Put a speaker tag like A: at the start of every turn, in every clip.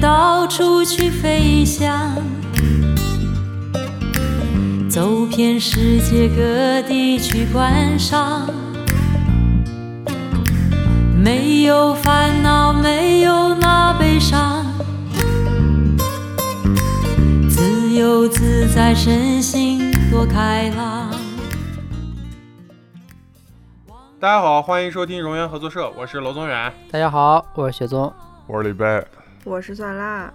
A: 到处去飞翔，走遍世界各地去观赏。没有烦恼，没有那悲伤，自由自在，身心多开朗。
B: 大家好，欢迎收听荣源合作社，我是娄宗远。
C: 大家好，我是雪宗。
D: 我是李贝，
E: 我是蒜辣，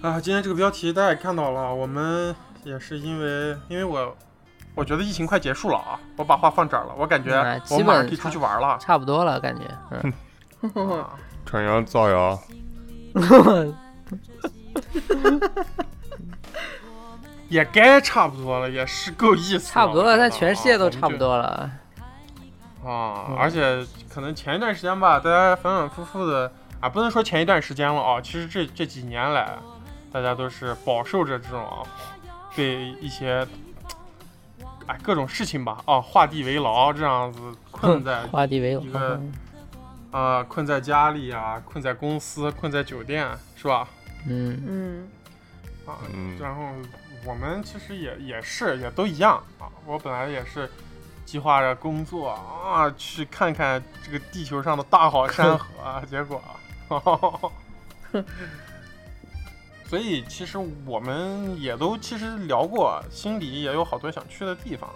B: 啊，今天这个标题大家也看到了，我们也是因为，因为我我觉得疫情快结束了啊，我把话放这儿了，我感觉
C: 嗯
B: 我
C: 基
B: 马
C: 本
B: 上可以出去玩了。
C: 差不多了，感觉，嗯，
B: 啊
D: 传扬造谣，
B: 也该差不多了，也是够意思。
C: 差不多了，
B: 我觉得
C: 在全世界都差不
B: 啊
C: 多了。
B: 我们就。啊
C: 嗯
B: 而且可能前一段时间吧，大家反反复复的啊，不能说前一段时间了啊，其实这这几年来，大家都是饱受着这种啊，被一些哎各种事情吧啊，画地为牢这样子困在
C: 画地为
B: 一个
C: 牢，
B: 啊、困在家里啊，困在公司，困在酒店，是吧？
C: 嗯，
E: 嗯，
B: 啊，
D: 嗯
B: 然后我们其实也也是也都一样啊。我本来也是计划着工作啊，去看看这个地球上的大好山河啊， 结果，所以其实我们也都其实聊过，心里也有好多想去的地方。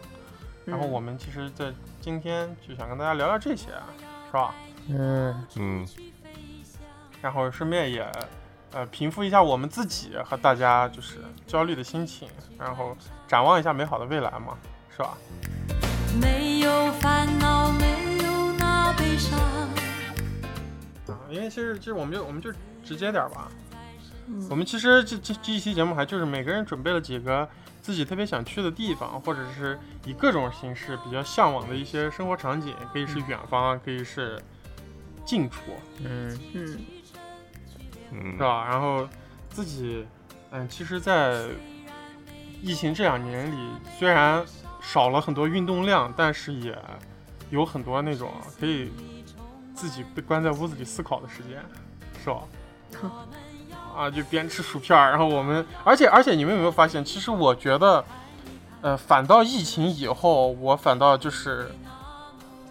B: 然
E: 嗯
B: 后我们其实，在今天就想跟大家聊聊这些，啊是吧？
C: 嗯，
D: 嗯，
B: 然后顺便也呃平复一下我们自己和大家就是焦虑的心情，然后展望一下美好的未来嘛，是吧？
A: 没有烦恼，没有那悲伤。
B: 啊，因为其实其实我们就我们就直接点儿吧，
E: 嗯
B: 我们其实这这这一期节目还就是每个人准备了几个自己特别想去的地方，或者是以各种形式比较向往的一些生活场景，可以是远方，啊可以是近处，
C: 嗯，
E: 嗯
D: 嗯，
B: 是吧？然后自己，嗯，其实，在疫情这两年里，虽然少了很多运动量，但是也有很多那种可以自己被关在屋子里思考的时间，是吧？啊，就边吃薯片儿，然后我们，而且而且你们有没有发现，其实我觉得，呃，反倒疫情以后，我反倒就是。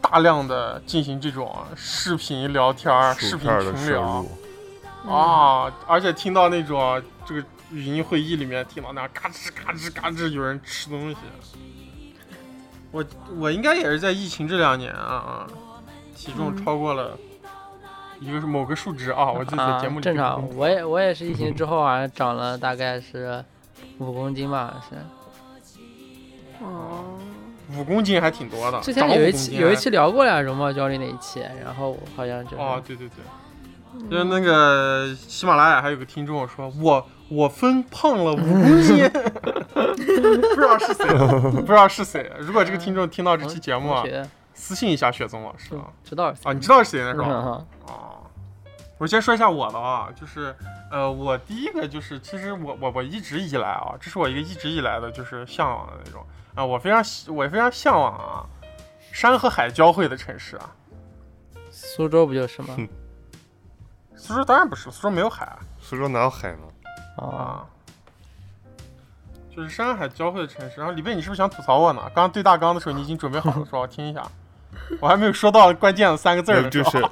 B: 大量的进行这种视频聊天儿、视
D: 薯
B: 频
D: 片的
B: 群
D: 摄
B: 聊，
D: 入，
E: 嗯
B: 啊，而且听到那种这个语音会议里面听到那嘎吱嘎吱嘎吱有人吃东西，我我应该也是在疫情这两年啊，体重
E: 嗯
B: 超过了一个是某个数值啊，我记得在节目
C: 啊
B: 里面
C: 正常。我也我也是疫情之后好像长了大概是五公斤吧，是。
E: 哦，
B: 五公斤还挺多的，
C: 之
B: 长
C: 前
B: 了
C: 有
B: 5
C: 一
B: 公
C: 期
B: 斤
C: 有一期聊过呀，容貌焦虑那一期，然后我好像就是
B: 哦，对对对，
E: 嗯
B: 就是那个喜马拉雅还有个听众说，我我分胖了五公 斤，不知道是谁，不知道是谁。如果这个听众听到这期节目 啊
C: 同，学
B: 私信一下雪宗老师啊。
C: 知道是
B: 啊，你知道是谁呢是吧？
C: 吧？
B: 哦，我先说一下我的啊，就是呃，我第一个就是，其实我我我一直以来啊，这是我一个一直以来的就是向往的那种啊、我非常喜我非常向往啊，山和海交汇的城市啊。
C: 苏州不就是吗？
B: 苏州当然不是，苏州没有海啊
D: 苏州哪有海呢？
C: 哦，
B: 啊，就是山海交汇的城市。然后李贝，你是不是想吐槽我呢？刚刚对大纲的时候，你已经准备好了，是吧？我听一下，我还没有说到关键的三个字儿
D: 那
B: 呢，
D: 不就是是
B: 吧？，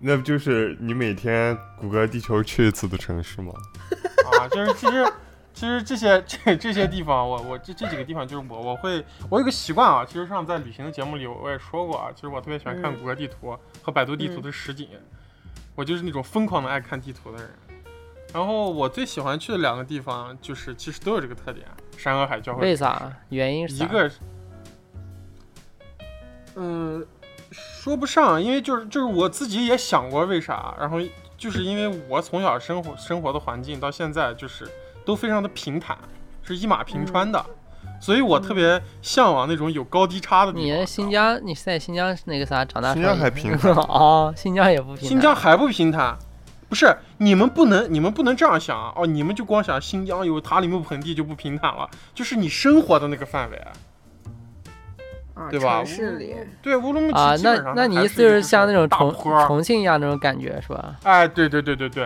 D: 那不就是你每天谷歌地球去一次的城市吗？
B: 啊，就是其实其实这些这这些地方，我我这这几个地方就是我我会我有个习惯啊，其实上次在旅行的节目里我我也说过啊，其实我特别喜欢看
E: 嗯
B: 谷歌地图和百度地图的实景，我就是那种疯狂的爱看地图的人。然后我最喜欢去的两个地方，就是其实都有这个特点，山和海交汇
C: 为。啥？原因是啥
B: 一个是，嗯，说不上，因为就是就是我自己也想过为啥，然后就是因为我从小生活生活的环境到现在就是都非常的平坦，是一马
C: 嗯
B: 平川的，所以我特别向往那种有高低差的地方。
C: 你在新疆，你是在新疆那个啥长大？
D: 新疆还平坦
C: 哦，新疆也不平坦。
B: 新疆还不平坦？不是，你们不能，你们不能这样想啊哦！你们就光想新疆有塔里木盆地就不平坦了，就是你生活的那个范围，
E: 啊，
B: 对吧
E: 城市里，
B: 对，乌鲁木齐
C: 啊，
B: 基
C: 那
B: 本上
C: 那你
B: 还
C: 意
B: 是
C: 思
B: 一
C: 就
B: 个
C: 是像那种
B: 大
C: 重
B: 坡儿
C: 重庆一样那种感觉是吧？
B: 哎，对对对对对，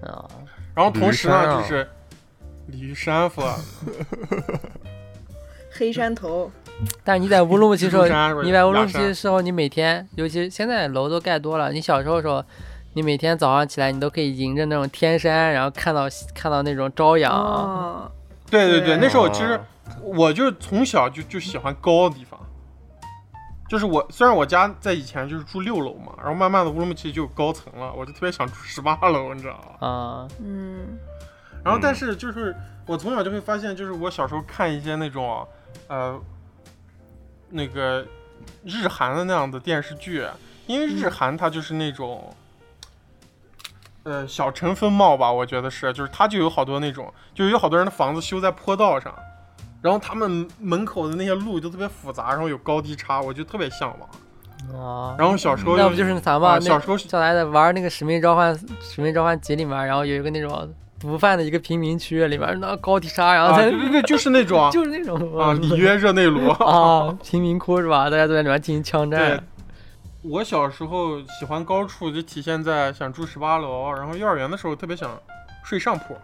C: 啊，
B: 然后同时
D: 鲤鱼山
B: 呢，
D: 啊
B: 就是鲤鱼山 flag，
E: 黑山头，
C: 但是你在乌鲁木齐 时候
B: 蜘蛛山不，是
C: 你在乌鲁木
B: 雅
C: 齐
B: 山
C: 时候，你每天，尤其现在楼都盖多了，你小时候的时候，你每天早上起来，你都可以迎着那种天山，然后看到看到那种朝阳。
E: 哦，
B: 对对
E: 对
B: 对，那时候其实
D: 啊
B: 我就是从小就就喜欢高的地方，就是我虽然我家在以前就是住六楼嘛，然后慢慢的乌鲁木齐就有高层了，我就特别想住十八楼，你知道吗？
C: 啊、
E: 嗯，
B: 然后
D: 嗯
B: 但是就是我从小就会发现，就是我小时候看一些那种呃那个日韩的那样的电视剧，因为
C: 嗯
B: 日韩它就是那种。呃，小城风貌吧，我觉得是，就是它就有好多那种，就是有好多人的房子修在坡道上，然后他们门口的那些路就特别复杂，然后有高低差，我就特别向往。
C: 哦，
B: 然后小时候
C: 那
B: 又
C: 不就是咱嘛？
B: 啊
C: 那
B: 小时候
C: 叫来的玩那个《使命召唤》《使命召唤集》里面，然后有一个那种毒贩的一个贫民区，里面那高低沙，然后
B: 啊，
C: 在、
B: 对对对，就是那种
C: 就是那种
B: 啊，里约热内 卢
C: 啊，贫民窟是吧？大家都在里面进行枪
B: 对
C: 战。，
B: 我小时候喜欢高处，就体现在想住十八楼，然后幼儿园的时候特别想睡上铺，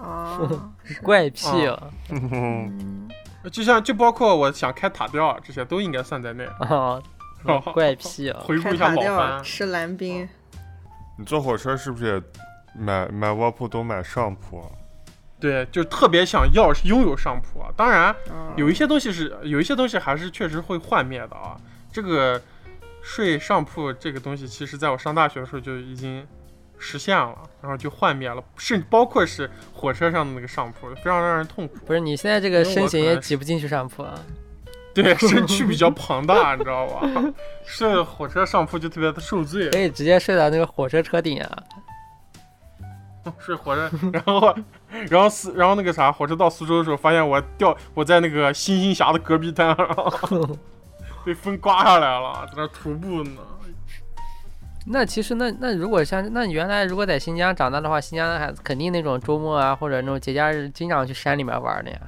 E: 哦，是，
C: 怪癖、啊
E: 嗯，
B: 就像就包括我想开塔吊啊这些都应该算在内。
C: 啊， 怪癖啊！
B: 回顾
E: 开
B: 一下
E: 塔
B: 老
E: 吊，
B: 番，
E: 吃蓝冰，
D: 你坐火车是不是也买买卧铺都买上铺啊？
B: 对，就特别想要拥有上铺啊。当然，
E: 哦
B: 有一些东西是有一些东西还是确实会幻灭的啊。这个睡上铺这个东西，其实在我上大学的时候就已经实现了，然后就幻灭了，甚至包括是火车上的那个上铺，非常让人痛苦。
C: 不是你现在这个
B: 因为我
C: 身形
B: 可
C: 也
B: 能
C: 挤不进去上铺啊。
B: 对，身躯比较庞大，你知道吧？ 睡在火车上铺就特别的受罪
C: 可，以直接睡到那个火车车顶啊！
B: 睡火车，然后，然后苏，然后那个啥，火车到苏州的时候，发现我掉，我在那个新兴峡的戈壁滩 上被风刮下来了，在那徒步呢。
C: 那其实那那如果像那你原来如果在新疆长大的话，新疆的孩子肯定那种周末啊或者那种节假日经常去山里面玩的呀。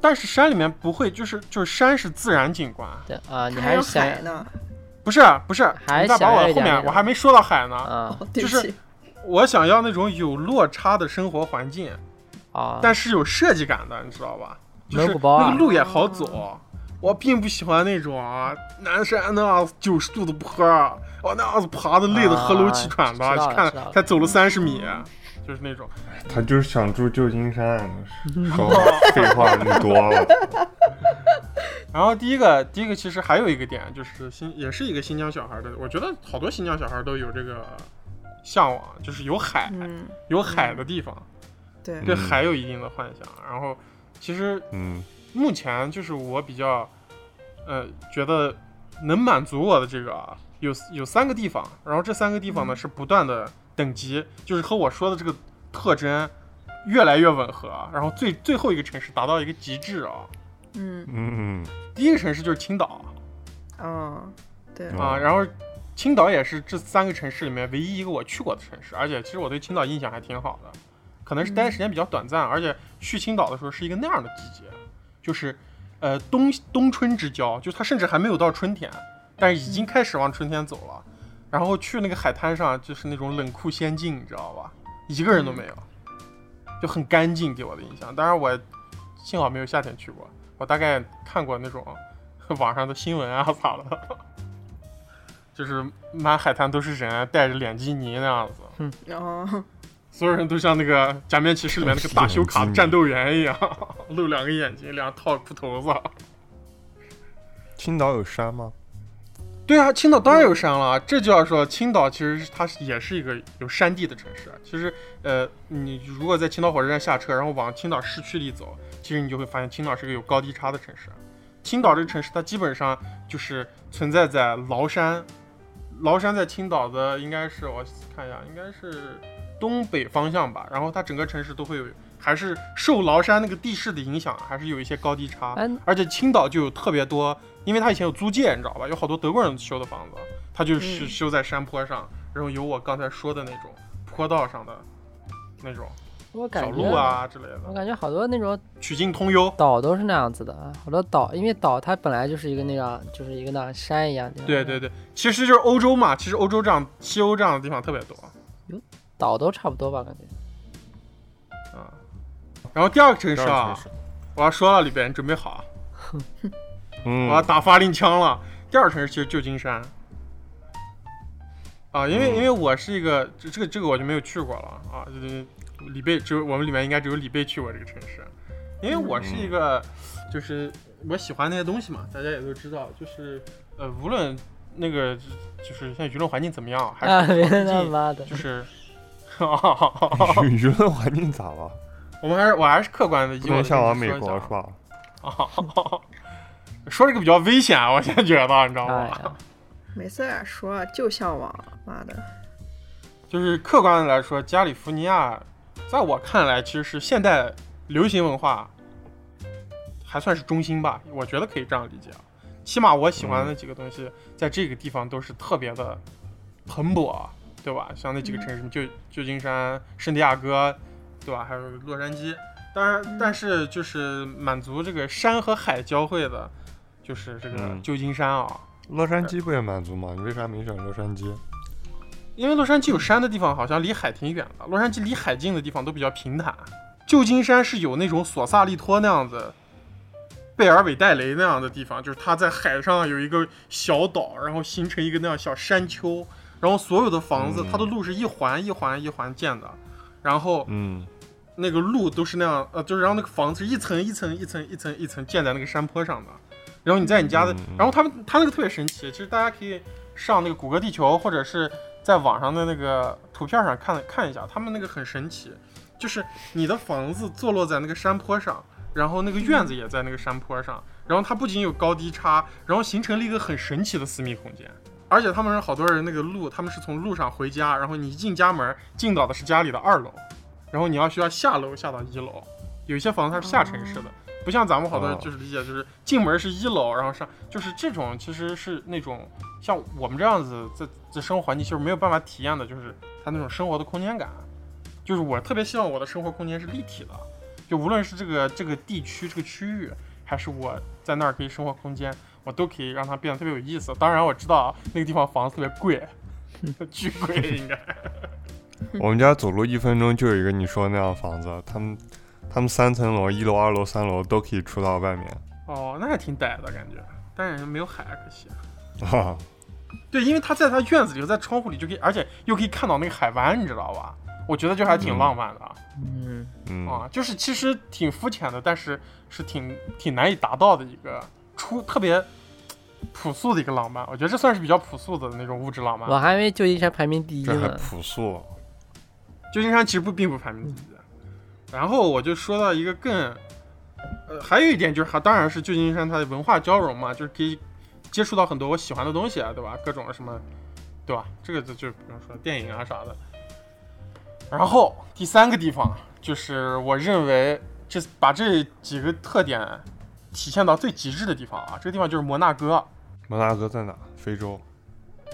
B: 但是山里面不会，就是就是山是自然景观，
C: 对啊，你
E: 它
C: 还
E: 有
C: 是想
E: 海呢，
B: 不是啊不是，
C: 还
B: 你再把
C: 想要
B: 我
C: 一
B: 后
C: 点那
B: 面，
C: 种
B: 我还没说到海呢。
C: 啊
E: 哦，对
B: 嗯就
E: 不
B: 是
E: 起，
B: 我想要那种有落差的生活环境，
C: 啊！
B: 但是有设计感的，你知道吧？就
C: 蒙
B: 是
C: 古包啊
B: 那个路也好走。我并不喜欢那种啊，南山那样子九十度的坡儿，我那样子爬的累的
C: 啊
B: 合楼气喘的，
C: 知道了
B: 去看
C: 知道了嗯
B: 才走了三十米，就是那种。
D: 他就是想住旧金山， 少废话那么多了。
B: 然后第一个，第一个其实还有一个点，就是新也是一个新疆小孩的，我觉得好多新疆小孩都有这个向往，就是有海，
E: 嗯，
B: 有海的地方，
E: 对，
B: 对
D: 嗯
B: 海有一定的幻想。然后其实
D: 嗯，
B: 目前就是我比较，呃，觉得能满足我的这个啊，有有三个地方，然后这三个地方呢是不断的等级，就是和我说的这个特征越来越吻合啊，然后最最后一个城市达到一个极致啊。
E: 嗯，
D: 嗯
B: 第一个城市就是青岛
E: 哦，对，
B: 啊，
D: 嗯
B: 然后青岛也是这三个城市里面唯一一个我去过的城市，而且其实我对青岛印象还挺好的，可能是待的时间比较短暂，而且去青岛的时候是一个那样的季节，就是呃冬冬春之交，就它甚至还没有到春天，但是已经开始往春天走了。然后去那个海滩上，就是那种冷酷仙境，你知道吧？一个人都没有，就很干净，给我的印象。当然我幸好没有夏天去过，我大概看过那种 网上的新闻啊咋的， 就是满海滩都是人，戴着脸基尼那样子，
E: 然后
B: 所有人都像那个《假面骑士》里面那个大修卡战斗员一样， 露两个眼睛，两套裤头子。
D: 青岛有山吗？
B: 对啊，青岛当然有山了，这就要说青岛其实是它是也是一个有山地的城市。其实，呃，你如果在青岛火车站下车，然后往青岛市区里走，其实你就会发现青岛是个有高低差的城市。啊青岛这个城市，它基本上就是存在在崂山，崂山在青岛的应该是我看一下，应该是东北方向吧。然后它整个城市都会有，还是受崂山那个地势的影响，啊还是有一些高低差。
C: 哎，
B: 而且青岛就有特别多，因为它以前有租界，你知道吧？有好多德国人修的房子，它就是
E: 嗯
B: 修在山坡上，然后有我刚才说的那种坡道上的那种
C: 我感
B: 小
C: 觉嗯
B: 路啊之类
C: 我
B: 的，
C: 感觉好多那种
B: 曲径通幽。
C: 岛都是那样子的，好多岛，因为岛它本来就是一个那样，就是一个那样山一样的。
B: 对对，对，其实就是欧洲嘛，其实欧洲这样西欧这样的地方特别多。
C: 岛都差不多吧，感觉。
B: 嗯然后第二个城市
D: 第二个
B: 啊
D: 城，市
B: 我要说了，里边你准备好啊，
D: 嗯，
B: 我要打发令枪了。第二城市其实旧金山，啊，因为、
D: 嗯
B: 因为我是一个这这个这个我就没有去过了啊，就是李贝只有我们里面应该只有李贝去过这个城市，因为我是一个、
D: 嗯
B: 就是我喜欢那些东西嘛，大家也都知道，就是呃无论那个就是现在舆论环境怎么样，还是、
C: 啊，别他妈的
B: 就，是。
D: 舆舆论环境咋了？
B: 我们还是我还是客观的，
D: 不能向往美国
B: 是
D: 是吧？
B: 哦， 说这个比较危险，啊我现在觉得，你知道
C: 哎
B: 吗？
C: 呀，
E: 没事儿啊说，就向往，妈的，
B: 就是客观的来说，加利福尼亚，在我看来其实是现代流行文化还算是中心吧，我觉得可以这样理解啊。起码我喜欢的几个东西，在这个地方都是特别的蓬勃，啊对吧？像那几个城市，旧旧金山、圣地亚哥，对吧？还有洛杉矶。当然，但是就是满足这个山和海交汇的，就是这个
D: 嗯
B: 旧金山啊、
D: 洛杉矶不也满足吗？你为啥没选洛杉矶？
B: 因为洛杉矶有山的地方好像离海挺远的，洛杉矶离海近的地方都比较平坦。旧金山是有那种索萨利托那样子，贝尔韦戴雷那样的地方，就是它在海上有一个小岛，然后形成一个那样小山丘，然后所有的房子
D: 嗯
B: 它的路是一环一环一环建的，然后
D: 嗯，
B: 那个路都是那样，呃，就是然后那个房子是一层一层一层一层一层建在那个山坡上的，然后你在你家的，
D: 嗯嗯
B: 然后他们他那个特别神奇，其实大家可以上那个谷歌地球或者是在网上的那个图片上看看一下，他们那个很神奇，就是你的房子坐落在那个山坡上，然后那个院子也在那个山坡上，然后它不仅有高低差，然后形成了一个很神奇的私密空间。而且他们人好多人那个路，他们是从路上回家，然后你一进家门，进到的是家里的二楼，然后你要需要下楼下到一楼。有一些房子它是下沉式的，不像咱们好多人
D: 哦
B: 就是理解就是进门是一楼，然后上就是这种其实是那种像我们这样子在在生活环境就是没有办法体验的，就是它那种生活的空间感。就是我特别希望我的生活空间是立体的，就无论是这个这个地区这个区域，还是我在那儿可以生活空间，我都可以让它变得特别有意思。当然我知道啊那个地方房子特别贵，巨贵应该。
D: 我们家走路一分钟就有一个你说那样房子，他们他们三层楼，一楼、二楼、三楼都可以出到外面。
B: 哦，那还挺歹的感觉，但是没有海，啊可惜。
D: 哈、
B: 对，因为他在他院子里，在窗户里就可以，而且又可以看到那个海湾，你知道吧？我觉得就还挺浪漫的啊、
C: 嗯，
D: 嗯，
B: 啊，就是其实挺肤浅的，但是是挺挺难以达到的一个出特别朴素的一个浪漫。我觉得这算是比较朴素的那种物质浪漫。
C: 我还以为旧金山排名第一
D: 这还
C: 呢。
D: 朴素。
B: 旧金山其实不并不排名第一。然后我就说到一个更，呃，还有一点就是，还当然是旧金山它的文化交融嘛，就是可以接触到很多我喜欢的东西啊，对吧？各种什么，对吧？这个就就不用说电影啊啥的。然后第三个地方就是我认为这把这几个特点体现到最极致的地方啊，这个地方就是摩纳哥，
D: 摩纳哥在哪？非洲。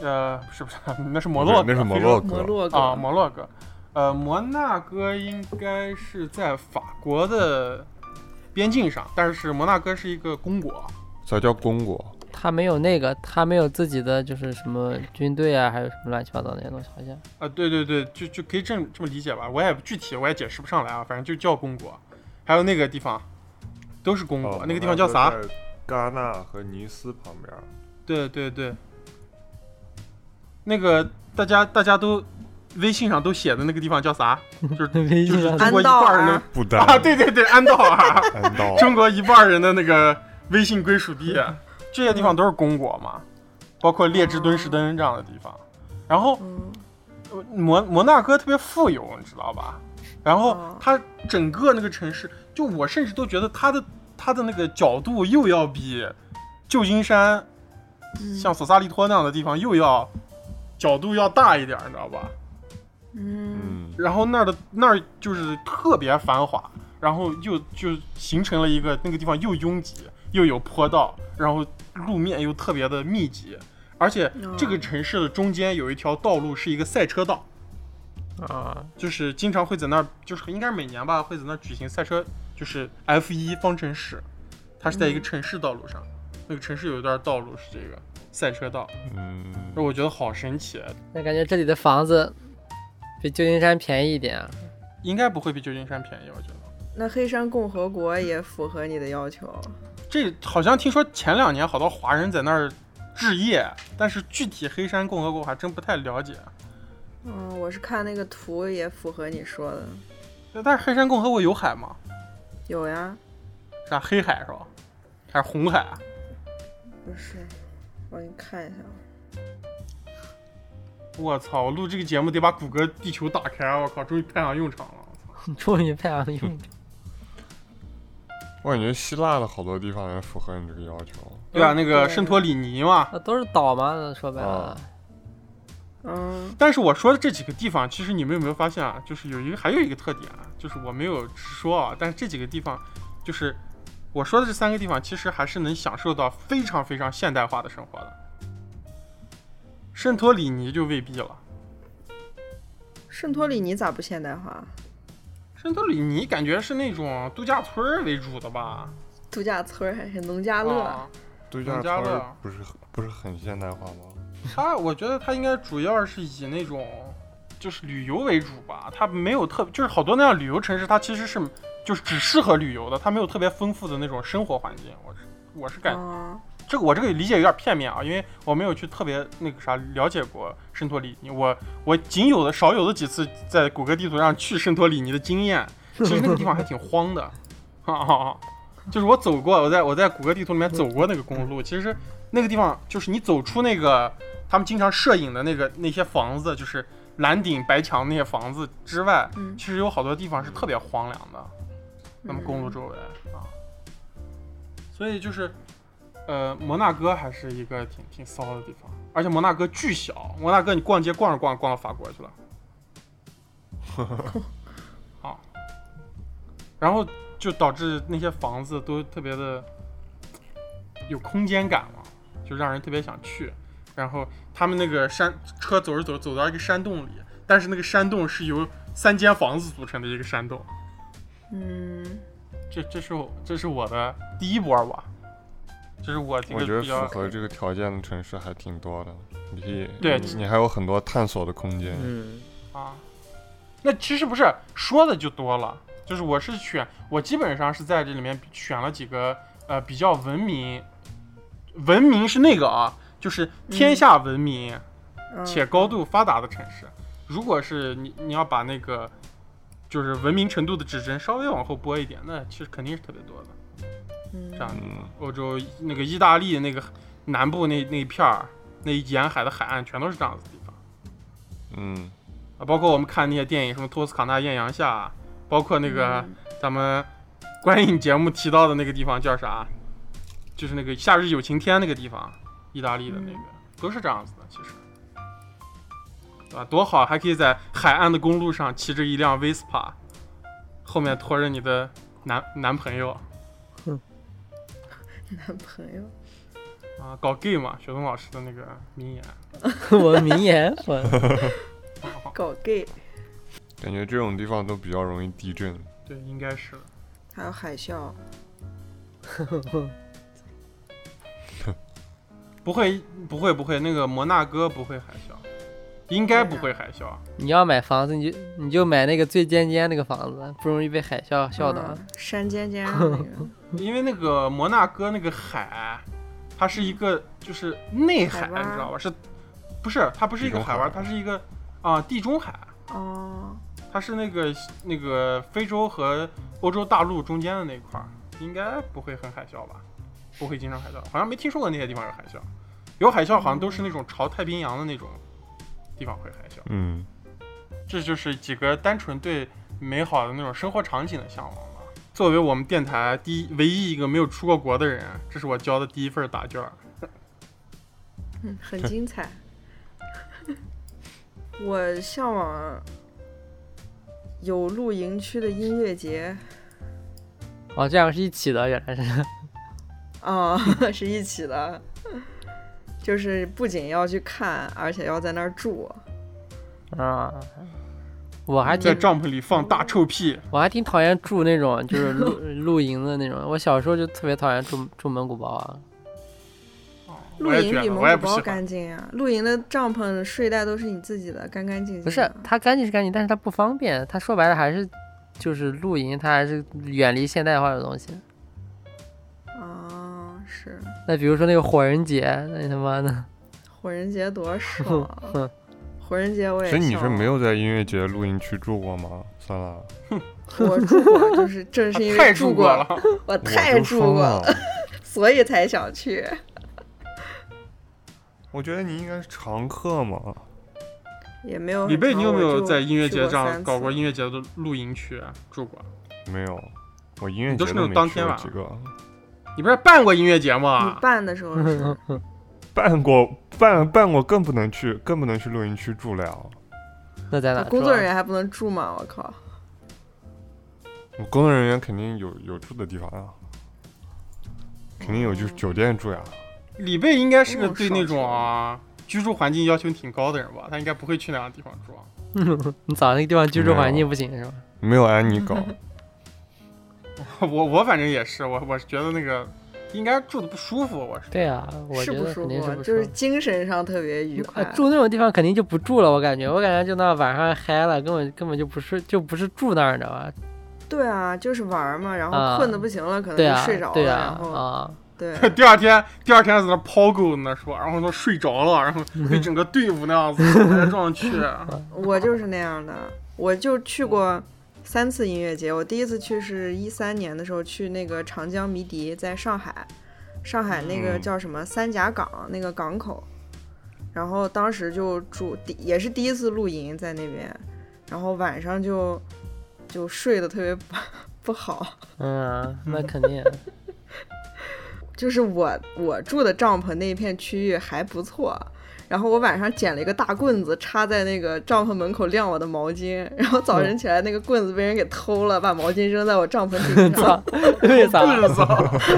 B: 呃，是不是？ 那是摩洛哥，
D: 那是摩
B: 非洲
D: 洛
E: 摩
D: 哥。
E: 洛哥
B: 啊，摩洛哥，呃，摩纳哥应该是在法国的边境上，但是摩纳哥是一个公国，
D: 咋叫公国？
C: 他没有那个，他没有自己的就是什么军队啊，还有什么乱七八糟那些东西，好 像。
B: 啊，对对对，就就可以这么这么理解吧，我也具体我也解释不上来啊，反正就叫公国，还有那个地方都是公国，
D: 哦
B: 嗯那个地方叫啥？？
D: 摩纳哥在戛纳和尼斯旁边。
B: 对对对，那个大家大家都微信上都写的那个地方叫啥？就是
C: 微
B: 就
C: 信
B: 是中
C: 上
B: 国一
E: 安道
B: 半人
E: 尔
B: 的
D: 不丹。
B: 啊，，对对对，安道尔。
D: 安道 尔。
B: 中国一半人的那个微信归属地，啊这些地方都是公国嘛，包括列支敦士登这样的地方。然后
E: 嗯
B: 呃摩摩纳哥特别富有，你知道吧？然后
E: 哦
B: 它整个那个城市，就我甚至都觉得它的它的那个角度又要比旧金山
E: 嗯
B: 像索萨利托那样的地方又要角度要大一点儿，你知道吧？
E: 嗯
D: 嗯，
B: 然后那儿的那儿就是特别繁华，然后又就形成了一个那个地方又拥挤又有坡道，然后路面又特别的密集，而且这个城市的中间有一条道路是一个赛车道，
C: 啊，
B: 就是经常会在那儿，就是应该是每年吧会在那儿举行赛车，就是 F 1方程式，它是在一个城市道路上，那个城市有一段道路是这个赛车道，
D: 嗯，
B: 我觉得好神奇，
C: 那感觉这里的房子比旧金山便宜一点啊。
B: 应该不会比旧金山便宜，我觉得。
E: 那黑山共和国也符合你的要求，
B: 这好像听说前两年好多华人在那儿置业，但是具体黑山共和国我还真不太了解。
E: 嗯，我是看那个图也符合你说的，
B: 但但是黑山共和国有海吗？
E: 有呀，
B: 啥黑海是吧？还是红海？
E: 不是，我给你看一下，啊
B: 我操！我录这个节目得把谷歌地球打开，我靠，终于派上用场了。我操
C: 终于派上用场。
D: 我感觉希腊的好多地方也符合你这个要求。
B: 对啊，那个
E: 对
B: 圣托里尼嘛。
C: 那啊都是岛嘛，说白了
D: 啊，
E: 嗯，
B: 但是我说的这几个地方，其实你们有没有发现啊？就是有一个，还有一个特点啊，就是我没有直说啊，但是这几个地方，就是我说的这三个地方，其实还是能享受到非常非常现代化的生活的。圣托里尼就未必了，
E: 圣托里尼咋不现代化？
B: 圣托里尼感觉是那种度假村儿为主的吧？
E: 度假村儿还是农家乐？
B: 啊，
D: 度假
B: 农家
D: 村
B: 乐
D: 儿不是很不是很现代化吗？
B: 它我觉得它应该主要是以那种就是旅游为主吧，它没有特就是好多那样旅游城市，它其实是就是只适合旅游的，它没有特别丰富的那种生活环境。我是我是感、
E: 啊，
B: 这个我这个理解有点片面啊，因为我没有去特别那个啥了解过圣托里尼，我我仅有的少有的几次在谷歌地图上去圣托里尼的经验，其实那个地方还挺荒的，哈哈哈。 就是我走过，我在我在谷歌地图里面走过那个公路，其实那个地方就是你走出那个他们经常摄影的那个那些房子，就是蓝顶白墙那些房子之外，
E: 嗯
B: 其实有好多地方是特别荒凉的。那么公路
E: 嗯
B: 周围啊，所以就是，呃，摩纳哥还是一个挺挺骚的地方，而且摩纳哥巨小，摩纳哥你逛街逛着逛着逛到法国去了， 啊，然后就导致那些房子都特别的有空间感嘛，就让人特别想去。然后他们那个山车走着走着走到一个山洞里，但是那个山洞是由三间房子组成的一个山洞。
E: 嗯，
B: 这这是我这是我的第一波吧，这是我这
D: 我觉
B: 个
D: 得
B: 比
D: 符
B: 较
D: 合这个条件的城市还挺多的，你可以
B: 对
D: 你你还有很多探索的空间。
C: 嗯，
B: 啊。那其实不是说的就多了，就是我是选我基本上是在这里面选了几个呃比较文明，文明是那个啊，就是天下文明、
E: 嗯
B: 且高度发达的城市。如果是你你要把那个就是文明程度的指针稍微往后拨一点，那其实肯定是特别多的。这样
E: 嗯，
D: 嗯，
B: 欧洲那个意大利那个南部那那一片儿，那沿海的海岸全都是这样子的地方
D: 嗯，
B: 啊，包括我们看那些电影，什么《托斯卡纳艳阳下》啊，包括那个
E: 嗯
B: 咱们 观影节目提到的那个地方叫啥，就是那个《夏日有晴天》那个地方，意大利的那个、都是这样子的，其实。对吧？多好，还可以在海岸的公路上骑着一辆 Vespa，后面拖着你的男男朋友
E: 男朋友，
B: 啊，搞 gay 嘛，雪松老师的那个名言。
C: 我的名言，我
E: 搞 gay，
D: 感觉这种地方都比较容易地震。
B: 对，应该是。
E: 还有海啸，
B: 不会，不会，不会，那个摩纳哥不会海啸，应该不会海啸。
C: 你要买房子，你就你就买那个最尖尖那个房子，不容易被海啸
E: 笑
C: 笑啊倒。
D: 嗯
E: 嗯山尖尖上那个
B: 因为那个摩纳哥那个海，它是一个就是内海，
E: 海湾
B: 你知道吧？是，不是？它不是一个
D: 地中海
B: 海湾，它是一个啊、地中海，
E: 哦，
B: 它是那个那个非洲和欧洲大陆中间的那一块儿，应该不会很海啸吧？不会经常海啸，好像没听说过那些地方有海啸，有海啸好像都是那种朝太平洋的那种地方会海啸。
D: 嗯，
B: 这就是几个单纯对美好的那种生活场景的向往吧。作为我们电台第一唯一一个没有出过国的人，这是我交的第一份答卷儿。
E: 嗯，很精彩。 我向往有露营区的音乐节
C: 哦，这两个是一起的，原来是。
E: 啊， 是一起的，就是不仅要去看，而且要在那儿住。
C: 啊，我还
B: 在
C: 挺
B: 帐篷里放大臭屁，
C: 我还挺讨厌住那种就是 露露营的那种，我小时候就特别讨厌住住蒙古包啊。
E: 露
B: 我也
E: 营
B: 觉
E: 比
B: 得，我也
E: 蒙
B: 不
E: 古
B: 喜
E: 包
B: 欢。
E: 干净啊！露营的帐篷、睡袋都是你自己的，干干净净的。
C: 不是，它干净是干净，但是它不方便。它说白了还是就是露营，它还是远离现代化的东西。
E: 啊，是
C: 那比如说那个火人节，那你他妈的，
E: 火人节多爽啊！火人节我也
D: 所以你
E: 向
D: 是
E: 往
D: 没有在音乐节露营区住过吗？算了，
E: 我住过，就是 正是因
B: 啊太
E: 为
B: 住
E: 过
B: 过了，，
E: 我
D: 我
E: 太
D: 就
E: 住
D: 疯
E: 过
D: 了
E: 了，。所以才想去。
D: 我觉得你应该是常客嘛。
E: 也没有
B: 李
E: 很
B: 贝，
E: 长
B: 你有没
E: 我
B: 有
E: 就
B: 在音乐
E: 去
B: 节
E: 过
B: 上
E: 三
B: 搞
E: 次
B: 过音乐节的露营区啊住过？
D: 没有，我音乐
B: 你
D: 节
B: 都是那
D: 都
B: 种
D: 没
B: 当
D: 去
B: 天
D: 过
B: 晚
D: 几个，
B: 你不是办过音乐节
E: 你
B: 吗？
E: 嗯办的时候是
D: 办过办办过更不能去，更不能去露营区住了呀。
C: 那在哪？
E: 工作
C: 是吧
E: 人员还不能住吗？我靠！
D: 我工作人员肯定有有住的地方呀，肯定有就是酒店住呀。
B: 李贝应该是个
E: 嗯
B: 对
E: 少
B: 那
E: 去
B: 种啊居住环境要求挺高的人吧？他应该不会去那样的地方住啊。
C: 你找那个地方居住环
D: 没有
C: 境不行是吧？
D: 没有安妮高，
B: 我我反正也是，我我是觉得那个应该住的不舒服，我是。
C: 对啊，我
E: 是
C: 觉
E: 不
C: 得
E: 舒
C: 肯定是
E: 服，
C: 不
E: 就
C: 舒
E: 是
C: 服。
E: 精神上特别愉快
C: 啊。住那种地方肯定就不住了，我感觉，我感觉就那晚上嗨了，根本根本就不是就不是住那儿，你知道吧？
E: 对啊，就是玩儿嘛，然
C: 啊
E: 后困的不行了，可能
C: 对
E: 就
C: 啊，
E: 睡着了，
C: 对
E: 然
C: 啊，
E: 后
C: 啊，
E: 对，
B: 第二天，第二天在那抛狗呢，说，然后说睡着了，然后被整个队伍那样 子撞来撞去。
C: 嗯
E: 我就是那样的，我就去过三次音乐节。我第一次去是一三年的时候去那个长江迷笛，在上海，上海那个
D: 嗯
E: 叫什么三峡港那个港口，然后当时就住，第也是第一次露营在那边，然后晚上就就睡得特别 不不好，
C: 嗯啊，那肯 定。
E: 就是我我住的帐篷那一片区域还不错。然后我晚上捡了一个大棍子，插在那个帐篷门口晾我的毛巾。然后早晨起来，那个棍子被人给偷了，把毛巾扔在我帐篷顶上。
C: 操，为啥？
B: 棍子，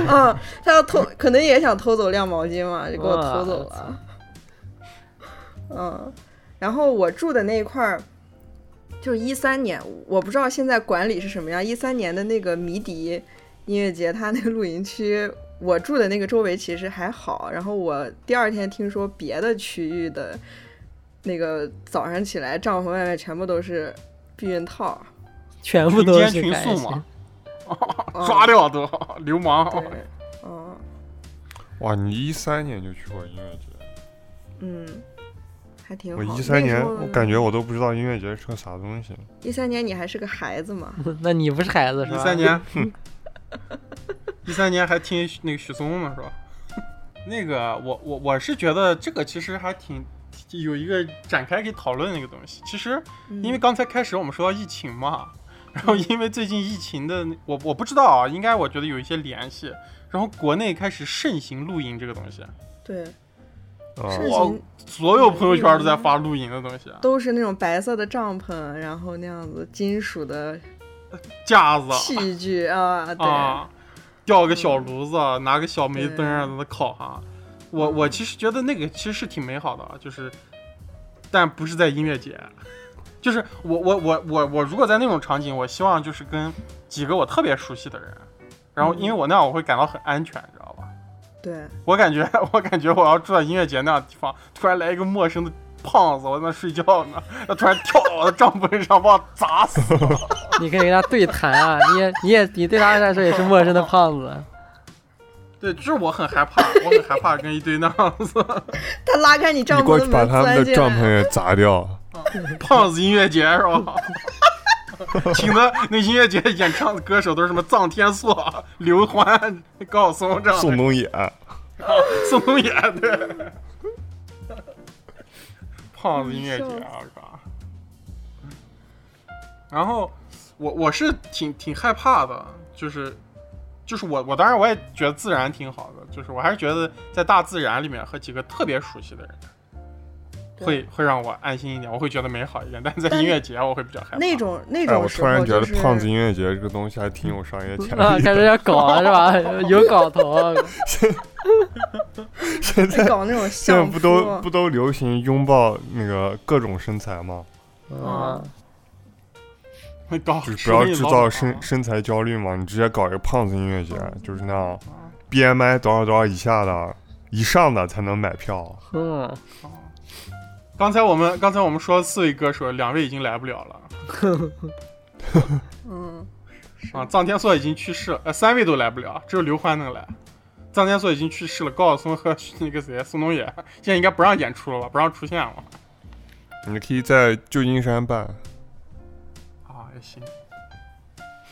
E: 嗯，他要偷，可能也想偷走晾毛巾嘛，就给我偷走啊了。嗯，然后我住的那一块儿，就是一三年，我不知道现在管理是什么样。一三年的那个迷笛音乐节，它那个露营区，我住的那个周围其实还好。然后我第二天听说别的区域的，那个早上起来帐篷外面全部都是避孕套。
C: 全部
B: 群
C: 都
B: 奸
C: 是
B: 群
C: 感
B: 宿
C: 谢
B: 嘛，
E: 嗯
B: 抓掉都流氓。
E: 对，嗯
D: 哇！你一三年就去过音乐节，
E: 嗯，还挺好。
D: 我一三年
E: 那时候
D: 我感觉我都不知道音乐节是个啥东西。
E: 一三年你还是个孩子嘛，
C: 那你 不是孩子是吧？嗯
B: 一三年， 一三年还听那个许嵩嘛，是吧？ 那个，我我我是觉得这个其实还挺有一个展开可以讨论的一个东西。其实
C: 嗯
B: 因
E: 嗯
B: 为刚才开始我们说到疫情嘛，然后因为最近疫情的那，我我不知道啊，应该我觉得有一些联系。然后国内开始盛行露营这个东西，
E: 对，
D: 啊，
E: 是
B: 哇
E: 行，
B: 所有朋友圈都在发露营的东西，啊
E: 都是那种白色的帐篷，然后那样子金属的
B: 架子
E: 器具啊，对，
B: 啊，吊个小炉子，拿个小煤灯啊，在那烤哈、我我其实觉得那个其实是挺美好的，啊，就是，但不是在音乐节， 就是我我我我我如果在那种场景，我希望就是跟几个我特别熟悉的人，然后因为我那样我会感到很安全，你知道吧？
E: 对，
B: 我感觉 我感觉我要住在音乐节那样的地方，突然来一个陌生的。胖子，我在那睡觉呢，他突然跳到我的帐篷上，把我砸死。
C: 你可以跟他对谈啊，你也你也你对他来说也是陌生的 胖子，啊
B: 对，就是我很害怕，我很害怕跟一堆那样子
E: 他拉开你帐
D: 你过
E: 篷的
D: 去把
E: 门
D: 他
E: 钻
D: 们的
E: 进
D: 帐篷
E: 来，
D: 也砸 掉。
B: 胖子音乐节是吧？ 请的那音乐节演唱的歌手都是什么臧天朔、刘欢、高松这样的
D: 宋冬野，
B: 宋冬野对。胖子音乐节啊，我靠！然后我我是挺挺害怕的，就是就是我我当然我也觉得自然挺好的，就是我还是觉得在大自然里面和几个特别熟悉的人，
E: 对
B: 会会让我安心一点，我会觉得美好一点。但是在
E: 但
B: 音乐节我会比较害怕。
E: 那种那
D: 哎，我
E: 种时
D: 突然
E: 候
D: 觉
E: 就
D: 得
E: 是
D: 胖子音乐节这个东西还挺有商 业潜
C: 啊，
D: 力
C: 开
D: 的。
C: 始要搞了是吧？ 有搞头 啊，
D: 现在
E: 搞那种
D: 现在
E: 相
D: 不
E: 扑，
D: 都不都流行拥抱那个各种身材吗？
C: 嗯，
B: 会搞，
D: 就是不要制造
B: 声
D: 身身材焦虑嘛，你直接搞一个胖子音乐节，就是那
E: 哦
D: 样，BMI 多少多少以下的、以上的才能买票。
C: 嗯，
B: 啊刚才我们刚才我们说四位歌手，两位已经来不了了。
E: 嗯，
B: 啊，藏天硕已经去世了，呃，三位都来不了，只有刘欢能来。藏天硕已经去世了，高晓松和那个谁宋冬野现在应该不让演出了吧，不让出现了。
D: 你可以在旧金山办，
B: 啊，也行，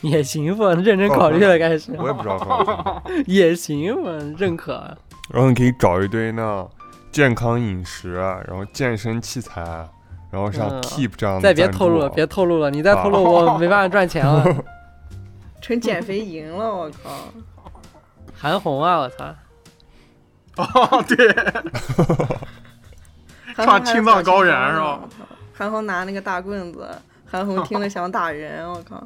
C: 也行吧，认真考虑了开始，
D: 我也不知道放不 放。
C: 也行吧，认可。啊
D: 然后你可以找一堆那健康饮食，啊然后健身器材，啊然后像
C: 嗯
D: Keep 这样的、啊
C: 再别透露了，别。透露了，你再透露我没办法赚钱了。
E: 成减肥营了，我靠！
C: 韩红啊，我操！
B: 哦， 对，
E: 韩红还
B: 青藏高原
E: 想
B: 是吧
E: 青藏？我靠韩红拿那个大棍子，韩红听了想打人，我靠！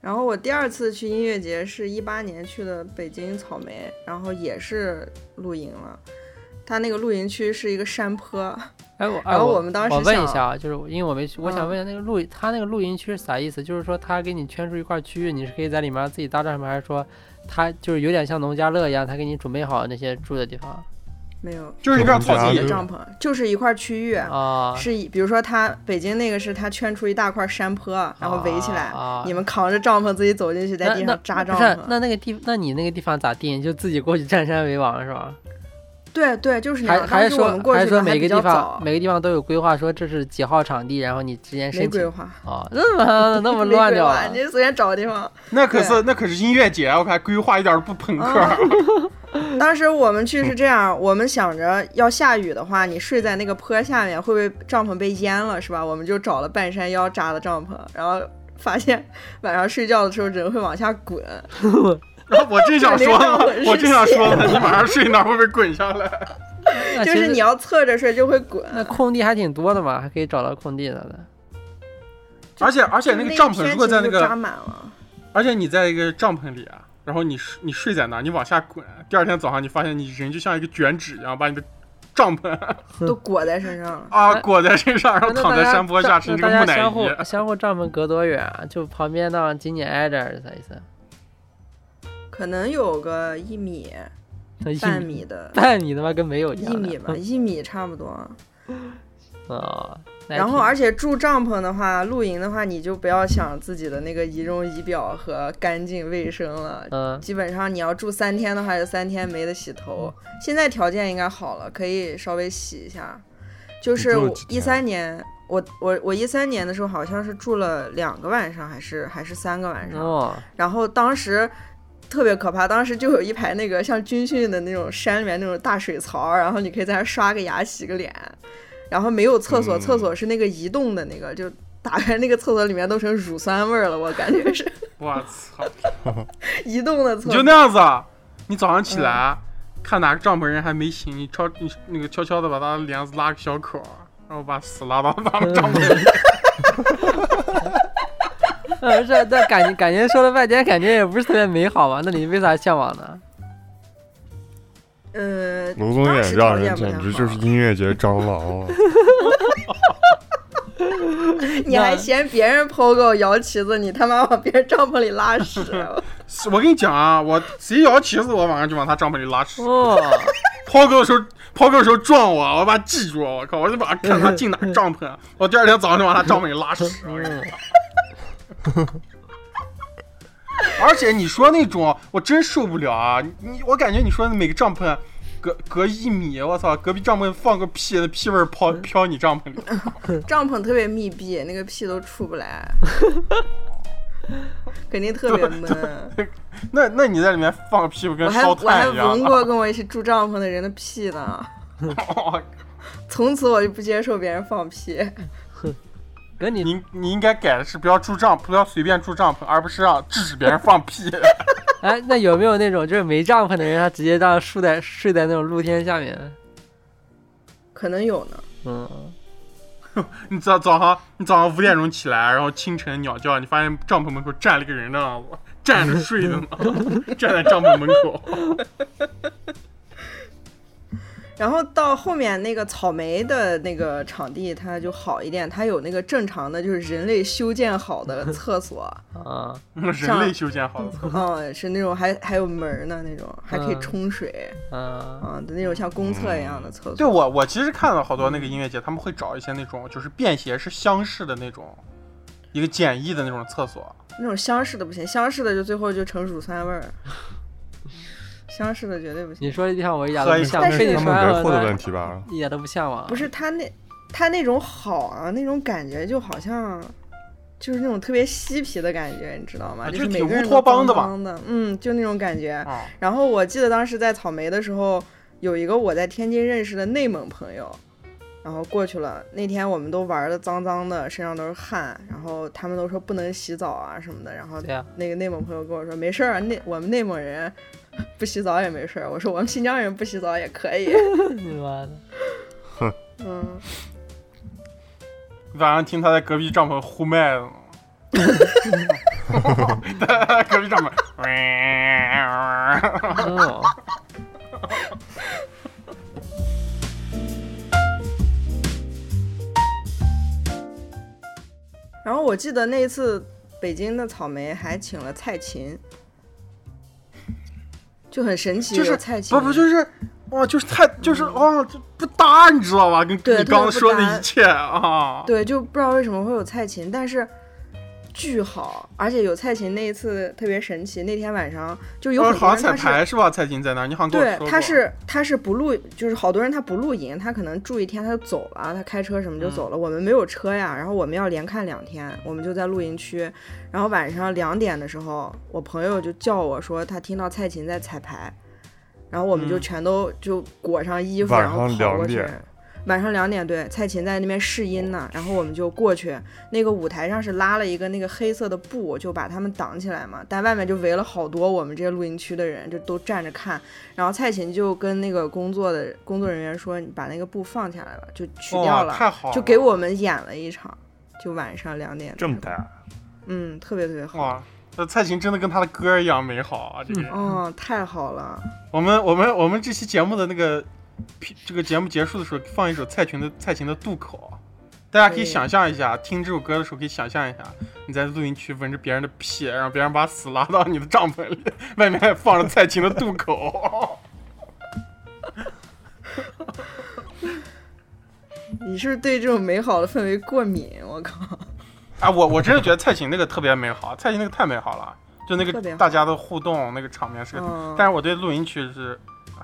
E: 然后我第二次去音乐节是一八年去的北京草莓，然后也是露营了。它那个露营区是一个山坡，
C: 哎我哎
E: 然后
C: 我
E: 我们当时
C: 我问一
E: 想
C: 下啊，就是因为我没去，我想
E: 嗯
C: 问一下那个露他那个露营区是啥意思？就是说他给你圈出一块区域，你是可以在里面自己搭帐篷，还是说他就是有点像农家乐一样，他给你准备好那些住的地方
E: 啊没有
B: 就是一片
D: 啊
B: 草
E: 自己
B: 地
E: 的
D: 对，
E: 帐篷，就是一块区域。
C: 啊？
E: 是以，比如说他北京那个是他圈出一大块山坡，然后围起来，
C: 啊啊
E: 你们扛着帐篷自己走进去，在地上扎帐
C: 不是，
E: 篷。啊
C: 那那个地，那你那个地方咋定？就自己过去占山为王是吧？
E: 对对，就是那
C: 还
E: 样。
C: 还
E: 当
C: 是
E: 时我
C: 说
E: 们过去
C: 是
E: 的时
C: 说
E: 候还
C: 每个地
E: 比较
C: 方
E: 早，
C: 每个地方都有规划，说这是几号场地，然后你之前
E: 没
C: 申请
E: 规划，
C: 哦， 那么 那么
E: 没
C: 乱
E: 规
C: 掉了啊
E: 划，你就随便找个 地方。
B: 那可是那可是音乐节，我看规划一点都不朋克。
E: 当时我们去是这样，我们想着要下雨的话，你睡在那个坡下面会不会帐篷被淹了，是吧？我们就找了半山腰扎的帐篷，然后发现 晚上睡觉的时候人会往下滚，
B: 然后我正想说 呢
E: 对那个帐篷，是
B: 我正想说呢，你马上睡那儿会不会滚下 来？
C: 那
E: 就
C: 其
E: 是
C: 实
E: 你要侧着睡就会滚。
C: 那空地还挺多的嘛，还可以找到空地的呢。
B: 而且而且那个帐篷如果在那
E: 就
B: 个
E: 扎满了，
B: 而且你在一个帐篷里啊，然后你睡你睡在那儿，你往下滚，第二天早上你发现你人就像一个卷纸一样，把你的帐篷
E: 都裹在身上了。
B: 啊
C: 那
B: 裹在身上，然后
C: 哎那
B: 躺
C: 大
B: 在
C: 家
B: 山坡下
C: 帐
B: 吃
C: 那
B: 这个木
C: 大家
B: 乃
C: 相互
B: 伊。
C: 相互帐篷隔多远啊？就旁边那紧紧挨着是啥意思？
E: 可能有个一米
C: 那一
E: 半米的，
C: 半米他妈跟没有一样
E: 一
C: 的
E: 米吧，一米差不多。
C: 啊。那还
E: 然后，
C: 挺
E: 而且住帐篷的话，露营的话，你就不要想自己的那个仪容仪表和干净卫生了。
C: 嗯
E: 基本上你要住三天的话，就三天没得洗头。现在条件应该好了，可以稍微洗一下。就是
D: 你住了
E: 我
D: 几
E: 一
D: 天啊
E: 三年，我我我一三年的时候好像是住了两个晚上，还是还是三个晚上。
C: 哦，
E: 然后当时特别可怕，当时就有一排那个像军训的那种山里面那种大水槽，然后你可以在那儿刷个牙、洗个脸，然后没有厕所，
D: 嗯
E: 厕所是那个移动的那个，就打开那个厕所里面都成乳酸味儿了，我感觉是
B: 我操！
E: 移动的 厕
B: 你就
E: 所。
B: 那样子啊，你早上起
C: 嗯
B: 来、看哪个帐篷人还没醒，你悄你那个悄悄的把他的帘子拉个小口，然后把屎拉到他们帐 篷里。
C: 呃，这这感觉感觉说了半天，感觉也不是特别美好嘛。那你为啥向往呢？
E: 呃，
D: 卢宗
E: 当
D: 远
E: 时
D: 让
E: 条
D: 人
E: 件不太
D: 简
E: 好
D: 直就是音乐节蟑螂 啊！
E: 你还嫌别人 POGO 摇旗子，你他妈往别人帐篷里拉屎，
B: 是 我跟你讲啊，我谁摇旗子，我晚上就往他帐篷里拉屎。
C: 哦，
B: 抛哥的时候，抛哥的时候撞我，我把他记住，我靠，我就把他看他进哪个帐篷，啊我第二天早上就往他帐篷里拉屎。我跟你讲而且你说那种，我真受不了啊！你我感觉你说的每个帐篷隔隔一米，我操，隔壁帐篷放个屁，那屁味儿飘飘你帐篷里。
E: 帐篷特别密闭，那个屁都出不来，肯定特别闷。
B: 那那你在里面放个屁，不
E: 我
B: 跟
E: 还
B: 烧
E: 我还
B: 炭一样啊
E: 闻？过跟我一起住帐篷的人的屁呢。从此我就不接受别人放屁。
C: 跟你
B: 你你应该改的是不要住帐，不要随便住帐篷，而不是让制止别人放屁。
C: 哎，那有没有那种就是没帐篷的人，他直接让睡在睡在那种露天下面？
E: 可能有呢，
C: 嗯，
B: 你早早上你早上五点钟起来，然后清晨鸟叫，你发现帐篷门口站了一个人呢，站着 睡的呢，站在帐篷门口。
E: 然后到后面那个草莓的那个场地，它就好一点，它有那个正常的，就是人类修建好的 厕所，
C: 啊，
B: 人类修建好的厕所，
E: 嗯，是那种还还有门儿呢那种，还可以
C: 嗯
E: 冲水，
C: 嗯，
E: 嗯的那种像公厕一样的厕所。
B: 对我，我其实看了好多那个音乐节，他们会找一些那种就是便携式厢式的那种，一个简易的那种厕所。
E: 那种相似的不行，相似的就最后就成乳酸 味儿，相似的绝对不行。
C: 你说这地方我一点都
B: 喝一
C: 不像，
B: 口
C: 跟你
D: 他
C: 说
D: 们
C: 完
D: 人
C: 我
D: 货 的
C: 都
D: 问题吧？
C: 一点都不向往。
E: 不是他那他那种好啊，那种感觉就好像就是那种特别嬉皮的感觉，你知道吗？
B: 啊
E: 就是
B: 就
E: 每
B: 挺
E: 个人
B: 乌
E: 都
B: 托邦的吧
E: 脏脏的，嗯，就那种感觉。
B: 啊，
E: 然后我记得当时在草莓的时候，有一个我在天津认识的内蒙朋友，然后过去了。那天我们都玩的脏脏的，身上都是汗，然后他们都说不能洗澡啊什么的。然后
C: 对呀
E: 那个内蒙朋友跟我说没事儿啊，内 我们内蒙人不洗澡也没事儿。我说我们新疆人不洗澡也可 以。
C: 你妈 的，
E: 嗯，
B: 晚上听他在隔壁帐篷呼麦 呢， 在隔壁帐篷，
C: 嗯，
E: 然后我记得那一次北京的草莓还请了蔡琴。就很神奇，
B: 就是
E: 有蔡琴
B: 不不就是，哇，就是太就是哇，就不搭，你知道吧？跟
E: 嗯对
B: 你
E: 特别
B: 刚
E: 不
B: 说的
E: 搭
B: 一切啊，
E: 对，就不知道为什么会有蔡琴，但是巨好，而且有蔡琴那一次特别神奇。那天晚上就有
B: 哦
E: 很多
B: 好像
E: 人
B: 彩
E: 他
B: 排
E: 是。
B: 是吧？蔡琴在那儿，你好像跟我
E: 对
B: 说，过。
E: 他是他是不露，就是好多人他不露营，他可能住一天他就走了，他开车什么就
D: 嗯
E: 走了。我们没有车呀，然后我们要连看两天，我们就在露营区。然后晚上两点的时候，我朋友就叫我说他听到蔡琴在彩排，然后我们就
B: 嗯
E: 全都就裹上衣服，
D: 晚
E: 然
D: 上
E: 后跑
D: 两
E: 过去
D: 点。
E: 晚上两点，对，蔡琴在那边试音呢，然后我们就过去，那个舞台上是拉了一个那个黑色的布，就把他们挡起来嘛，但外面就围了好多我们这些露营区的人，就都站着看。然后蔡琴就跟那个工作的工作人员说：“你把那个布放下来吧，就取掉
B: 哇
E: 了。
B: 太好了，
E: 就给我们演了一场，就晚上两点。
D: 这么大，啊
E: 嗯，特别特别好，
B: 哇！那蔡琴真的跟她的歌一样美好啊！这个，
E: 嗯，太好了。
B: 我们我们我们这期节目的那个，这个节目结束的时候放一首蔡琴的蔡琴的《渡口》，啊大家可以
E: 对
B: 想象一下，听这首歌的时候可以想象一下，你在露营区闻着别人的屁，让别人把屎拉到你的帐篷里， 外面还放着蔡琴的《渡口
E: 你是不是对这种美好的氛围过敏？我靠，》
B: 啊！我我真的觉得蔡琴那个特别美好，蔡琴那个太美好了，就那
E: 特别
B: 个
E: 好
B: 大家的互动那个场面是个，
E: 嗯，
B: 但是我对露营区是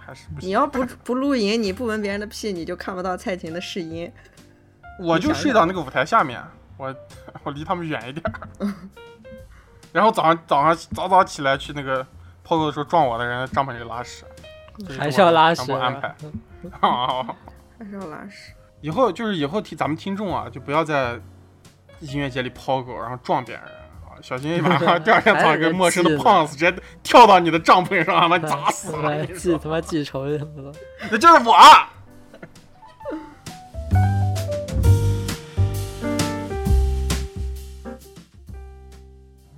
B: 还是不
E: 你
B: 行，
E: 要不不露营，你不闻别人的屁，你就看不到蔡琴的试音。
B: 我就
E: 你想
B: 睡到那个舞台下面，我我离他们远一点儿。 然后早上早上早早起来去那个泡狗的时候撞我的人帐篷里拉屎，
E: 嗯
B: 这
C: 还
B: 我
C: 是要拉
B: 强
C: 屎
B: 迫安 排。 哦
E: 还是要拉屎。
B: 以后就是以后听咱们听众啊，就不要在音乐节里抛狗，然后撞别人啊，小心一 晚上第二天早上一个陌生的胖子直接跳到你的帐篷上，把你砸死了。
C: 他 妈
B: 我跟你
C: 记
B: 说
C: 他妈记仇去了。
B: 那就是我。啊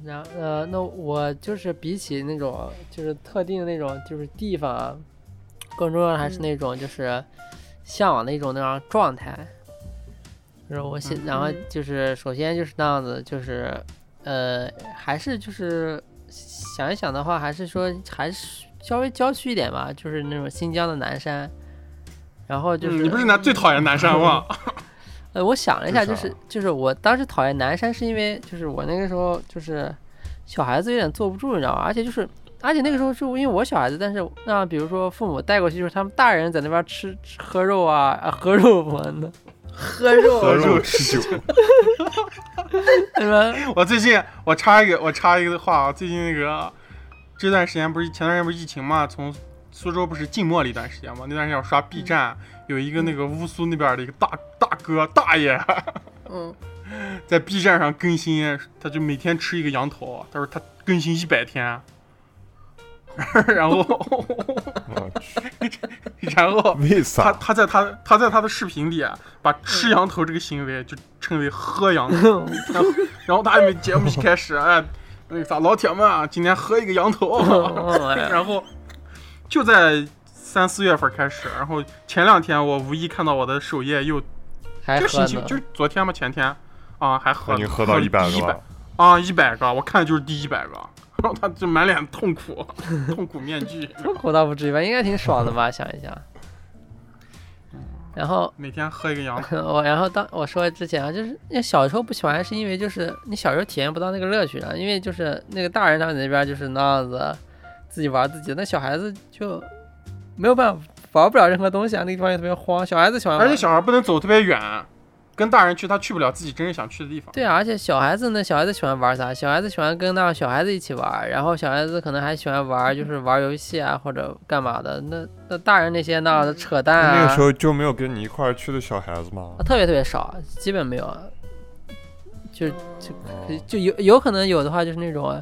C: 然呃，那我就是比起那种就是特定那种就是地方啊，更重要的还是
E: 嗯
C: 那种就是向往的一种那样状态。就是我现，然后
E: 嗯
C: 就是首先就是那样子，就是呃，还是就是想一想的话，还是说还是稍微郊区一点吧，就是那种新疆的南山。然后就是、
B: 嗯你不是男最讨厌南山吗？
C: 呃，我想了一下，
D: 至
C: 就
D: 少
C: 是就是我当时讨厌南山，是因为就是我那个时候就是小孩子有点坐不住，你知道吧？而且就是而且那个时候是因为我小孩子，但是那比如说父母带过去，就是他们大人在那边吃吃喝肉啊啊喝肉什么的，
E: 喝肉，
D: 喝肉吃酒，
C: 对吧？
B: 我最近我插一个，我插一个话啊，最近那个这段时间不是前段时间不是疫情嘛，从苏州不是静默了一段时间嘛，那段时间我刷 B 站，有一个那个乌苏那边的一个大大哥大爷，
E: 嗯，
B: 在 B 站上更新，他就每天吃一个羊头，他说他更新一百天， 然 后
D: 我 去，
B: 然后
D: 为
B: 他
D: 啥？
B: 他在他他在他的视频里把
D: 嗯
B: 吃羊头这个行为就称为喝羊头， 然后然后他们节目一开始，哎，那
C: 嗯
D: 嗯
B: 个啥老铁们啊，今天喝一个羊头，
C: 嗯哎呀
B: 然后就在三四月份开始，然后前两天我无意看到我的首页又
C: 还
B: 这个星
C: 喝
B: 期
C: 呢
B: 就。是昨天吗？前天啊，还喝了，
D: 那你喝到
B: 一
D: 一百
B: 一
D: 个
B: 百
D: 吧，
B: 啊，一百个，我看的就是第一百个，然后他就满脸痛苦， 痛苦面具，
C: 痛苦倒不至于吧，应该挺爽的吧？想一想。
B: 嗯
C: 然后。
B: 每天喝一个羊
C: 我，然后当我说之前啊，就是那小时候不喜欢，是因为就是你小时候体验不到那个乐趣啊，因为就是那个大人他们那边就是那样子，自己玩自己的，那小孩子就没有办法玩不了任何东西啊，那个地方也特别荒，小孩子喜欢玩，
B: 而且小孩不能走特别远，跟大人去他去不了自己真正想去的地方。
C: 对啊，而且小孩子呢，小孩子喜欢玩啥？小孩子喜欢跟那小孩子一起玩儿，然后小孩子可能还喜欢玩儿，就是玩儿游戏啊或者干嘛的。那那大人那些那扯淡啊，
D: 那个时候就没有跟你一块儿去的小孩子吗
C: 啊？特别特别少，基本没有，就就
D: 哦
C: 就有有可能有的话就是那种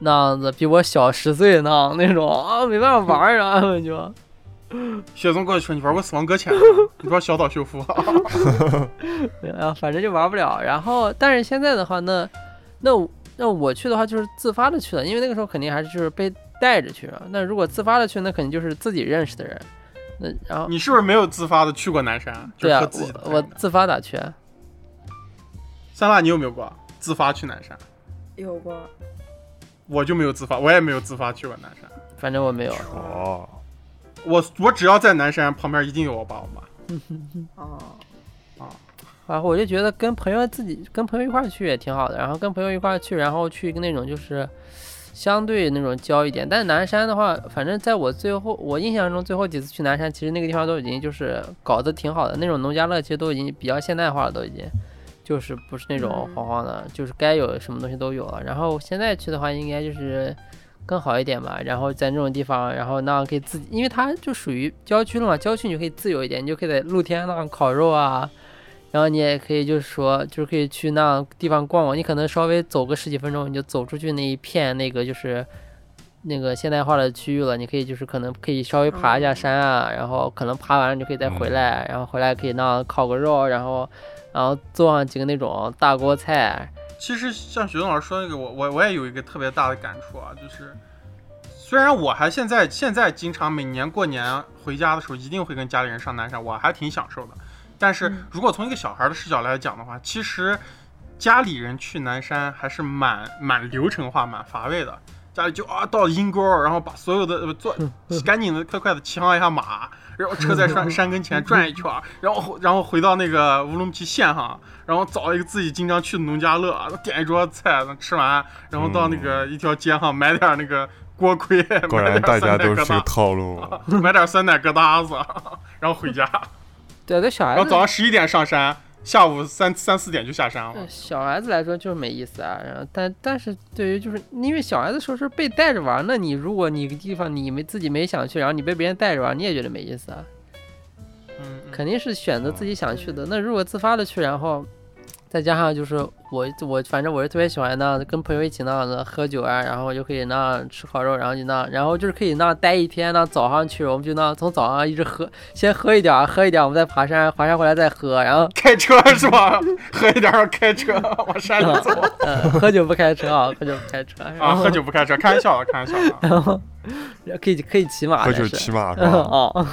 C: 那样子比我小十岁那样那种啊，没办法玩儿啊， 就
B: 雪松过去说：“你玩过《死亡搁浅》吗？你说小岛秀夫、
C: 没有，啊反正就玩不了。然后，但是现在的话，那那我那我去的话就是自发的去的，因为那个时候肯定还是就是被带着去啊。那如果自发的去，那肯定就是自己认识的人。那然后
B: 你是不是没有自发的去过南山？就
C: 对
B: 是
C: 啊
B: 喝自己的、，
C: 我我自发咋去啊？
B: 三辣，你有没有过自发去南山？
E: 有过，
B: 我就没有自发，我也没有自发去过南山。
C: 反正我没有。
D: 哦，
B: 我我只要在南山旁边，一定有我爸我妈。
E: 哦，
C: 然后我就觉得跟朋友自己跟朋友一块儿去也挺好的，然后跟朋友一块儿去，然后去那种就是相对那种郊一点。但是南山的话，反正在我最后我印象中最后几次去南山，其实那个地方都已经就是搞得挺好的，那种农家乐其实都已经比较现代化了，都已经就是不是那种
E: 嗯
C: 黄黄的，就是该有什么东西都有了。然后现在去的话，应该就是。更好一点吧，然后在那种地方，然后那样可以自己，因为它就属于郊区了嘛，郊区你就可以自由一点，你就可以在露天那样烤肉啊，然后你也可以就是说，就是可以去那地方逛逛，你可能稍微走个十几分钟，你就走出去那一片那个就是那个现代化的区域了，你可以就是可能可以稍微爬一下山啊，然后可能爬完了你就可以再回来，然后回来可以那样烤个肉，然后然后做上几个那种大锅菜，
B: 其实像雪松老师说那个，我我我也有一个特别大的感触啊，就是虽然我还现在现在经常每年过年回家的时候，一定会跟家里人上南山，我还挺享受的。但是
E: 嗯
B: 如果从一个小孩的视角来讲的话，其实家里人去南山还是蛮蛮流程化、蛮乏味的。家里就啊到阴沟，然后把所有的呃坐，赶紧的快快的骑上一下马，然后车在山山跟前转一圈儿，然后 然后回到那个乌鲁木齐县哈，然后找一个自己经常去的农家乐，点一桌菜，吃完，然后到那个一条街上买点那个锅 盔，
D: 果
B: 买
D: 然
B: 点
D: 大家
B: 酸奶
D: 都是
B: 疙
D: 这个
B: 瘩，
D: 套 路。
B: 买点酸奶疙瘩子，然后回家，
C: 对啊，对小孩
B: 然后
C: 子
B: 早上十一点上山，下午三三四点就下山
C: 对
B: 了。
C: 小孩子来说就是没意思啊，然后但但是对于就是因为小孩子时候是被带着玩儿，那你如果你个地方你没自己没想去，然后你被别人带着玩儿，你也觉得没意思啊，
B: 嗯，嗯
C: 肯定是选择自己想去的。那如果自发的去，然后再加上就是我我反正我是特别喜欢那样子跟朋友一起那样子喝酒啊，然后我就可以那样吃烤肉，然后就那样然后就是可以那样待一天，那早上去我们就那样从早上一直喝，先喝一点儿，喝一点儿，我们再爬山，爬山回来再喝，然后
B: 开车是吧？ 喝一点儿开车往山里走
C: 呃 喝酒不开车啊，喝酒不开车，然
B: 啊，
C: 后
B: 喝酒不开车，开玩笑的，啊开玩笑的，
C: 然后可以可以骑马
D: 喝
C: 的
D: 酒
C: 是，
D: 骑马是 啊吧？
C: 哦，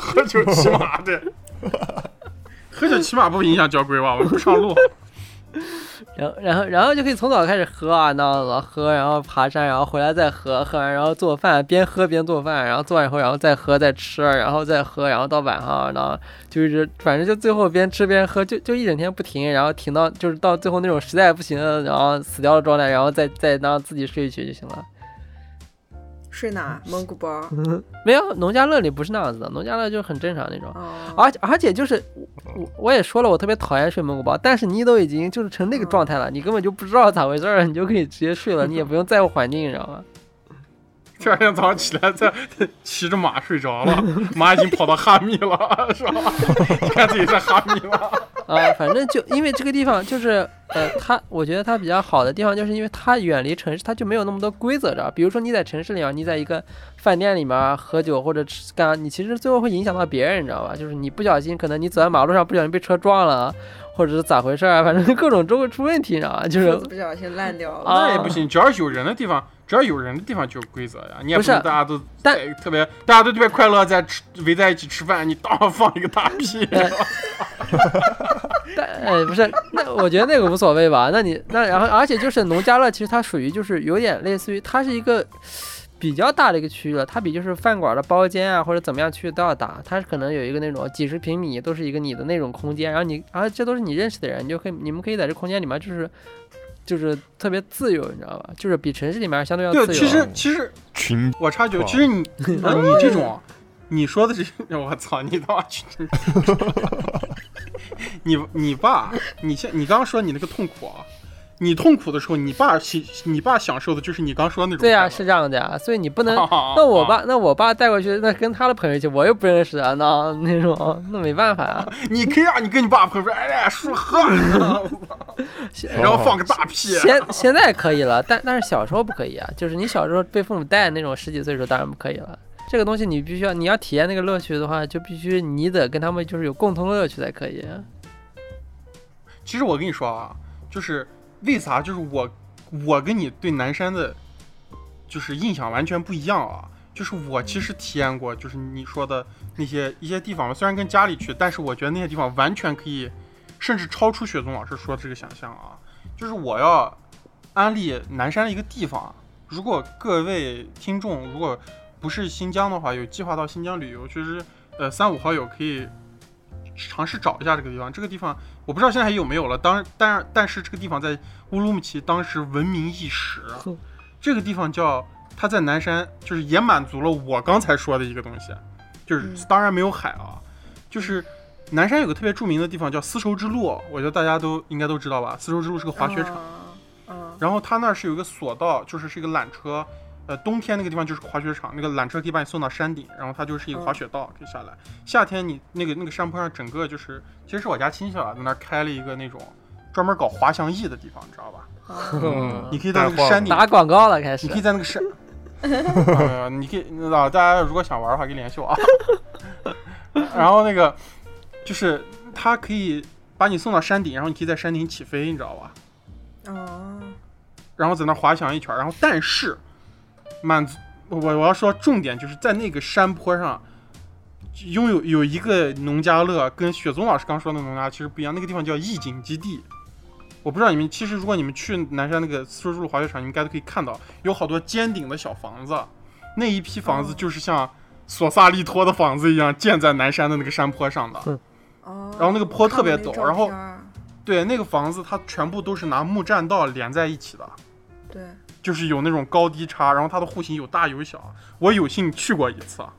B: 喝酒骑马对。喝酒骑马不影响交规吧？我们不上路。
C: 然后然后然后就可以从早开始喝啊，那样子喝，然后爬山，然后回来再喝，喝完然后做饭，边喝边做饭，然后做完以后然后再喝再吃，然后再喝，然后到晚上然后就是反正就最后边吃边喝，就就一整天不停，然后停到就是到最后那种实在不行了，然后死掉的状态，然后再再让自己睡去就行了。
E: 睡哪？
B: 嗯
E: 蒙古包。
C: 没有农家乐里不是那样子的，农家乐就很正常那种。
E: 哦，
B: 啊
C: 而且而且就是我我也说了，我特别讨厌睡蒙古包，但是你都已经就是成那个状态了，你根本就不知道咋回事儿，你就可以直接睡了，你也不用在乎环境，你知道吗？
B: 第二天早上起来，在骑着马睡着了，马已经跑到哈密了，是吧？ 看自己在哈密了。
C: 啊，反正就因为这个地方就是呃，它我觉得它比较好的地方，就是因为它远离城市，它就没有那么多规则着。比如说你在城市里啊面，你在一个饭店里面喝酒或者吃干，你其实最后会影响到别人，你知道吧？就是你不小心，可能你走在马路上不小心被车撞了，啊或者是咋 回事儿啊，反正各种都会出问题，你知道吧？就是
E: 裤子不小心烂掉了。
C: 啊
B: 那也不行，只要有人的地方，只要有人的地方就有规则呀。你也
C: 不是
B: 能大家都
C: 但
B: 在特别大家都特别快乐，在吃围在一起吃饭，你当放一个大屁。
C: 但呃不是，那我觉得那个无所谓吧。那你那然后，而且就是农家乐，其实它属于就是有点类似于它是一个比较大的一个区域了，它比就是饭馆的包间啊或者怎么样区域都要大。它可能有一个那种几十平米都是一个你的那种空间，然后你然后这都是你认识的人，你就可以你们可以在这空间里面就是就是特别自由，你知道吧？就是比城市里面相对要自由。
B: 对，其实其实
D: 群
B: 我插句，
D: 哇
B: 其实 你那你这种，你说的这， 我操，你他妈去！ 你你爸，你现你刚刚说你那个痛苦啊，你痛苦的时候，你爸享你爸享受的就是你刚说的那种快
C: 对
B: 乐。
C: 呀、是这样的呀、所以你不能。那
B: 那
C: 我爸，那我爸带过去，那跟他的朋友一起，我又不认识啊，那那种，那没办法啊。
B: 你可以让你跟你爸朋友说，哎，叔 喝，然后放个大屁，
C: 现现在可以了，但但是小时候不可以啊，就是你小时候被父母带那种十几岁的时候当然不可以了。这个东西你必须要，你要体验那个乐趣的话，就必须你得跟他们就是有共同乐趣才可以。
B: 其实我跟你说啊，就是为啥就是我我跟你对南山的，就是印象完全不一样啊。就是我其实体验过，就是你说的那些一些地方，虽然跟家里去，但是我觉得那些地方完全可以，甚至超出雪松老师说的这个想象啊。就是我要安利南山的一个地方，如果各位听众如果不是新疆的话，有计划到新疆旅游，其实呃三五好友可以尝试找一下这个地方。这个地方我不知道现在还有没有了，当但但是这个地方在乌鲁木齐当时闻名一时。啊这个地方叫它在南山，就是也满足了我刚才说的一个东西，就是
E: 嗯
B: 当然没有海啊，就是南山有个特别著名的地方叫丝绸之路，我觉得大家都应该都知道吧。丝绸之路是个
E: 哦
B: 滑雪场。
E: 嗯。
B: 然后它那儿是有一个索道，就是是一个缆车，呃，冬天那个地方就是滑雪场，那个缆车可以把你送到山顶，然后它就是一个滑雪道可以下来。夏天你那个那个山坡上整个就是，其实是我家亲戚啊，在那儿开了一个那种专门搞滑翔翼的地方，你知道吧？
E: 嗯
D: 嗯
B: 你可以到那
D: 带
B: 个
D: 货
B: 山顶，
C: 打广告了，开始
B: 你可以在那个山，呃、你可以啊，大家如果想玩的话可以联系我啊。 然后那个就是它可以把你送到山顶，然后你可以在山顶起飞，你知道吧？
E: 哦，
B: 然后在那儿滑翔一圈儿，然后但是满足我我要说重点就是在那个山坡上，拥有有一个农家乐，跟雪宗老师刚说的农家乐其实不一样，那个地方叫意境基地。我不知道你们，其实如果你们去南山那个丝绸之路滑雪场，你们应该都可以看到，有好多尖顶的小房子，那一批房子就是像索萨利托的房子一样建在南山的那个山坡上的。
E: 哦，
B: 然后那个坡特别陡
E: 我看过那
B: 然后
E: 照片儿
B: 对，那个房子它全部都是拿木栈道连在一起的。
E: 对，
B: 就是有那种高低差，然后它的户型有大有小。我有幸去过一次，啊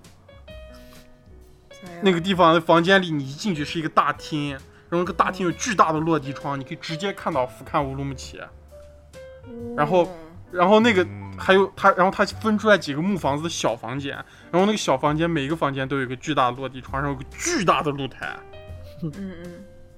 E: 咋样哦
B: 那个地方的房间里，你一进去是一个大厅，然后那个大厅有巨大的落地窗，你可以直接看到俯瞰乌鲁木齐。然后然后那个
D: 嗯
B: 还有它，然后它分出来几个木房子的小房间，然后那个小房间每一个房间都有一个巨大的落地窗，然后有个巨大的露台，
E: 嗯嗯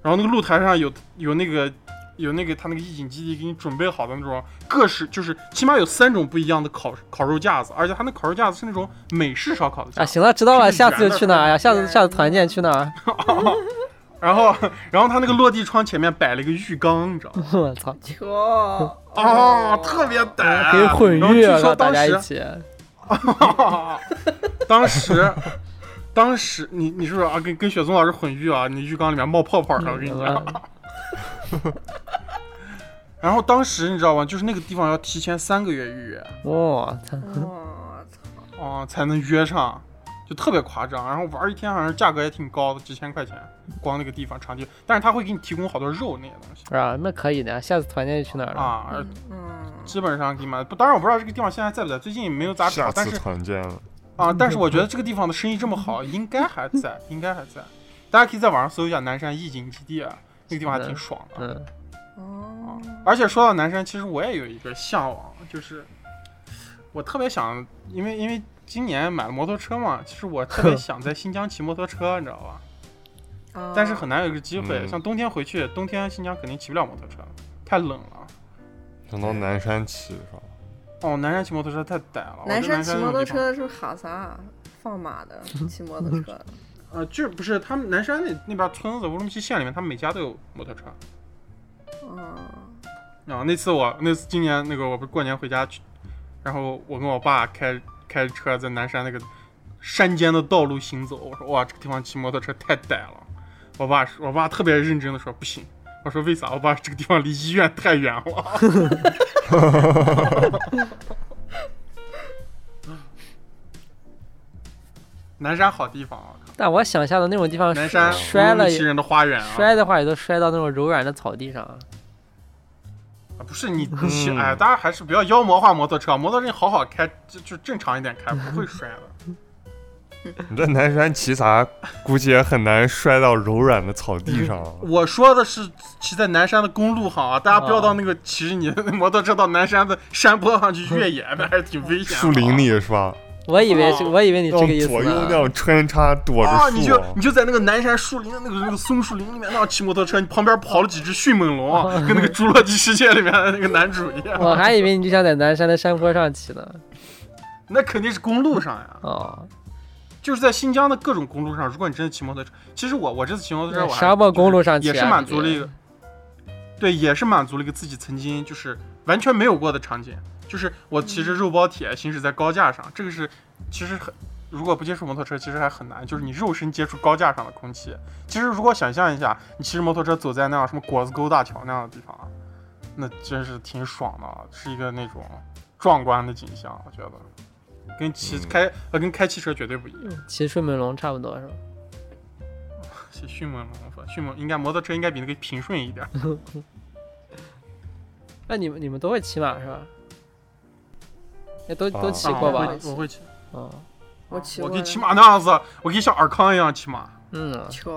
B: 然后那个露台上有有那个有那个他那个意景基地给你准备好的那种各式，就是起码有三种不一样的烤烤肉架子，而且他那烤肉架子是那种美式烧烤的架
C: 啊，
B: 子。
C: 行了，知道了，
B: 是
C: 下次
B: 圆
C: 就
B: 的
C: 去那儿呀，啊下次
E: 圆
C: 下次团建去那儿。啊
B: 然后， 然后他那个落地窗前面摆了一个浴缸，你知道吗？
C: 我操，
E: 嗯，球哦
B: 哦，特别歹，
C: 可以混
B: 然后
C: 浴，
B: 据说
C: 让大
B: 当
C: 家一
B: 时， 啊
C: 起。
B: 当时， 当时你你是不是啊？跟跟雪松老师混浴啊？你浴缸里面冒泡泡啊了，我跟你讲。
C: 嗯
B: 然后当时你知道吗？就是那个地方要提前三个月预约，
C: 我操，
E: 我操，
B: 哦，才能约上，就特别夸张。然后玩一天好像价格也挺高的，几千块钱，光那个地方场地，但是他会给你提供好多肉那些东西
C: 是吧？那可以的呀，下次团建就去那儿了。
B: 啊，而
E: 嗯，
B: 基本上给你买。不，当然我不知道这个地方现在在不在，最近没有咋
D: 下
B: 找，但
D: 次
B: 是
D: 团建了，
B: 啊，
E: 嗯
B: 但是我觉得这个地方的生意这么好，应该还在，应该还在。大家可以在网上搜一下南山意境基地，啊，那个地方还挺爽的。
C: 嗯，
E: 哦，
B: 而且说到南山，其实我也有一个向往，就是我特别想，因为因为今年买了摩托车嘛，其实我特 别想在新疆骑摩托车，你知道吧？
E: 哦
B: 但是很难有这个机会。
D: 嗯
B: 像冬天回去，冬天新疆肯定骑不了摩托车，太冷了。
D: 想到南山骑是吧？
B: 哦，南山骑摩托车太歹了。我
E: 南
B: 觉得
E: 山骑
B: 那
E: 摩
B: 种
E: 托
B: 地方，
E: 车是不是哈萨放马的骑摩 托车？
B: 呃，就是不是他们南山那那边村子，乌鲁木齐县里面，他们每家都有摩托车。
E: 嗯，
B: 啊，那次我那次今年那个我不是过年回家去，然后我跟我爸开开车在南山那个山间的道路行走，我说哇，这个地方骑摩托车太歹了。我爸说我爸特别认真的说不行，我说为啥？我爸这个地方离医院太远了。 南山好地方啊，
C: 但我想象的那种地方
B: 南山
C: 摔
B: 乌鲁
C: 了
B: 木齐
C: 也
B: 人的花园啊，
C: 摔的话也都摔到那种柔软的草地上啊。
B: 啊不是你你骑
D: 嗯
B: 哎，大家还是不要妖魔化摩托车，啊摩托车你好好开，就就正常一点开， 不会摔的。啊
D: 你在南山骑啥，估计也很难摔到柔软的草地上
C: 嗯
D: 啊。
B: 我说的是骑在南山的公路上啊，大家不
C: 哦
B: 要到那个骑你的摩托车到南山的山坡上去越野，那还是挺危险的。啊
D: 树林里是吧？
C: 我以为是，
B: 哦
C: 我以为你
D: 要
C: 这个意思
D: 左右那
C: 呢。
D: 样穿插躲着树、哦
B: 啊，你就你就在那个南山树林的那个那个松树林里面那样骑摩托车，你旁边跑了几只迅猛龙，啊跟 那个《侏罗纪世界》里面的那个男主一样。
C: 我还以为你就想在南山的山坡上骑呢。
B: 那肯定是公路上呀，
C: 哦，
B: 就是在新疆的各种公路上，如果你真的骑摩托车，其实我我这次骑摩托车我还
C: 沙漠公路上骑啊
B: 也是满足了一个，对，也是满足了一个自己曾经就是完全没有过的场景，就是我骑
C: 嗯
B: 着肉包铁行驶在高架上，这个是其实很，如果不接触摩托车，其实还很难，就是你肉身接触高架上的空气。其实如果想象一下，你骑着摩托车走在那样什么果子沟大桥那样的地方啊，那真是挺爽的啊，是一个那种壮观的景象，我觉得跟骑
D: 嗯
B: 开呃跟开汽车绝对不一样。
C: 骑顺门龙差不多是吧？
B: 是迅猛龙吧？迅猛应该摩托车应该比那个平顺一点。
C: 那你们你们都会骑马是吧？也都
D: 啊
C: 都骑过
B: 啊我？
C: 吧
B: 会我会骑。啊
C: 嗯
E: 我骑
B: 我
E: 过
B: 跟
E: 呀，
B: 骑马那样子，我跟像尔康一样骑马，
C: 嗯，
E: 球，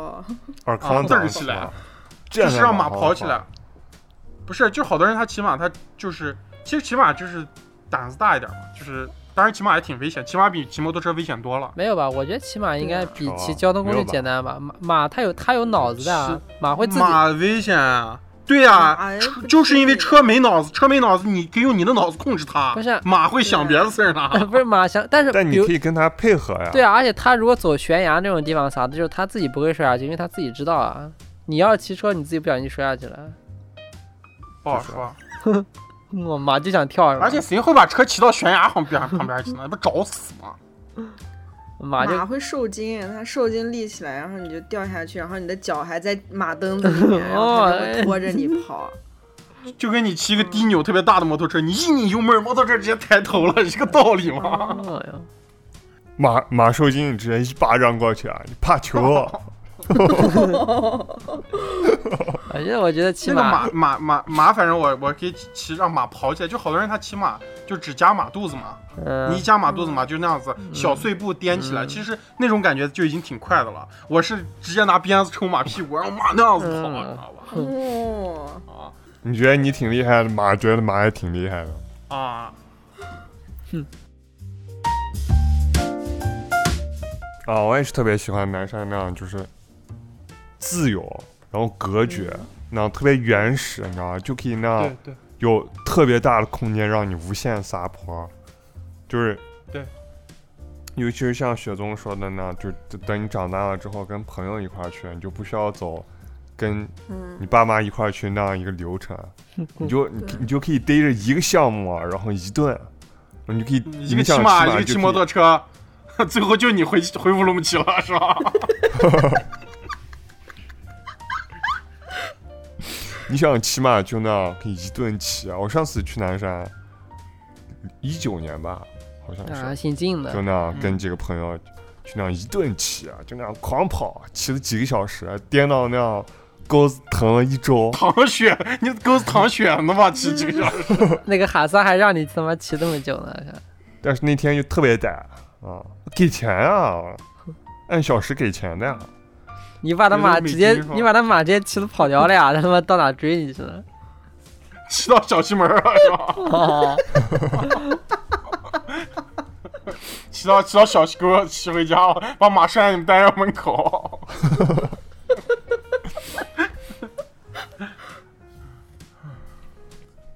D: 尔康
B: 字
D: 咋
B: 儿
D: 骑
B: 哦起来
D: 啊，
B: 就
D: 就是
B: 让马跑起来。不是，就好多人他骑马，他就是其实骑马就是胆子大一点嘛，就是当然骑马也挺危险，骑马比骑摩托车危险多了。
C: 没有吧？我觉得骑马应该比
D: 对啊
C: 骑交通工
D: 没
C: 具
D: 有吧
C: 简单吧？马马它有它有脑子的啊，马会自己
B: 马危险啊！对呀、
E: 马呀
B: 车
E: 不
B: 就是因为
E: 对
B: 车没脑子，车没脑子，你可以用你的脑子控制它。
C: 不是
B: 马会想别的事儿 呢。
C: 不是马想，但是
D: 但
C: 比
D: 你
C: 如
D: 可以跟他配合呀。
C: 对啊，而且他如果走悬崖那种地方啥的，就是他自己不会摔下去，因为他自己知道啊。你要是骑车，你自己不小心摔下去了，
B: 不好说，啊
C: 我马就想跳是吧？
B: 而且谁会把车骑到悬崖旁边旁边去呢？不找死吗？
C: 马啊就
E: 马会受惊，它受惊立起来，然后你就掉下去，然后你的脚还在马蹬子里面， 然后它
C: 哦
E: 就会拖着你跑。
B: 就跟你骑一个低扭特别大的摩托车，你一拧油门，摩托车直接抬头了，是个道理 吗？
C: 哎呦，
D: 马马受惊，你直接一巴掌过去啊！你 怕球啊？
C: 哦反啊正我觉得骑
B: 那个
C: 马
B: 马马马马，反正我我可以骑让马跑起来，就好多人他骑马就只夹马肚子嘛，
C: 嗯
B: 你一，夹马肚子嘛就那样子小碎步颠起来，
C: 嗯
B: 其实那种感觉就已经挺快的了。我是直接拿鞭子抽马屁股，然后马那样子跑，
C: 嗯
B: 你知道吧？
E: 哦，
B: 啊
D: 你觉得你挺厉害的，马觉得马也挺厉害的。
B: 啊，
D: 啊，我也是特别喜欢南山那样，就是自由，然后隔绝，
B: 嗯
D: 那样特别原始，你知道吧？就可以那样
B: 对对，
D: 有特别大的空间让你无限撒泼，就是
B: 对，
D: 尤其是像雪宗说的那样，就就等你长大了之后跟朋友一块儿去，你就不需要走跟
E: 嗯，
D: 你爸妈一块儿去那样一个流 程，你就你
E: 对
D: 你就可以逮着一个项目，啊然后一顿，然后你就可以
B: 一个
D: 你想
B: 骑马，
D: 骑
B: 一个
D: 就
B: 骑
D: 可以
B: 摩托车， 最后就你回回乌鲁木齐了，是吧？
D: 你想骑马就那样可以一顿骑啊！我上次去南山，一九年吧，好像是，
C: 啊，挺近
D: 就
C: 的，
D: 那样
B: 嗯。
D: 跟几个朋友去那样一顿骑啊，就那样狂跑，骑了几个小时，颠到那样沟子疼了一周
B: 淌血，你狗淌血呢吧？骑几个小时。
C: 那个哈萨还让你他妈骑这么久呢，
D: 但是那天就特别歹啊，给钱啊，按小时给钱的呀。
C: 你把他马直接
B: 那个美金是吧
C: 你把他马直接骑的跑掉了呀，他妈到哪追你去了？
B: 骑到小西门儿了是吧？
C: 哦，
B: 骑到骑到小西沟骑回家 了，把马拴在你们单元门口。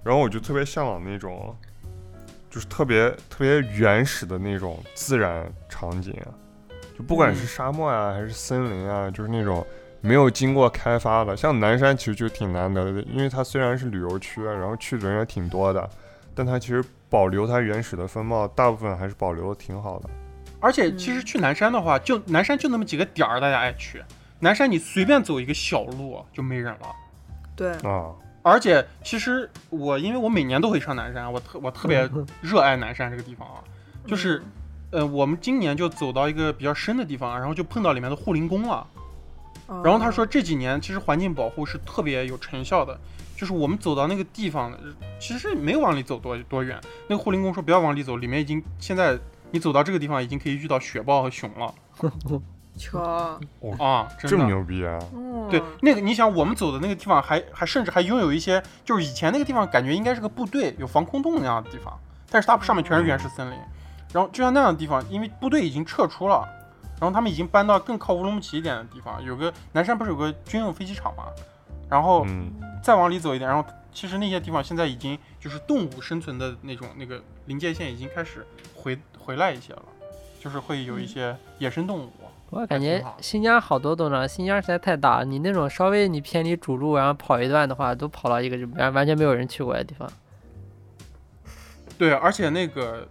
D: 然后我就特别向往那种，就是特别特别原始的那种自然场景啊，就不管是
B: 嗯
D: 沙漠啊，还是森林啊，就是那种没有经过开发的。像南山其实就挺难得的，因为它虽然是旅游区啊，然后去的人也挺多的，但它其实保留它原始的风貌，大部分还是保留的挺好的。
B: 而且其实去南山的话，就南山就那么几个点儿，大家爱去。南山你随便走一个小路就没人了。
E: 对，
D: 啊，
B: 而且其实我因为我每年都会上南山，我特我特别热爱南山这个地方啊，就是，呃，我们今年就走到一个比较深的地方，然后就碰到里面的护林工了。
E: 哦
B: 然后他说这几年其实环境保护是特别有成效的，就是我们走到那个地方，其实没有往里走多多远，那个护林工说不要往里走，里面已经现在你走到这个地方已经可以遇到雪豹和熊了
E: 瞧，
B: 啊，真
D: 这么
B: 的。
D: 牛逼啊！
E: 哦
B: 对，那个你想，我们走的那个地方还还甚至还拥有一些，就是以前那个地方感觉应该是个部队，有防空洞那样的地方，但是它上面全是原始森林。然后就像那样的地方，因为部队已经撤出了，然后他们已经搬到更靠乌鲁木齐一点的地方，有个南山不是有个军用飞机场嘛，然后
D: 嗯，
B: 再往里走一点，然后其实那些地方现在已经就是动物生存的那种那个临界线已经开始回回来一些了，就是会有一些野生动物。 啊
C: 我
B: 还
C: 感觉
B: 挺好
C: 新疆好多都呢，新疆实在太大了。你那种稍微你偏离主路，然后跑一段的话，都跑到一个就完完全没有人去过的地方。
B: 对，而且那个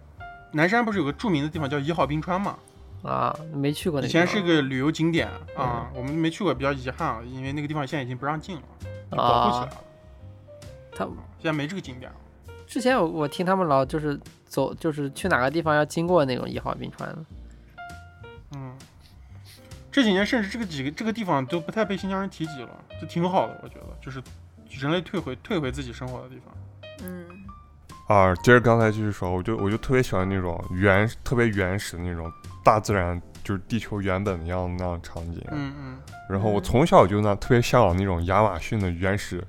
B: 南山不是有个著名的地方叫一号冰川嘛？
C: 啊，没去过那
B: 以
C: 地方
B: 前是个旅游景点啊，我们没去过，比较遗憾，啊因为那个地方现在已经不让进了，就保护起来
C: 啊，
B: 了，
C: 他
B: 现在没这个景点了。
C: 之前我我听他们老就是走就是去哪个地方要经过那种一号冰川了
B: 嗯，这几年甚至这个几个这个地方都不太被新疆人提及了，就挺好的，我觉得，就是人类退回退回自己生活的地方。
E: 嗯，
D: 啊，接着刚才继续说，我就我就特别喜欢那种原特别原始的那种大自然，就是地球原本的样子那样的场景。啊
B: 嗯嗯，
D: 然后我
E: 嗯
D: 从小就那特别向往那种亚马逊的原始，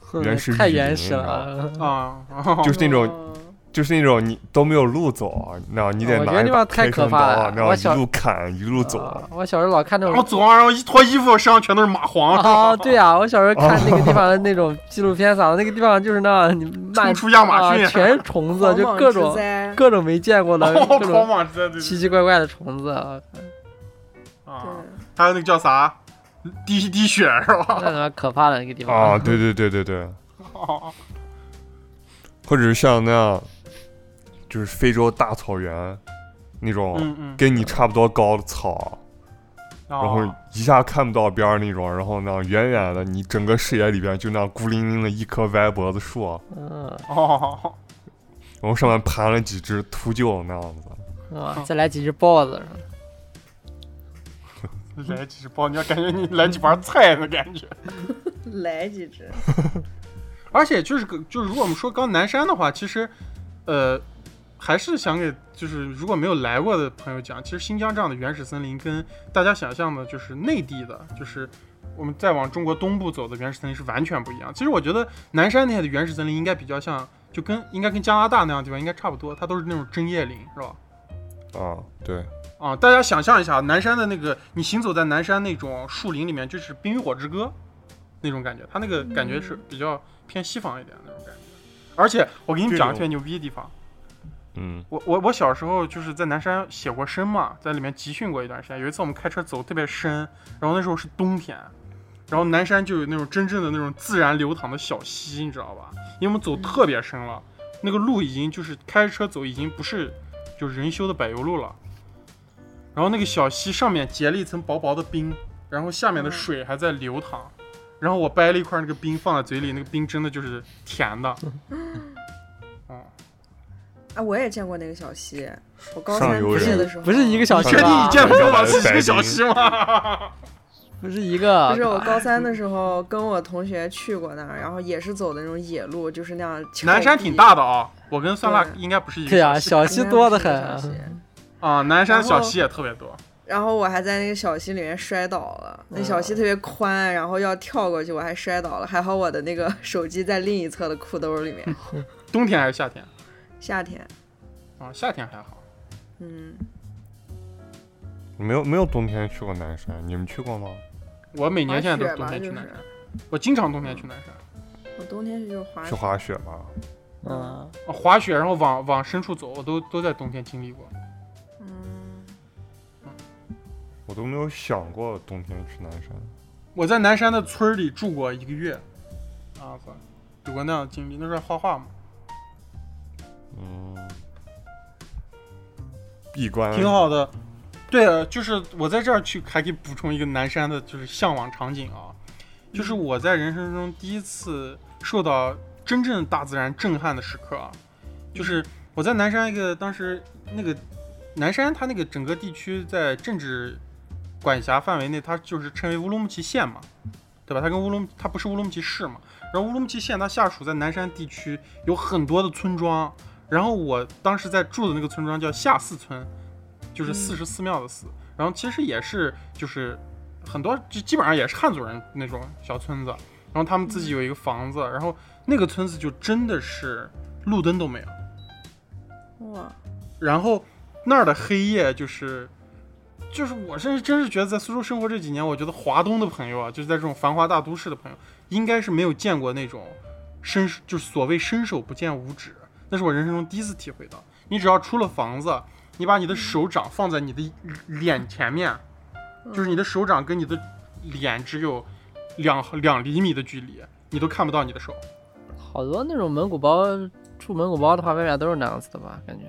C: 哼
D: 原始
C: 太
D: 雨林
C: 原始
D: 你知道
C: 了。
B: 啊，
D: 就是那种
E: 哦
D: 就是那种你都没有路走，你知道，你得
C: 我觉
D: 拿
C: 得
D: 一
C: 那
D: 把
C: 帮太
D: 开
C: 可
D: 山刀
C: 怕
D: 啊，
C: 了
D: 然后
C: 我
D: 一
C: 小
D: 路砍一路走。
C: 啊我小时候老看那
B: 然后走
C: 种
B: 啊，然后一脱衣服，身上全都是蚂蟥
C: 啊，对呀、我 小时候看那个地方的那种纪录片啥的，那个地方就是那你
B: 冲
C: 漫
B: 出亚马逊
C: 啊，全是虫子，就
E: 狂
C: 各
E: 妄之
C: 种
E: 灾
C: 各种没见过的
B: 哦，
C: 各
B: 狂
C: 种
B: 蟒之类的
C: 奇奇怪怪的虫子啊，
E: 对
B: 啊，还有那个叫啥，滴滴血是吧？
C: 那他妈可怕了那个地方
D: 啊，对对对对对，
B: 哦
D: 或者是像那样，就是非洲大草原那种
B: 嗯嗯，哦
D: 跟你差不多高的
C: 哦
D: 草，
B: 然
D: 然后一下看不到边儿那种，然后呢，远远的你整个视野里边就那样孤零零的一棵歪脖子树，啊
C: 嗯，
B: 哦，
D: 然后上面盘了几只秃鹫那样子。
C: 哇，再来几只豹子是吧，
B: 来几只包，你要感觉你来几盘菜的感觉。
E: 来几只，
B: 而且就是个就是，如果我们说刚南山的话，其实，呃，还是想给就是如果没有来过的朋友讲，其实新疆这样的原始森林跟大家想象的，就是内地的，就是我们再往中国东部走的原始森林是完全不一样。其实我觉得南山那些的原始森林应该比较像，就跟应该跟加拿大那样的地方应该差不多，它都是那种针叶林，是吧？
D: 啊，对，
B: 啊，大家想象一下，南山的那个，你行走在南山那种树林里面，就是《冰与火之歌》那种感觉，它那个感觉是比较偏西方一点的那种感觉。而且我给你们讲个特别牛逼的地方，
D: 嗯，
B: 我我我小时候就是在南山写过生嘛，在里面集训过一段时间。有一次我们开车走特别深，然后那时候是冬天，然后南山就有那种真正的那种自然流淌的小溪，你知道吧？因为我们走特别深了，那个路已经就是开车走已经不是就是人修的柏油路了。然后那个小溪上面结了一层薄薄的冰，然后下面的
E: 嗯
B: 水还在流淌。然后我掰了一块那个冰放在嘴里，那个冰真的就是甜的。嗯，
E: 啊，我也见过那个小溪，我高
D: 上
E: 三
D: 游
E: 毕业
D: 人
E: 的时候，
C: 不是一个小
B: 你
C: 区
B: 确定
C: 吧
B: 你？见不到是一
D: 白
B: 个
D: 冰
B: 小溪吗？
C: 不是一个，
E: 不是我高三的时候跟我同学去过那儿，然后也是走的那种野路，就是那样。
B: 南山挺大的啊，我跟酸辣应该不是一个
C: 对啊，
B: 小
C: 小溪多得很
E: 应该
C: 啊
E: 不是一个小溪。
B: 啊，南山小溪也特别多。
E: 然后我还在那个小溪里面摔倒了，那小溪特别宽，然后要跳过去，我还摔倒了。还好我的那个手机在另一侧的裤兜里面。
B: 冬天还是夏天？
E: 夏天，
B: 啊，夏天还好。
E: 嗯，
D: 没有没有冬天去过南山，你们去过吗？
B: 我每年现在都是冬
E: 滑雪吧
B: 天去
E: 就
B: 南
E: 是
B: 山，我经常冬天去南山
E: 我冬天去就是滑
D: 去
E: 雪，
D: 滑雪吗？
C: 嗯，
B: 啊滑雪，然后往往深处走，我都都在冬天经历过。
E: 嗯，
D: 我都没有想过冬天去南山。
B: 我在南山的村儿里住过一个月，啊，操有过那样的经历，那时候还画画嘛。
D: 嗯闭关，
B: 挺。好的。对，啊就是我在这儿去还可以补充一个南山的，就是向往场景啊，就是我在人生中第一次受到真正大自然震撼的时刻啊，就是我在南山一个当时那个南山，它那个整个地区在政治管辖范围内，它就是称为乌鲁木齐县嘛，对吧？它跟乌鲁木它不是乌鲁木齐市嘛，然后乌鲁木齐县它下属在南山地区有很多的村庄，然后我当时在住的那个村庄叫下寺村，就是四十寺庙的寺，然后其实也是就是很多就基本上也是汉族人那种小村子，然后他们自己有一个房子，然后那个村子就真的是路灯都没有，
E: 哇，
B: 然后那儿的黑夜就是。就是我甚至真是觉得在苏州生活这几年，我觉得华东的朋友啊，就是在这种繁华大都市的朋友，应该是没有见过那种伸就是所谓伸手不见五指，那是我人生中第一次体会到。你只要出了房子，你把你的手掌放在你的脸前面，就是你的手掌跟你的脸只有两两厘米的距离，你都看不到你的手。
C: 好多那种蒙古包住蒙古包的话，外面都是那样子的吧？感觉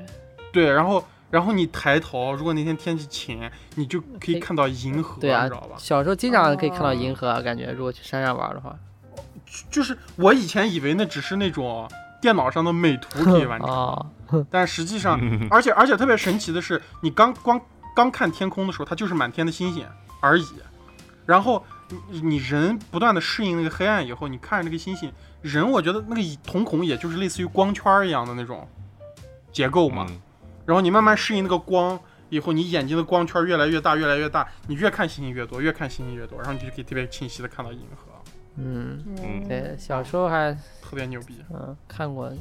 B: 对，然后然后你抬头，如果那天天气晴，你就可以看到银河，
C: 对啊
B: 你知道吧，？
C: 小时候经常可以看到
E: 哦
C: 银河，啊感觉如果去山上玩的话，
B: 就是我以前以为那只是那种电脑上的美图可以完成，
C: 哦，
B: 但实际上，而且而且特别神奇的是，你刚光刚看天空的时候，它就是满天的星星而已。然后你你人不断的适应那个黑暗以后，你看着那个星星，人我觉得那个瞳孔也就是类似于光圈儿一样的那种结构嘛。
D: 嗯，
B: 然后你慢慢适应那个光以后，你眼睛的光圈越来越大，越来越大，你越看星星越多，越看星星越多，然后你就可以特别清晰的看到银河，
C: 嗯，
D: 嗯
C: 对，小时候还
B: 特别牛逼。
C: 嗯看过，就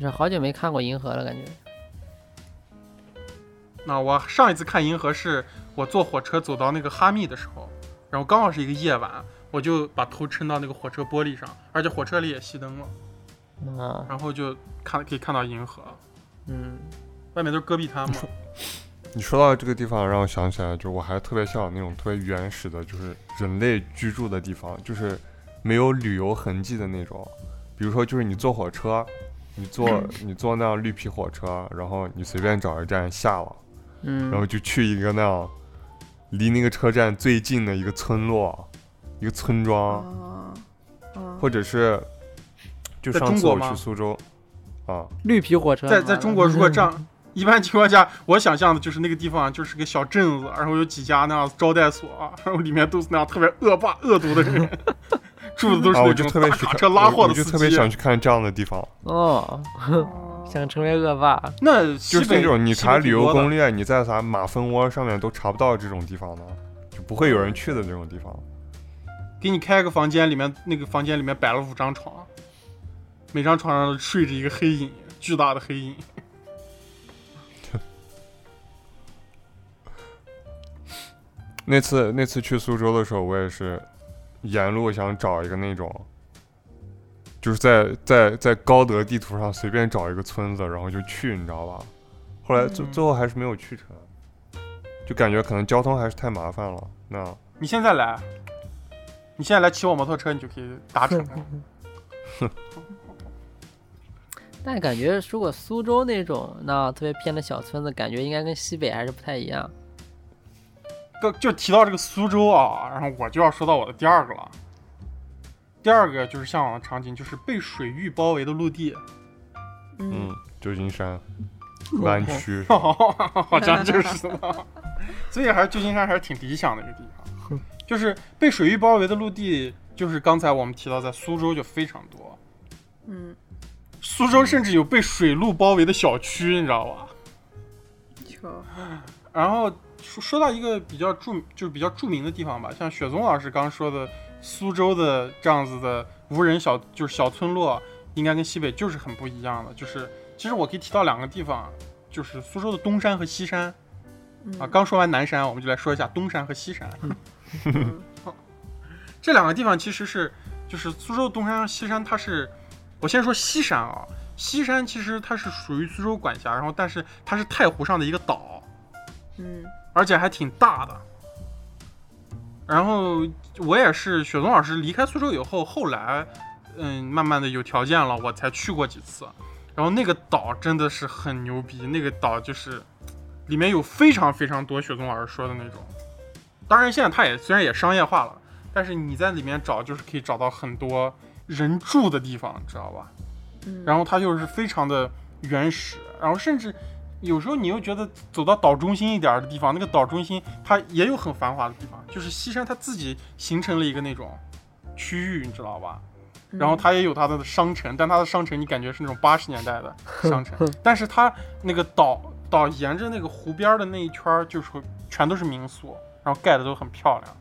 C: 是好久没看过银河了，感觉
B: 那我上一次看银河是我坐火车走到那个哈密的时候，然后刚好是一个夜晚，我就把头撑到那个火车玻璃上，而且火车里也熄灯了，
C: 啊，
B: 然后就看可以看到银河，
C: 嗯，
B: 外面都是戈壁滩嘛。
D: 你说到这个地方，让我想起来，就我还特别向往那种特别原始的，就是人类居住的地方，就是没有旅游痕迹的那种。比如说，就是你坐火车，你坐你坐那样绿皮火车，然后你随便找一站下了，
C: 嗯，
D: 然后就去一个那样离那个车站最近的一个村落，一个村庄，
E: 哦，哦，
D: 或者是就
B: 在
D: 上
B: 中
D: 次
B: 国
D: 我
B: 吗
D: 去苏州啊，
C: 绿皮火车
B: 在在中国，如果这样，一般情况下，我想象的就是那个地方啊就是个小镇子，然后有几家那样招待所，啊然后里面都是那样特别恶霸、恶毒的 人，住的都是
D: 啊，我
B: 那
D: 就
B: 种
D: 特别
B: 大
D: 去
B: 卡
D: 看
B: 车拉货
D: 我
B: 的
D: 我就
B: 司
D: 特别
B: 机。
D: 想去看这样的地方，
C: 哦， 想成为恶霸，
B: 那
D: 就
B: 西
D: 是
B: 北
D: 那种你
B: 西
D: 查
B: 北
D: 旅
B: 挺
D: 游
B: 多的
D: 攻略，你在啥马蜂窝上面都查不到这种地方的，就不会有人去的这种地方。
B: 给你开个房间，里面那个房间里面摆了五张床，每张床上睡着一个黑影，巨大的黑影。
D: 那次那次去苏州的时候，我也是沿路想找一个那种，就是在在在高德地图上随便找一个村子，然后就去，你知道吧？后来最
B: 嗯
D: 最后还是没有去成，就感觉可能交通还是太麻烦了。那
B: 你现在来，你现在来骑我摩托车，你就可以达 成了。
C: 但感觉如果苏州那种那特别偏的小村子，感觉应该跟西北还是不太一样。
B: 就就提到这个苏州啊，然后我就要说到我的第二个了。第二个就是向往的场景，就是被水域包围的陆地。
D: 嗯，旧金山湾区
B: 好像就是呢。 所以还是旧金山还是挺理想的一个地方，就是被水域包围的陆地，就是刚才我们提到在苏州就非常多。
E: 嗯，
B: 苏州甚至有被水路包围的小区，你知道吧？
E: 球，
B: 然后说说到一个比较著，就是比较著名的地方吧，像雪松老师刚说的，苏州的这样子的无人小，就是小村落，应该跟西北就是很不一样的。就是其实我可以提到两个地方，啊就是苏州的东山和西山啊。刚说完南山，我们就来说一下东山和西山。
E: 嗯
B: 这两个地方其实是，就是苏州的东山和西山，它是，我先说西山啊，西山其实它是属于苏州管辖，然后但是它是太湖上的一个岛，
E: 嗯
B: 而且还挺大的。然后我也是雪松老师离开苏州以后，后来嗯，慢慢的有条件了，我才去过几次。然然后那个岛真的是很牛逼，那个岛就是里面有非常非常多雪松老师说的那种。当然，现在它也虽然也商业化了，但是你在里面找就是可以找到很多人住的地方，知道吧？
E: 嗯
B: 然后它又是非常的原始，然后甚至有时候你又觉得走到岛中心一点儿的地方，那个岛中心它也有很繁华的地方，就是西山它自己形成了一个那种区域，你知道吧？然后它也有它的商城，但它的商城你感觉是那种八十年代的商城，但是它那个岛岛沿着那个湖边儿的那一圈儿，就是全都是民宿，然后盖的都很漂亮。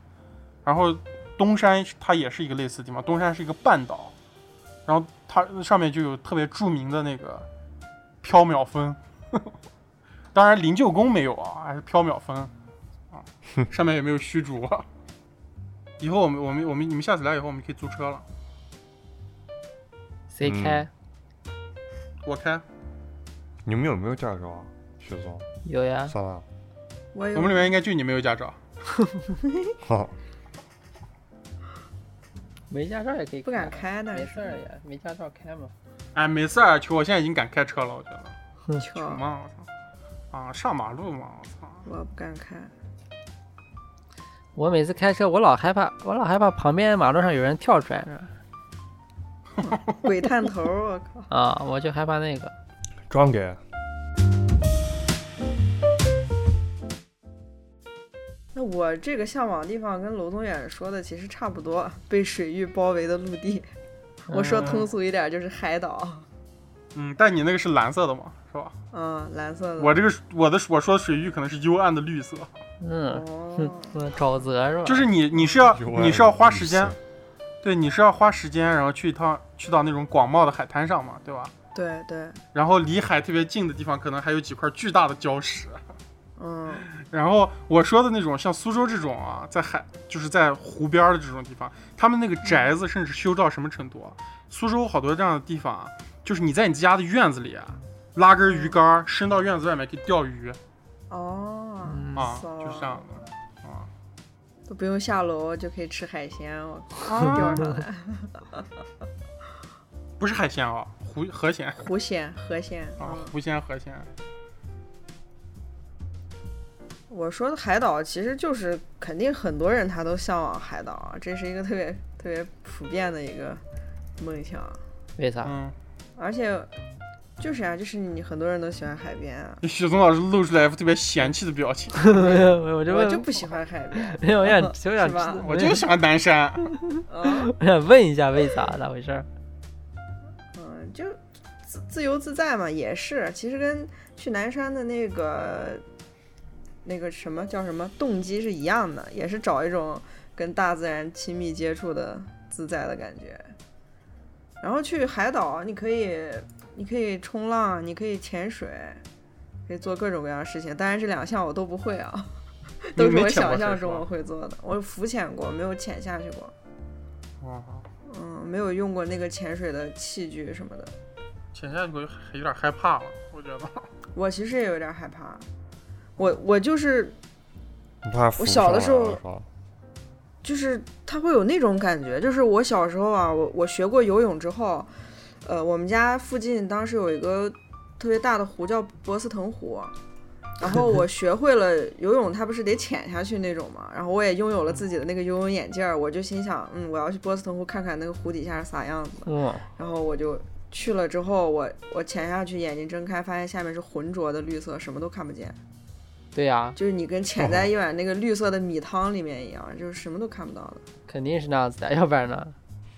B: 然后东山它也是一个类似的地方，东山是一个半岛，然后它上面就有特别著名的那个缥缈峰，当然灵鹫宫没有啊，还是缥缈峰啊，上面也没有虚竹啊。以后我们我们我们你们下次来以后我们可以租车了，
C: 谁
D: 嗯
C: 开？
B: 我开。
D: 你们有没有驾照啊？雪松，
C: 有呀，
D: 算了，
E: 我有
B: 我们里面应该就你没有驾照，
D: 哈，
C: 没驾照也可以，
E: 不敢，开，但
C: 没
E: 是
C: 事儿呀，没驾照开嘛。
B: 哎，没事儿，球，我现在已经敢开车了，我觉得。
E: 巧
B: 什，么？我操！啊，上马路嘛，我操！
E: 我不敢开。
C: 我每次开车，我老害怕，我老害怕旁边马路上有人跳出来是吧
E: 鬼探头，我靠！
C: 啊，我就害怕那个。
D: 装给。
E: 那我这个向往的地方跟娄宗远说的其实差不多，被水域包围的陆地。我说通俗一点就是海岛，
B: 嗯，但你那个是蓝色的嘛，是吧？
E: 嗯，蓝色的。
B: 我这个我的我说的水域可能是幽暗的绿色，
C: 嗯，嗯
E: 哦，
C: 嗯，沼泽是吧？
B: 就是你你是要
D: 有啊
B: 你是要花时间，对，你是要花时间，然后去一趟去到那种广袤的海滩上嘛，对吧？
E: 对对，
B: 然后离海特别近的地方，可能还有几块巨大的礁石。
E: 嗯
B: 然后我说的那种，像苏州这种啊，在海就是在湖边儿的这种地方，他们那个宅子甚至修到什么程度啊？苏州好多这样的地方啊，就是你在你家的院子里啊，拉根鱼竿儿伸到院子外面可以钓鱼
E: 哦，
C: 嗯
B: 啊，
E: 骚
B: 就是这样的啊。
E: 都不用下楼就可以吃海鲜，我靠
B: 啊
E: 钓上来。
B: 不是海鲜啊，湖河鲜
E: 湖鲜、河鲜，
B: 啊
E: 嗯，，
B: 湖鲜河鲜。
E: 我说的海岛其实就是肯定很多人他都向往海岛啊，这是一个特别特别普遍的一个梦想，啊
C: 为啥？
B: 嗯，
E: 而且就是啊，就是你很多人都喜欢海边啊，
B: 许嵩老师露出来一副特别嫌弃的表 情，
C: 没有， 没有，我就
E: 我
C: 问
E: 就不喜欢海 边，
C: 没有，我 想，我
E: 是
C: 想
E: 吧
C: 知，
B: 我就喜欢南山。
E: 嗯
C: 我想问一下，为啥咋回事儿？
E: 嗯，就自自由自在嘛，也是，其实跟去南山的那个那个什么叫什么动机是一样的，也是找一种跟大自然亲密接触的自在的感觉。然后去海岛，你可以你可以冲浪，你可以潜水，可以做各种各样的事情。当然这两项我都不会啊，
B: 你
E: 都是
B: 没
E: 我
B: 潜过
E: 想
B: 水
E: 象
B: 是
E: 中
B: 吧
E: 我会做的。我浮潜过，没有潜下去过，
B: 啊，
E: 嗯，没有用过那个潜水的器具什么的。
B: 潜下去我就有点害怕了，我觉得。
E: 我其实也有点害怕，我我就是
D: 你怕浮
E: 我小的时候
D: 上来了是吧
E: 就是他会有那种感觉，就是我小时候啊，我我学过游泳之后，呃，我们家附近当时有一个特别大的湖叫博斯腾湖，然后我学会了游泳，它不是得潜下去那种嘛，然后我也拥有了自己的那个游泳眼镜儿，我就心想，嗯，我要去波斯腾湖看看那个湖底下是啥样子的，
C: 嗯，
E: 然后我就去了之后，我我潜下去，眼睛睁开，发现下面是浑浊的绿色，什么都看不见。
C: 对呀，
E: 就是你跟潜在一碗那个绿色的米汤里面一样，就是什么都看不到的。
C: 肯定是那样子的，要不然呢？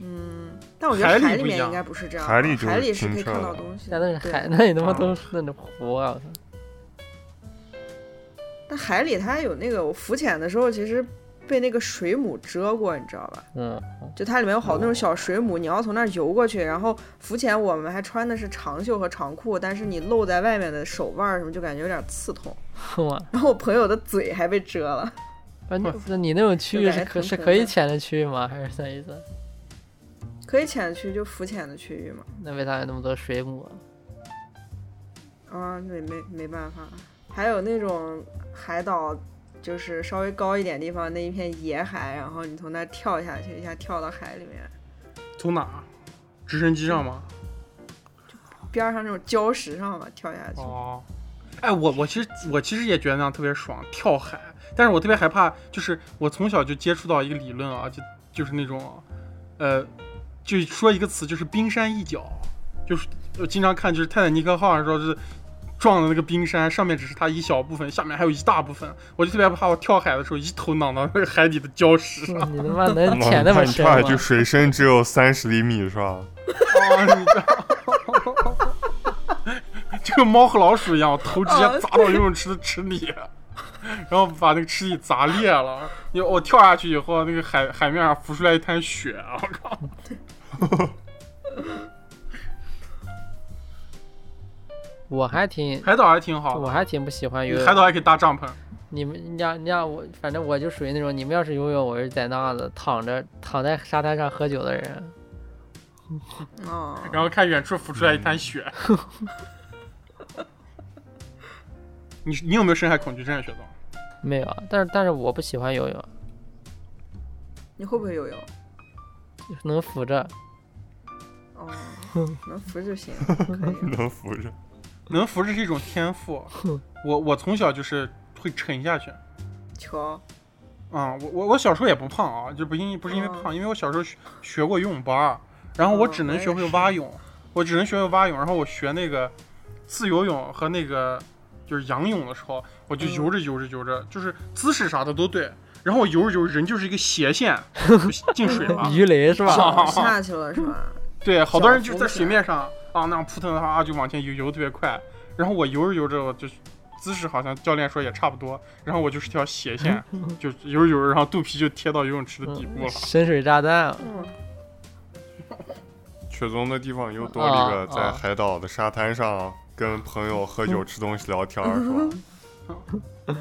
E: 嗯，但我觉得
B: 海里
E: 海
B: 不一
E: 里面
B: 样
E: 应该不是这样的，
D: 海
E: 海
D: 里就是
E: 是可以
D: 清澈
E: 看到
D: 的
E: 东西的。
C: 那那是
E: 对啊
C: 海，那你他妈都是那种湖啊！我操
E: 但海里它有那个，我浮潜的时候其实被那个水母蛰过，你知道吧？
C: 嗯，
E: 就它里面有好多那种小水母，你要从那儿游过去，然后浮潜我们还穿的是长袖和长裤，但是你露在外面的手腕儿什么就感觉有点刺痛。
C: 哇，
E: 然后我朋友的嘴还被蛰了，
C: 不是嗯那你那种区域
E: 就是感
C: 可
E: 觉挺
C: 是
E: 可
C: 可以
E: 的
C: 潜的区域吗？还是啥意思？
E: 可以潜的区域就浮潜的区域嘛。
C: 那为啥有那么多水母啊？
E: 啊，没没没办法。还有那种海岛，就是稍微高一点地方那一片野海，然后你从那儿跳下去，一下跳到海里面，
B: 从哪儿？直升机上吗？
E: 边儿上那种礁石上嘛跳下去。
B: 哦，哎，我我其实我其实也觉得那样特别爽，跳海。但是我特别害怕，就是我从小就接触到一个理论啊，就就是那种，呃，就说一个词，就是冰山一角，就是我经常看，就是泰坦尼克号上说是撞的那个冰山，上面只是它一小部分，下面还有一大部分。我就特别怕我跳海的时候一头攮到那个海底的礁石上。
C: 你他妈能
D: 哇
C: 潜那么
D: 你
C: 深
D: 跳
C: 吗
D: 下？去水深只有三十厘米是吧？
B: 啊，你知道， 就跟猫和老鼠一样，我头直接砸到游泳池的池里，然后把那个池底砸裂了。因为我跳下去以后，那个海海面上浮出来一滩血啊！我靠，
C: 我还 挺，
B: 海岛还挺好
C: 我
B: 的，
C: 还挺不喜欢游
B: 海
C: 泳。
B: 岛还可以搭帐篷。
C: 你们，你要你要我，反正我就属于那种，你们要是游泳，我是在那子躺着躺在沙滩上喝酒的人。
E: 哦，
B: 然后看远处浮出来一滩血。你你有没有深海恐惧症，雪总？
C: 没有，啊但是但是我不喜欢游泳，
E: 你会不会游泳？
C: 就是 能扶着。
E: 哦，能浮就行，可以。
D: 能扶着。
B: 能浮着是一种天赋。我我从小就是会沉下去。
E: 球，
B: 啊、我我我小时候也不胖啊，就不因不是因为胖，因为我小时候学学过游泳班儿，然后我
E: 嗯
B: 只能
E: 我也
B: 学会
E: 是
B: 蛙泳，我只能学会蛙泳，然后我学那个自由泳和那个就是仰泳的时候，我就
E: 嗯
B: 游着游着游着，就是姿势啥的都对，然后我游着游着人就是一个斜 线就进水了，
C: 鱼雷是吧？
B: 啊
E: 下去了是吧？
B: 对，好多人就
E: 浮
B: 在
E: 起
B: 水
E: 来
B: 面上啊那样扑腾的话啊就往前游，游得特别快，然后我游着游着我就。姿势好像教练说也差不多，然后我就是条斜 线，就游着游着，然后肚皮就贴到游泳池的底部
C: 嗯
B: 了。
C: 深水炸弹啊，
E: 嗯，
D: 雪宗的地方又多了一个，
C: 啊
D: 在
C: 啊
D: 海岛的沙滩上跟朋友喝酒、吃东西、聊天儿，是吧？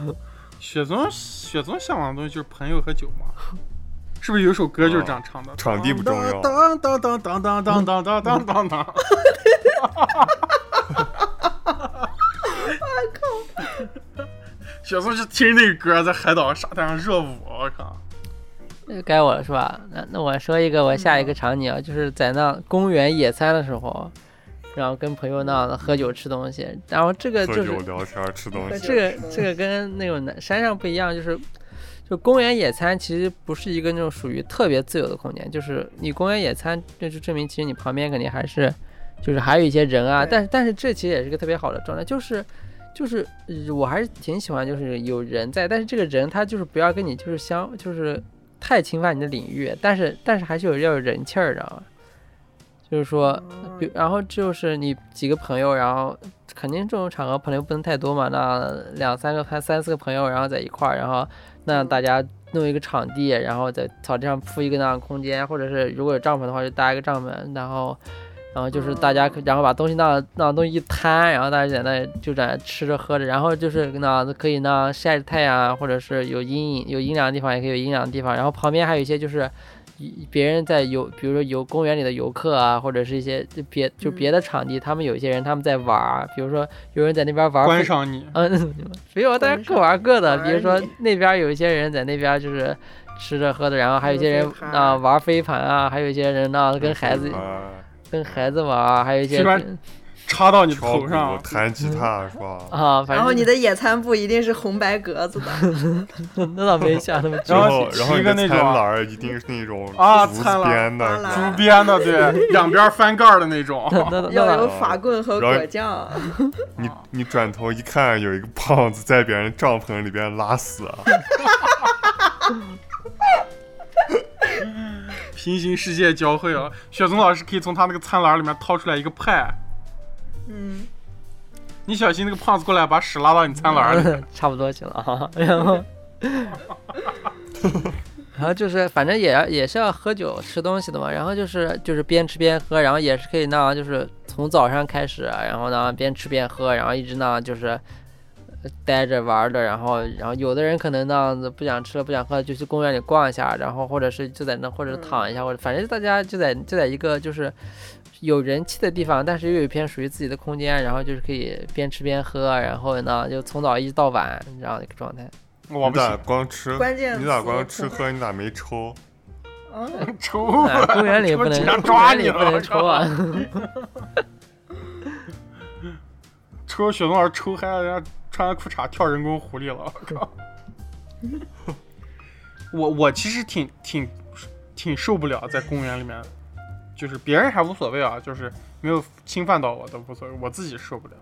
B: 雪宗，雪宗向往的东西就是朋友和酒嘛，是不是有一首歌就是这样唱的？
D: 哦场地不重要
B: 当当当当当当当当当当 当。 雪松就听着那个歌在海岛沙滩上热舞，我靠！
C: 那该我了是吧？那那我说一个我下一个场景啊，就是在那公园野餐的时候，然后跟朋友那样子喝酒吃东西，然后这个
D: 喝
C: 就
D: 酒、
C: 是
D: 聊天儿、吃东
E: 喝
D: 西。
C: 这
E: 酒
C: 个
E: 吃东西
C: 这个跟那种南山上不一样，就是就公园野餐其实不是一个那种属于特别自由的空间，就是你公园野餐，这就证明其实你旁边肯定还是就是还有一些人啊，
E: 对
C: 但是但是这其实也是个特别好的状态，就是。就是呃我还是挺喜欢，就是有人在，但是这个人他就是不要跟你就是相，就是太侵犯你的领域，但是但是还是有要有人气儿，知道吗？就是说，比
E: 哦
C: 然后就是你几个朋友，然后肯定这种场合朋友不能太多嘛，那两三个、三三四个朋友，然后在一块儿，然后那
E: 嗯
C: 大家弄一个场地，然后在草地上铺一个那样的空间，或者是如果有帐篷的话，就搭一个帐篷，然后。然后就是大家可，然后把东西那那东西一摊，然后大家在那就在那吃着喝着，然后就是那可以那晒着太阳啊，或者是有阴影有阴凉的地方，也可以有阴凉的地方。然后旁边还有一些就是一别人在游，比如说游公园里的游客啊，或者是一些就别就
E: 嗯
C: 别的场地，他们有一些人他们在玩儿，比如说有人在那边玩
B: 观
C: 儿，
B: 赏你，
C: 嗯，比如大家各玩各的，
E: 玩
C: 比如说
E: 你
C: 那边有一些人在那边就是吃着喝着，然后还有一些人
E: 玩飞盘
C: 啊玩飞盘啊，还有一些人呢 跟孩子
D: 哎
C: 跟孩子玩儿，啊还有一些
B: 飞盘
C: 人
B: 插到你
D: 敲鼓
B: 头上、，
D: 弹吉他是吧？
C: 啊，反
E: 然后
C: 正
E: 你的野餐布一定是红白格子的，
C: 那倒没想那么
B: 然
C: 久
B: 后
D: 然后，
B: 是
D: 然后
B: 一
D: 你
B: 个
D: 的
B: 那
D: 餐
B: 种
D: 篮儿一定是那种
B: 啊
D: 竹子
B: 餐篮儿
D: 编的，
E: 餐
B: 竹
D: 是
E: 篮
D: 吧
E: 儿
B: 编的，对，两边翻盖儿的那种。
C: 那那
E: 要
C: 那
E: 有
C: 倒
E: 法棍和
D: 然后
E: 果酱。
D: 你你转头一看，有一个 胖子在别人帐篷里边拉屎啊，
B: 平行世界交汇了，雪松老师可以从他那个餐篮里面掏出来一个派，
E: 嗯，
B: 你小心那个胖子过来把屎拉到你餐篮里。
C: 差不多行了啊。 然后，然后就是反正也要也是要喝酒吃东西的嘛。然后就是就是边吃边喝，然后也是可以那样，就是从早上开始，啊然后呢边吃边喝，然后一直呢就是。呃待着玩儿的，然后，然后有的人可能那样子不想吃了，不想喝了，就去公园里逛一下，然后或者是就在那，或者是
E: 嗯
C: 躺一下，或者反正大家就在就在一个就是有人气的地方，但是又有一片属于自己的空间，然后就是可以边吃边喝，啊然后呢就从早一直到晚这样的一个状态。
B: 我
D: 你
B: 不
D: 咋
B: 行，
D: 光吃？
E: 关键
D: 你咋
E: 词
D: 光吃
E: 从
D: 喝？你咋没抽？
E: 嗯，
B: 抽
C: 哎公园里不
B: 我
C: 能
B: 警察抓
C: 公园里
B: 你了
C: 不能抽啊！
B: 初中雪松老师抽嗨了，人家穿着裤衩跳人工湖里了，我靠！我我其实挺挺挺受不了在公园里面，就是别人还无所谓啊，就是没有侵犯到我都无所谓，我自己受不了，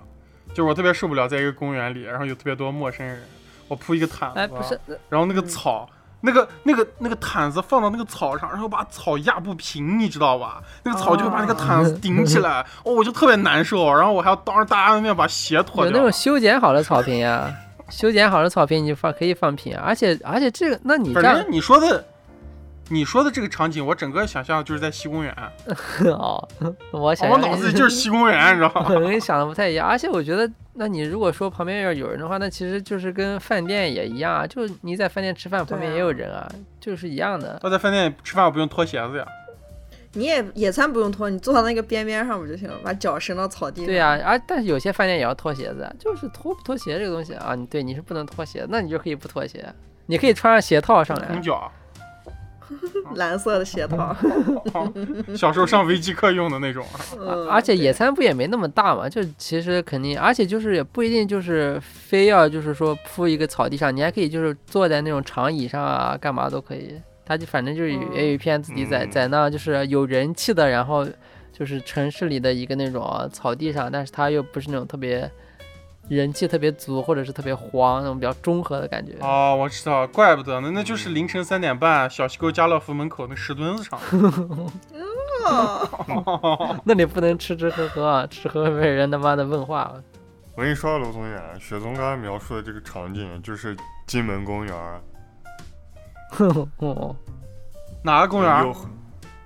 B: 就是我特别受不了在一个公园里，然后有特别多陌生人，我铺一个毯子，啊
C: 哎，不是，
B: 然后那个草，那个那个那个毯子放到那个草上，然后把草压不平，你知道吧？那个草就会
C: 哦
B: 把那个毯子顶起来，哦，我就特别难受。然后我还要当着大家的面把鞋脱
C: 有那
B: 掉
C: 种。修剪好的草坪呀、修剪好的草坪你就放可以放平啊，而且而且这个，那你
B: 反
C: 这样
B: 正你说的，你说的这个场景，我整个想象就是在西公园，
C: 哦， 我想
B: 我
C: 象
B: 脑子里就是西公园，你知道吗？
C: 跟你想的不太一样，而且我觉得，那你如果说旁边要有人的话，那其实就是跟饭店也一样啊，就你在饭店吃饭，旁边也有人啊，就是一样的。
B: 我在饭店吃饭，我不用脱鞋子呀。
E: 你也野餐不用脱，你坐到那个边边上不就行了？把脚伸到草地上。
C: 对呀、啊，但是有些饭店也要脱鞋子啊，就是脱不脱鞋这个东西啊，你对你是不能脱鞋，那你就可以不脱鞋，你可以穿上鞋套上
B: 红
C: 来。
B: 脚，
E: 蓝色的鞋套。
B: 小时候上微机课用的那种。
E: 嗯，
C: 啊而且
E: 对
C: 野餐不也没那么大嘛，就其实肯定，而且就是也不一定就是非要就是说铺一个草地上，你还可以就是坐在那种长椅上啊，干嘛都可以。他就反正就是有也有一片自己在
D: 嗯
C: 在那就是有人气的，然后就是城市里的一个那种草地上，但是它又不是那种特别人气特别足或者是特别荒那种比较中和的感觉。
B: 哦，我知道，怪不得呢，那就是凌晨三点半，小西沟家乐福门口那石墩子上。
E: 哦
C: 那你不能吃吃喝喝啊，吃喝喝被人他妈的问话 了。
D: 我跟你说，啊罗总远，雪松刚才描述的这个场景就是金门公园儿，
C: 哦，
B: 哪个公园？
D: 有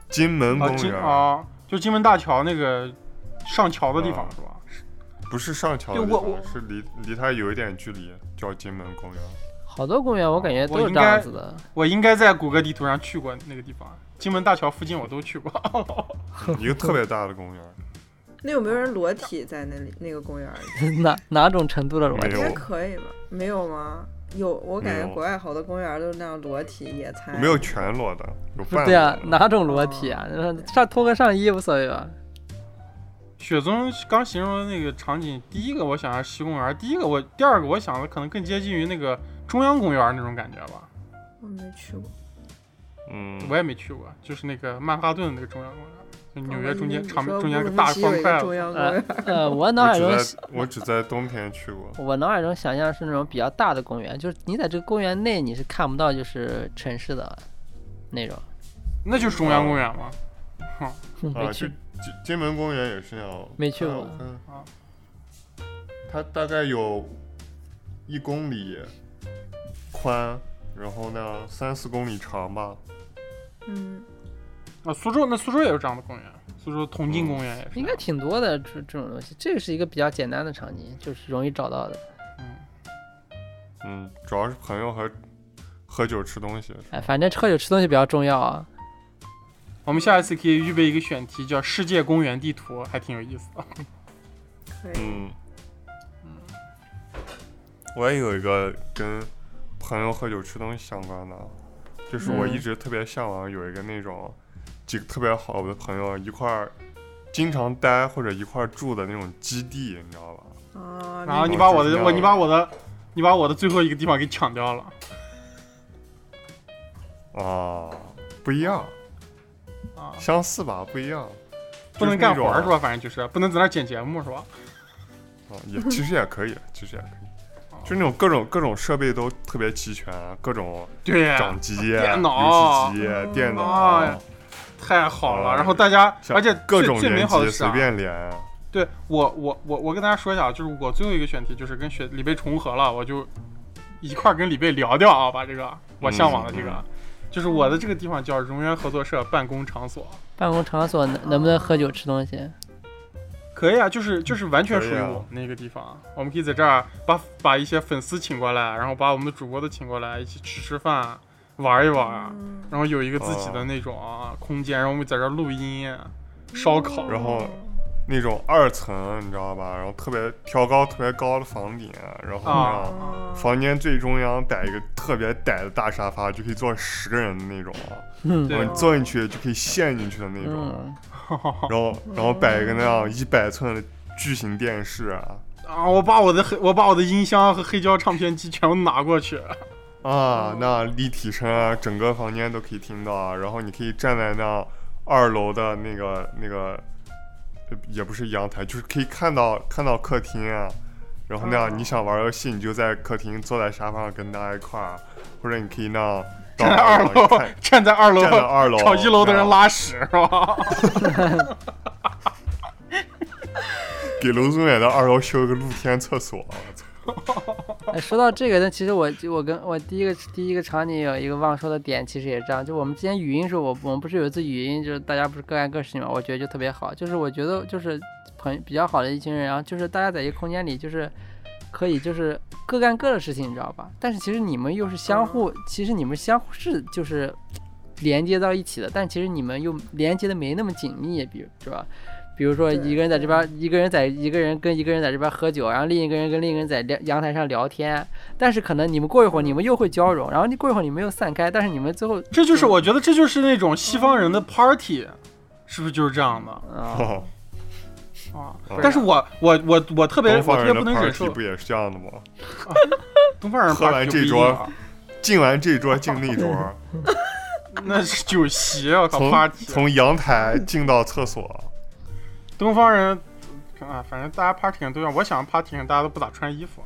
D: 金门
B: 啊
D: 公
B: 金
D: 园儿、
B: 啊，就金门大桥那个上桥的地方
D: 啊
B: 是吧？
D: 不是上桥的
B: 对
D: 地
B: 我
D: 方，
B: 我
D: 是离离它有一点距离，叫金门公园儿。
C: 好多公园我感觉
B: 我
C: 都是
B: 应
C: 这样
B: 该
C: 子的。
B: 我应该在谷歌地图上去过那个地方，金门大桥附近我都去过。
D: 一个特别大的公园儿，
E: 那有没有人裸体在那里那个公园里？
C: 哪哪种程度的裸
D: 没
C: 体？
E: 应该
D: 有
E: 可以吧？没有吗？有，我感
D: 没
E: 觉
D: 有
E: 国外好多公园都是那样裸体野餐。
D: 没有全裸的，有
C: 不
D: 半裸的。
C: 对啊，哪种裸体啊？上脱个上衣无所谓 吧？
B: 雪宗刚形容的那个场景，第一个我想的是西公园，第一个我第二个我想的可能更接近于那个中央公园那种感觉吧。
E: 我没去过。
D: 嗯，
B: 我也没去过，就是那个曼哈顿那个中央公园，就纽约中间
E: 哦
B: 长
E: 你说
B: 中间
E: 乌鲁
B: 个
E: 木
B: 大
E: 齐有
B: 方
E: 一
B: 块哎
E: 个中央公
C: 呃
E: 园，
C: 呃，我脑
D: 我
C: 海中
D: 只在我只在冬天去过。
C: 我脑海中想象是那种比较大的公园，就是你在这个公园内你是看不到就是城市的那种。
B: 那就是中央公园吗？
C: 哼
D: 啊，
C: 没
D: 就
C: 去
D: 金金门公园也是那样，
C: 没去过
D: 我看
B: 啊
D: 它大概有一公里宽，然后呢三四公里长吧。
E: 嗯，
B: 啊，苏州那苏州也有这样的公园，苏州同靖公园
E: 嗯
B: 也是这样。
C: 应该挺多的这这种东西，这是一个比较简单的场景，就是容易找到的。
B: 嗯，
D: 嗯，主要是朋友和喝酒吃东西。
C: 哎，反正喝酒吃东西比较重要啊。
B: 我们下一次可以预备一个选题，叫“世界公园地图”，还挺有意思的。
E: 可以。
D: 嗯，我也有一个跟朋友喝酒吃东西相关的，就是我一
C: 嗯
D: 直特别向往有一个那种几个特别好的朋友一块儿经常待或者一块儿住的那种基地，你知道吧？
E: 啊，
B: 然后
E: 那
B: 你
E: 个
B: 把我的
D: 哦
B: 我你把我的你把我的最后一个地方给抢掉了
D: 啊，不一样，
B: 啊，
D: 相似吧，不一样，
B: 不能干活儿
D: 就是
B: 吧？反正就是不能在那儿剪节目是吧？
D: 那种？啊，也其实也可以，其实也可以，就是那种各种各种设备都特别齐全，啊各种
B: 对，
D: 掌机、啊
B: 电脑
D: 游戏机、啊电
B: 哎
D: 脑，
B: 太好了。
D: 啊
B: 然后大家，
D: 像
B: 而且
D: 各
B: 最
D: 种
B: 最美
D: 联
B: 好的
D: 机
B: 是
D: 随
B: 啊，
D: 便连。
B: 对我我我我跟大家说一下，啊就是我最后一个选题就是跟雪李贝重合了，我就一块儿跟李贝聊掉啊，把这个我向往的这个，
D: 嗯
B: 就是我的这个地方叫荣源合作社办公场所。
C: 办公场所能能不能喝酒吃东西？
B: 可以啊，就是就是完全属于
D: 可以啊
B: 我们那个地方，我们可以在这儿把把一些粉丝请过来，然后把我们的主播都请过来，一起吃吃饭，啊玩一玩，
E: 嗯
B: 然后有一个自己的那种啊空间，然后我们在这儿录音、啊烧烤，
D: 然后那种二层，你知道吧？然后特别挑高、特别高的房顶，然后
B: 啊
D: 呢，房间最中央摆一个特别窄的大沙发，就可以坐十个人的那种，啊
C: 嗯
D: 然后
B: 对啊
D: 你坐进去就可以陷进去的那种。
C: 嗯，
D: 然后，然后摆一个那样一百寸的巨型电视啊，
B: 啊，我把我的黑，我把我的音箱和黑胶唱片机全部拿过去， 哦
D: 啊，那立体声啊，整个房间都可以听到啊。然后你可以站在那二楼的那个那个，呃也不是阳台，就是可以看到看到客厅啊。然后那样，你想玩游戏，你就在客厅坐在沙发上跟大家一块儿，或者你可以那样到
B: 站在二
D: 楼
B: 楼
D: 看，
B: 站在二楼，
D: 站在二楼啊
B: 朝一楼的
D: 那
B: 人
D: 样
B: 拉屎是吧？
D: 给楼宗远的二楼修个露天厕所。我操
C: 哎，说到这个，那其实我我跟我第一个第一个场景有一个忘说的点，其实也是这样。就我们之前语音的时候，我我们不是有一次语音，就是大家不是各干各事情嘛，我觉得就特别好。就是我觉得就是朋比较好的一群人，然后就是大家在一个空间里，就是可以就是各干各的事情，你知道吧？但是其实你们又是相互，其实你们相互是就是连接到一起的，但其实你们又连接的没那么紧密，比如是吧？比如说
E: 对
C: 一个人在这边，一个人在一个人跟一个人在这边喝酒，然后另一个人跟另一个人在聊阳台上聊天，但是可能你们过一会儿你们又会交融，然后你过一会儿你们又散开，但是你们最后
B: 这就是我觉得这就是那种西方人的 party，是不是就是这样的
C: 啊、
D: 哈 哈
B: 啊
D: 对啊？
B: 但是我我我我特别
D: 东
B: 我
D: 方
B: 特
D: 人
B: 别
D: 的
B: 不能忍
D: party
B: 受
D: 不也是这样的吗？
B: 东方人
D: 喝
B: party
D: 完
B: 就
D: 这
B: 不一
D: 桌
B: 样
D: 进完这桌进 那桌，
B: 那是酒席，我靠
D: 从
B: party，
D: 从阳台进到厕所。
B: 东方人啊，反正大家 party 上都一样。我想 party 上大家都不咋穿衣服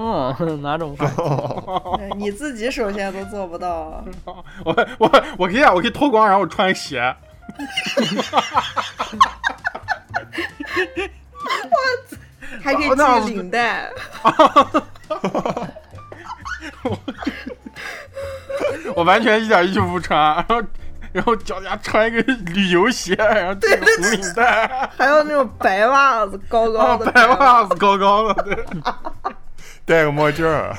B: 啊，
C: 嗯， 哪种法？
E: 哦对你自己首先都做不 到，
B: 我我我可以啊，我可以脱光，然后我穿个鞋。
E: 还可以
B: 哦那
E: 系领带。
B: 我完全一点衣服不穿，然后然后脚底下穿一个旅游鞋，然后系个红领带，
E: 还有那种白袜子，高
B: 啊，
E: 高的
B: 白袜
E: 子。
B: 子高高 的，对，
D: 戴个墨镜儿，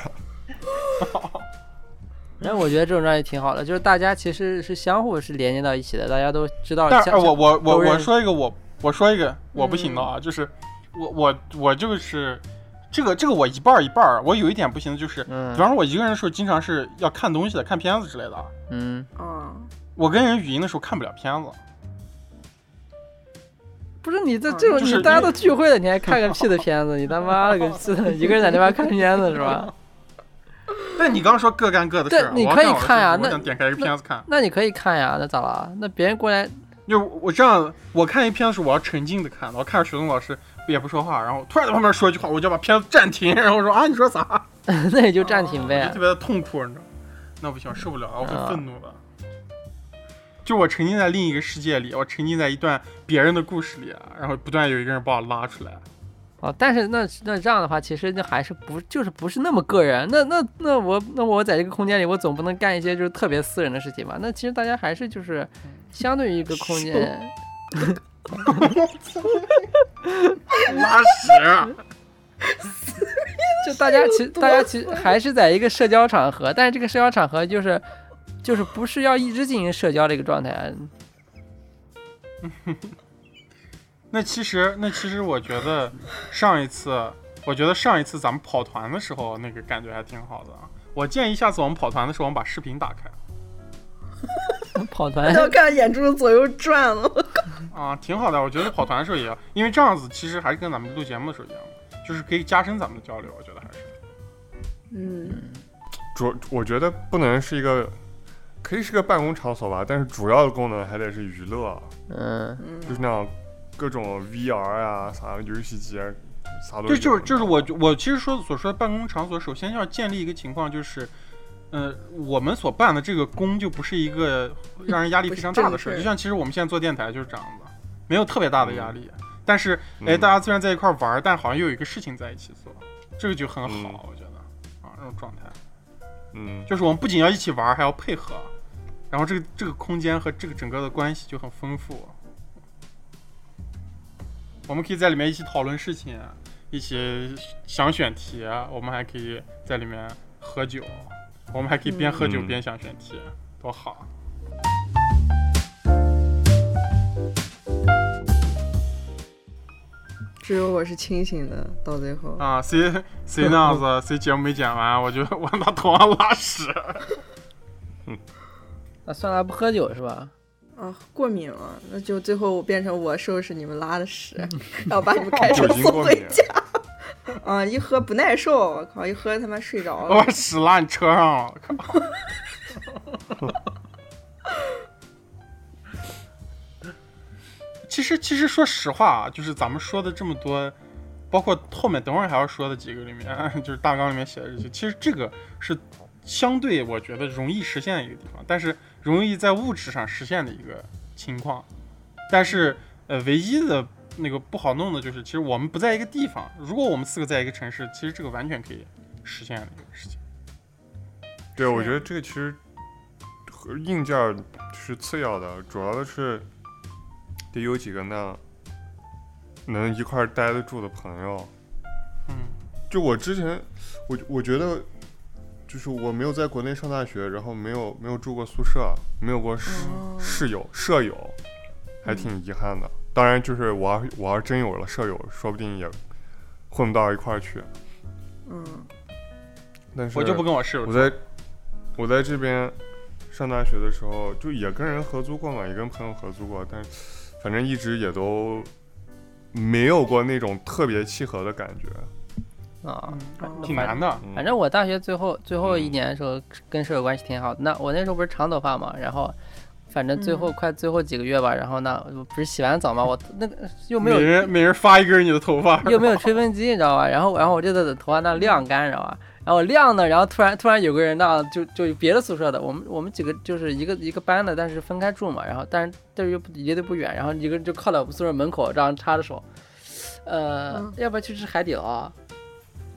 C: 但哎是我觉得这种状态挺好的，就是大家其实是相互是连接到一起的，大家都知道
B: 但是
C: 相。
B: 哎我我我
C: 啊都认嗯
B: 我说一个我我说一个我不行的啊，就是我我我就是这个这个我一半儿一半儿，我有一点不行的就是，比
C: 嗯
B: 方说我一个人的时候，经常是要看东西的，看片子之类的。啊
C: 嗯，
E: 嗯，
B: 我跟人语音的时候看不了片子，
C: 不是你这
E: 嗯
C: 这种、
B: 就是
C: 你大家都聚会了，你还看个屁的片子？你他妈 了个屁的，一个人在那边看片子是吧？
B: 但你刚说各干各的事儿，
C: 对
B: 我要
C: 你可以
B: 干我的事
C: 看啊
B: 情我
C: 那
B: 想点开一个片子看，
C: 那你可以看呀，那咋了？那别人过来，
B: 就我这样，我看一片子，我要沉浸的看，我看着雪松老师也不说话，然后突然在旁边说一句话，我就要把片子暂停，然后说啊，你说啥？
C: 那你就暂停
B: 我就
C: 呗
B: 特。别的痛苦，你知道吗？那不行，受不了，我会愤怒的。就我沉浸在另一个世界里，我沉浸在一段别人的故事里，啊然后不断有一个人把我拉出来。
C: 哦，但是那那这样的话，其实那还是不就是不是那么个人。那那那我那我在这个空间里，我总不能干一些就是特别私人的事情吧？那其实大家还是就是相对于一个空间，
B: 拉屎，
C: 就大家其大家其实还是在一个社交场合，但是这个社交场合就是就是不是要一直进行社交的一个状态。
B: 那其实，那其实我觉得上一次，我觉得上一次咱们跑团的时候，那个感觉还挺好的。啊我建议下次我们跑团的时候，我们把视频打开
C: 跑
E: 我
C: 团
E: 要看眼珠子左右转了。
B: 啊、挺好的。我觉得跑团的时候也要，因为这样子其实还是跟咱们录节目的时候一样的，就是可以加深咱们的交流。我觉得还是
E: 嗯，
D: 主我觉得不能是一个，可以是个办公场所吧，但是主要的功能还得是娱乐，
C: 嗯，
D: 就是那样各种 VR 啊，啥游戏机啊，啥都
B: 就
D: 有
B: 就是就是我我其实说所说的办公场所，首先要建立一个情况就是。呃，我们所办的这个工就不是一 个让人压力非常大的事
E: 不是正
B: 儿，
E: 事
B: 就像其实我们现在做电台就是这样子，没有特别大的压力。但是，
D: 嗯
B: 哎，大家虽然在一块儿玩儿，但好像又有一个事情在一起做，这个就很好，
D: 嗯
B: 我觉得啊，这种状态
D: 嗯，
B: 就是我们不仅要一起玩儿，还要配合，然后这个这个空间和这个整个的关系就很丰富。我们可以在里面一起讨论事情，一起想选题，啊我们还可以在里面喝酒，我们还可以边喝酒
D: 嗯
B: 边想选题，多好！
E: 只有我是清醒的，到最后。
B: 啊，谁谁那样子，谁节目没剪完，我就 往他头上拉屎。
C: 那算了，不喝酒是吧？
E: 啊，过敏了，那嗯 就最后我变成我收拾你们拉的屎，然后把你们开
D: 酒
E: 车
D: 精
E: 送
D: 过
E: 回
D: 敏
E: 家。啊，一喝不耐受，我靠，一喝他妈睡着
B: 我
E: 了
B: 把。屎拉你车上了，我靠！其实，其实说实话啊，就是咱们说的这么多，包括后面等会儿还要说的几个里面， 就是大纲里面写的这些，其实这个是相对我觉得容易实现的一个地方，但是容易在物质上实现的一个情况。但是，呃，唯一的那个不好弄的就是，其实我们不在一个地方。如果我们四个在一个城市，其实这个完全可以实现的一个事情。
D: 对，
E: 是
D: 我觉得这个其实和硬件儿是次要的，主要的是得有几个那能一块儿待得住的朋友。
B: 嗯
D: 就我之前，我我觉得，就是我没有在国内上大学，然后没有没有住过宿舍，没有过室、
E: 哦
D: 室友舍友，还
B: 嗯
D: 挺遗憾的。当然，就是我要我要真有了舍友，说不定也混不到一块儿去。
E: 嗯，
D: 但是
B: 我就不跟我室友住。
D: 我在我在这边上大学的时候，就也跟人合租过嘛，也跟朋友合租过，但反正一直也都没有过那种特别契合的感觉。
C: 啊，
B: 嗯，挺难的。
D: 嗯、
C: 反正我大学最后最后一
D: 嗯
C: 年的时候跟舍友关系挺好的。那我那时候不是长头发嘛，然后反正最后
E: 嗯
C: 快最后几个月吧，然后呢我不是洗完澡嘛，我那个又没
B: 每
C: 有
B: 人每人发一根你的头发，
C: 又没有吹风机，你知道吧？然后然后我就在等头发那晾干，你知道吧？然后晾呢，然后突然突然有个人呢，就就别的宿舍的，我们我们几个就是一个一个班的，但是分开住嘛，然后但是但是又不离得不远，然后一个人就靠到我们宿舍门口，这样插着手，呃，
E: 嗯
C: 要不要去吃海底捞啊？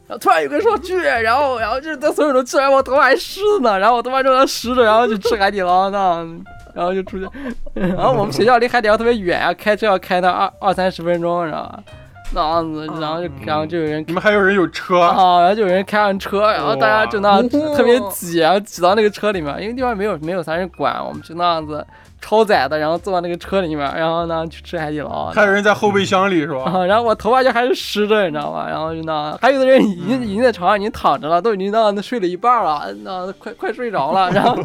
C: 然后突然有个人说去，然后然后就是在所有人都吃完，我头发还湿呢，然后我头发正在湿着，然后去吃海底捞呢，然后就出去， 然后我们学校离海底捞特别远啊，开车要开到二二三十分钟，你知道吧？那样子，然后就然后就有人
B: 你们还有人有车，
C: 啊，然后就有人开上车，然后大家就那样
E: 哇
C: 特别挤，然后挤到那个车里面，因为地方没有没有啥人管，我们就那样子超载的，然后坐到那个车里面，然后呢去吃海底捞。
B: 还有人在后备箱里是吧？
C: 啊，然后我头发就还是湿的，你知道吗？然后就那，还有的人已
B: 嗯
C: 经、已经在床上已经躺着了，都已经那那睡了一半了，那快快睡着 了，然后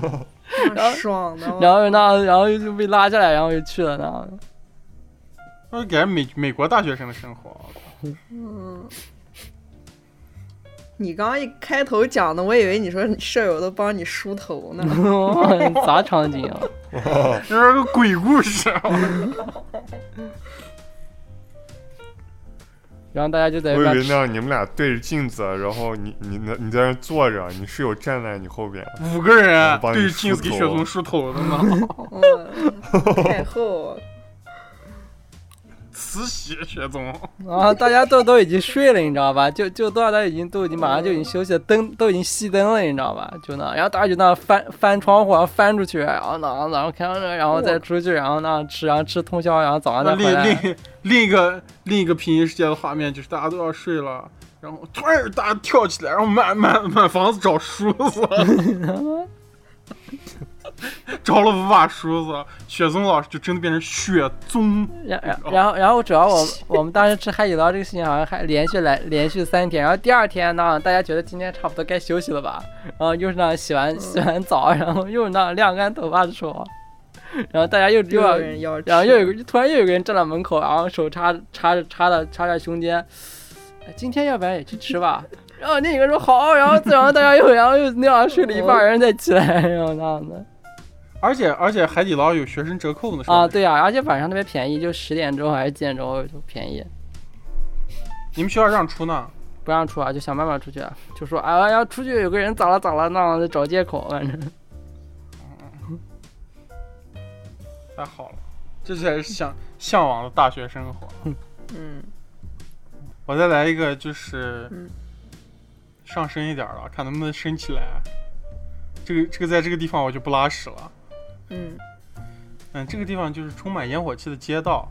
C: 然后
E: 爽的。
C: 然后那然后就被拉下来，然后就去了那。
B: 那是给人美美国大学生的生活。
E: 嗯，你刚刚一开头讲的，我以为你说你舍友都帮你梳头呢。
C: 啥场景啊？
B: 这是个鬼故事，啊
C: 然后大家就在
D: 我以
C: 那边
D: 为那样你们俩对着镜子，然后你你那你在那坐着，你室友站在你后边，
B: 五个人
D: 我帮你
B: 对着镜子给
D: 梳头
B: 雪松梳头的呢。
E: 嗯，太 后，
B: 慈禧雪松，
C: 啊，大家都都已经睡了，你知道吧？就就大家已经都已经马上就已经休息了，灯都已经熄灯了，你知道吧？就那，然后大家就那翻翻窗户，然后翻出去，然后那然后看着，然后再出去，然后那吃，然后吃通宵，然后早上再
B: 那
C: 回
B: 另
C: 来。
B: 另另一个另一个平行世界的画面就是大家都要睡了，然后突然大家跳起来，然后满满满房子找梳子， 找了五把梳子，雪松老师就真的变成雪宗。
C: 然然
E: 哦
C: 然后然后主要 我们我们当时吃海底捞这个事情好像还连续来连续三天，然后第二天呢，大家觉得今天差不多该休息了吧？然后又是那洗
E: 嗯
C: 完洗完澡，然后又是那晾干头发的时候，然后大家又又
E: 又
C: 要
E: 有人要吃，
C: 然后又有个突然又有个人站到门口，然后手插插着插到插在胸间，哎今天要不然也去吃吧。然后另一个说好，然后然后大家又然后又那样睡了一半，然后再起来，然后那样的
B: 而且而且海底捞有学生折扣呢，是吧？
C: 啊，对呀、而且晚上特别便宜，就十点钟还是几点钟就便宜，
B: 你们学校让出呢，
C: 不让出啊，就想办法出去啊，就说啊要出去，有个人咋了咋了，那样的找借口，反正
B: 太好了，这才是向向往的大学生活。
E: 嗯，
B: 我再来一个，就是
E: 嗯
B: 上升一点儿了，看能不能升起来。这个这个在这个地方我就不拉屎了。
E: 嗯
B: 嗯，这个地方就是充满烟火气的街道。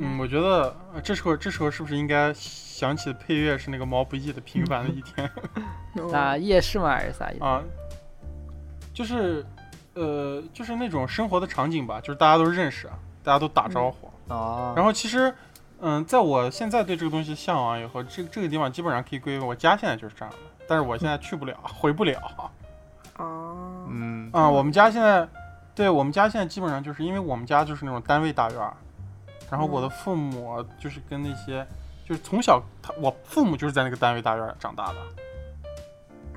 B: 嗯，我觉得呃这时候这时候是不是应该响起的配乐是那个毛不易的《平凡的一天》
E: 嗯，
C: 啊夜市嘛还是啥意思？
B: 啊？就是呃，就是那种生活的场景吧，就是大家都认识，啊大家都打招呼。啊
C: 哦，
B: 然后其实，嗯，在我现在对这个东西向往以后，这这个地方基本上可以归为我家现在就是这样的，但是我现在去不了，回不了。
E: 哦，
D: 嗯，
B: 啊、我们家现在，对我们家现在基本上就是因为我们家就是那种单位大院儿，然后我的父母就是跟那些就是从小他我父母就是在那个单位大院长大的，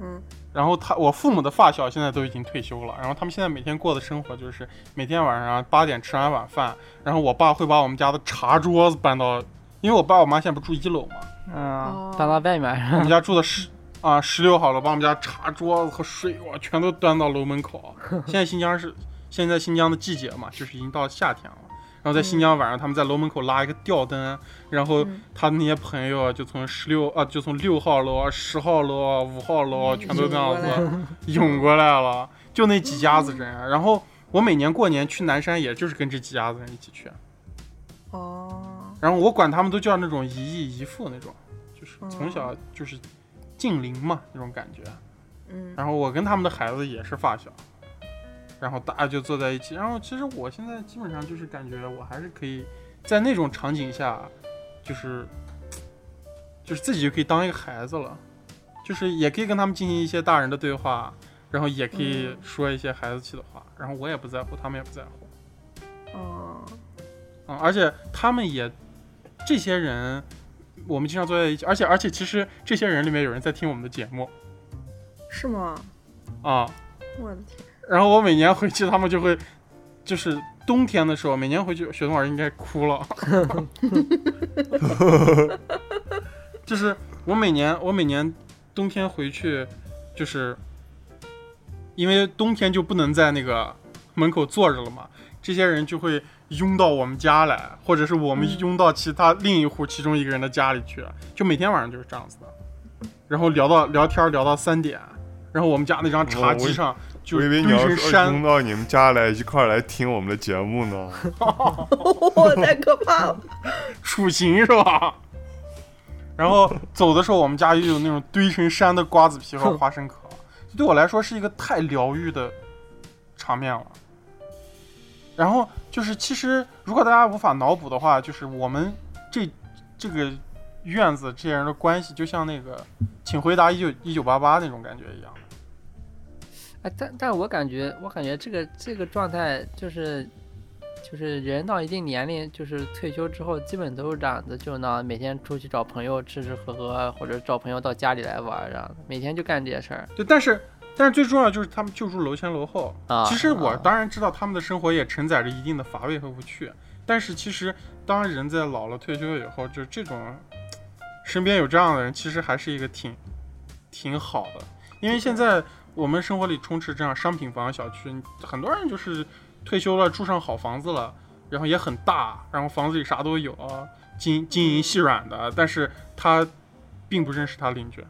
E: 嗯，
B: 然后他我父母的发小现在都已经退休了，然后他们现在每天过的生活就是每天晚上八点吃完晚饭，然后我爸会把我们家的茶桌子搬到，因为我爸我妈现在不住一楼嘛，
C: 嗯
E: 哦，
C: 搬到外面，
B: 我们家住的十啊十六号楼，把我们家茶桌子和水果全都端到楼门 口。啊现在新疆是现在新疆的季节嘛，就是已经到夏天了。然后在新疆晚上，他们在楼门口拉一个吊灯，然后
E: 嗯
B: 他那些朋友啊就从十六啊，就从六号楼、啊、十号楼、啊、五号楼啊，全都这样
E: 涌过来
B: 子涌过来了，就那几家子人。啊然后我每年过年去南山，也就是跟这几家子人一起去。啊
E: 哦，
B: 然后我管他们都叫那种姨姨姨父那种，就是
E: 哦
B: 从小就是近邻嘛那种感觉。
E: 嗯，
B: 然后我跟他们的孩子也是发小，然后大家就坐在一起。然后其实我现在基本上就是感觉我还是可以在那种场景下，就是就是自己就可以当一个孩子了，就是也可以跟他们进行一些大人的对话，然后也可以
E: 嗯
B: 说一些孩子气的话，然后我也不在乎，他们也不在乎。
E: 哦，
B: 嗯，而且他们也，这些人，我们经常坐在一起，而且而且其实这些人里面有人在听我们的节目
E: 是吗？
B: 啊、
E: 我的天，
B: 然后我每年回去，他们就会，就是冬天的时候，每年回去，雪松老师应该哭了。就是我每年，我每年冬天回去，就是因为冬天就不能在那个门口坐着了嘛，这些人就会拥到我们家来，或者是我们
E: 嗯
B: 拥到其他另一户其中一个人的家里去，就每天晚上就是这样子的，然后聊到聊天儿聊到三点，然后我们家那张
D: 我
B: 茶几
D: 我
B: 上就
D: 我以为
B: 堆
D: 你要
B: 成
D: 说
B: 山
D: 拥到你们家来一块儿来听我们的节目呢。
E: 太可怕了！
B: 雏形是吧？ 然后走的时候，我们家又有那种堆成山的瓜子皮和花生壳，对我来说是一个太疗愈的场面了。然后就是，其实如果大家无法脑补的话，就是我们这这个院子这些人的关系，就像那个《请回答一九一九八八》那种感觉一样。
C: 哎，但但我感觉，我感觉这个这个状态就是，就是人到一定年龄，就是退休之后，基本都是这样子，就呢每天出去找朋友吃吃喝喝，或者找朋友到家里来玩儿，这样每天就干这些事儿
B: 对，但是但是最重要就是他们就住楼前楼后。
C: 啊。
B: 其实我
C: 啊
B: 当然知道他们的生活也承载着一定的乏味和无趣，但是其实当人在老了退休以后，就这种身边有这样的人，其实还是一个挺挺好的，因为现在我们生活里充斥这样商品房小区，很多人就是退休了住上好房子了，然后也很大，然后房子里啥都有，金金银细软的，但是他并不认识他邻居，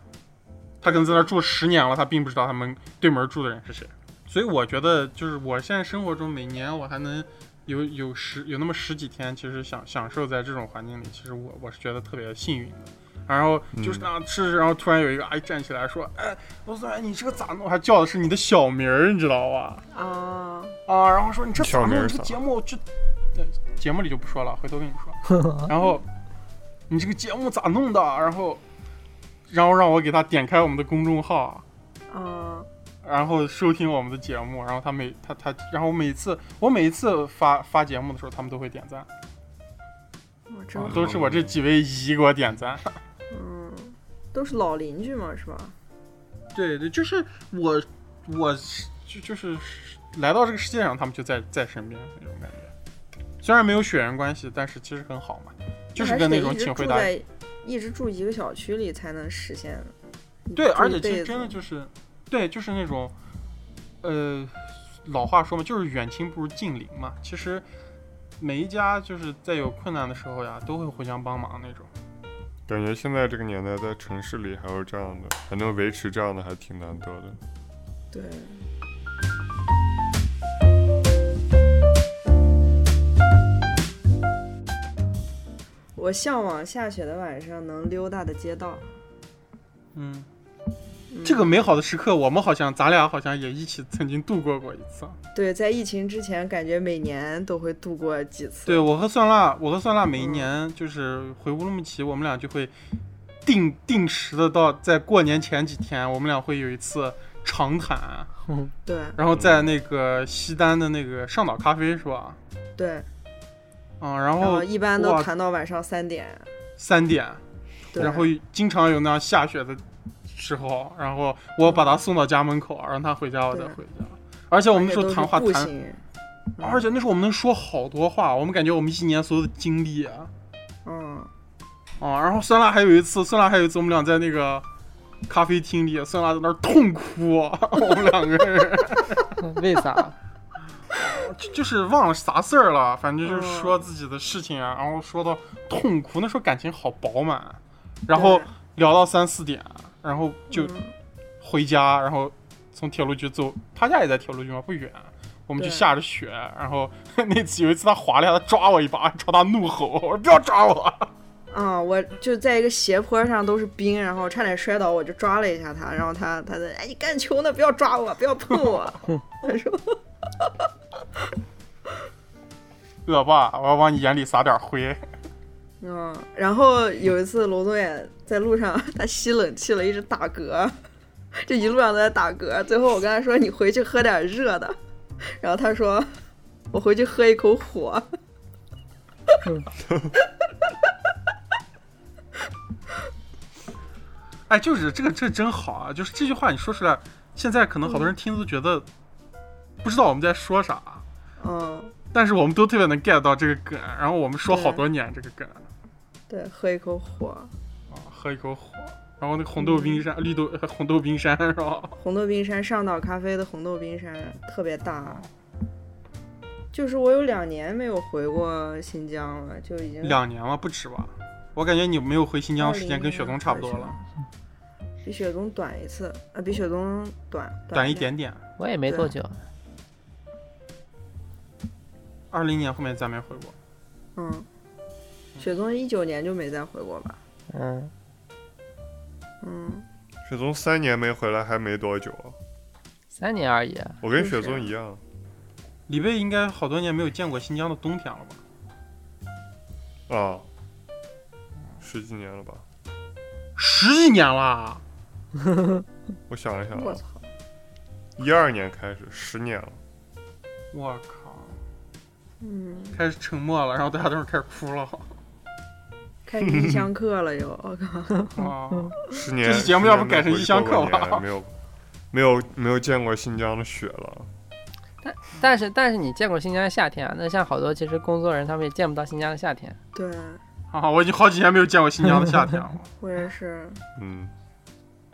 B: 他可能在那儿住十年了，他并不知道他们对门住的人是谁。所以我觉得，就是我现在生活中每年我还能有有十有那么十几天，其实享享受在这种环境里，其实我我是觉得特别幸运的。然后
D: 嗯
B: 就是那样吃，然后突然有一个阿姨站起来说：“哎，罗思源，你这个咋弄？”还叫的是你的小名儿，你知道吧？
E: 啊，
B: 啊，然后说你这咋
D: 小名
B: 弄？
D: 儿
B: 这个
D: 咋
B: 节目这对节目里就不说了，回头跟你说。 然后你这个节目咋弄的？然后然后让我给他点开我们的公众号，
E: 啊，
B: 然后收听我们的节目，然后他每他他，然后我每次我每一次发发节目的时候，他们都会点赞，
E: 我真好
B: 都是我这几位姨给我点赞。
E: 嗯，都是老邻居嘛，是吧？
B: 对对，就是我我就就是来到这个世界上，他们就在在身边那种感觉。虽然没有血缘关系，但是其实很好嘛，就是
E: 还
B: 跟那
E: 得
B: 种
E: 一直
B: 请回
E: 住
B: 答。
E: 在一直住一个小区里才能实现。
B: 对，
E: 住
B: 而
E: 一
B: 且其
E: 辈
B: 实
E: 子
B: 真的就是，对，就是那种，呃，老话说嘛，就是远亲不如近邻嘛。其实每一家就是在有困难的时候呀，都会互相帮忙那种。
D: 感觉现在这个年代，在城市里还有这样的，还能维持这样的，还挺难得的。
E: 对，我向往下雪的晚上能溜达的街道。
B: 嗯，
E: 嗯
B: 这个美好的时刻，我们好像咱俩好像也一起曾经度过过一次。啊
E: 对，在疫情之前，感觉每年都会度过几次。
B: 对我和蒜辣，我和蒜辣
E: 嗯
B: 每一年就是回乌鲁木齐，我们俩就会定定时的到在过年前几天，我们俩会有一次长谈。啊
E: 对
B: 然后在那个西单的那个上岛咖啡是吧？
E: 对，
B: 嗯，然
E: 然
B: 后
E: 后一般都
B: 哇
E: 谈到晚上三点。
B: 三点，
E: 对
B: 然后经常有那样下雪的时候，然后我把他送到家门口，让他回家，我再
E: 对
B: 回家。而且我
E: 而
B: 们
E: 且
B: 说
E: 都是
B: 谈话
E: 步
B: 谈，
E: 行，嗯
B: 而且那时候我们能说好多话，我们感觉我们一年所有的经历啊，
E: 嗯，
B: 啊，然后酸辣还有一次，酸辣还有一次，我们俩在那个咖啡厅里，酸辣在那儿痛哭，我们两个人
C: 为啥？
B: 就就是忘了啥事儿了，反正就是
E: 嗯
B: 说自己的事情啊，然后说到痛哭，那时候感情好饱满，然后聊到三四点，啊然后就
E: 嗯
B: 回家，然后从铁路局走，他家也在铁路局嘛，不远。我们就
E: 对
B: 下着雪，然后那次有一次他滑了一下，他抓我一把，朝他怒吼：“我说不要抓我
E: 啊、我就在一个斜坡上都是冰，然后差点摔倒，我就抓了一下他，然后他他在哎你干球呢，不要抓我，不要 碰我，我说！”
B: 恶霸，我要往你眼里撒点灰。
E: 嗯，然后有一次罗宗远在路上他吸冷气了，一直打嗝，这一路上都在打嗝，最后我跟他说你回去喝点热的，然后他说我回去喝一口火，
B: 哎，就是这个，这真好啊！就是这句话你说出来，现在可能好多人听都觉得不知道我们在说啥，啊
E: 嗯，
B: 但是我们都特别能 get 到这个梗，然后我们说好多年这个梗
E: 对，喝一口火，
B: 啊，喝一口火，然后那个红豆冰山、绿豆、呃红豆冰山是吧？
E: 红豆冰山上岛咖啡的红豆冰山特别大，就是我有两年没有回过新疆了，就已经
B: 两年了不止吧？我感觉你没有回新疆时间跟雪冬差不多了，，
E: 比雪冬短一次，呃，比雪冬短
B: 短一
E: 点。
B: 点点。
C: 我也没多 久，
B: 二零年后面再没回过，
E: 嗯，雪冬一九年就没再回过吧？
C: 嗯，
E: 嗯，
D: 雪宗三年没回来，还没多久。啊
C: 三年而已。
B: 啊
D: 我跟
E: 真
D: 雪
E: 是
D: 宗一样，
B: 李贝应该好多年没有见过新疆的冬天了吧？
D: 啊，十几年了吧？
B: 十几年了，
D: 我想一想
E: 我
D: 啊，
E: 操，
D: 一二年开始，十年了。
B: 我靠！
E: 嗯，
B: 开始沉默了，然后大家都开始哭了。
E: 开始异乡客了又，我靠，
B: 啊，
D: 十年，
B: 这期节目
D: 十
B: 要
D: 年
B: 不改
D: 没
B: 成
D: 回
B: 异
D: 去
B: 乡
D: 过
B: 客
D: 过
B: 吧
D: 年没有，没有，没有见过新疆的雪了。
C: 但是但是你见过新疆的夏天啊？那像好多其实工作人他们也见不到新疆的夏天。
E: 对
B: 啊，我已经好几年没有见过新疆的夏天了。
E: 我也是
D: 嗯，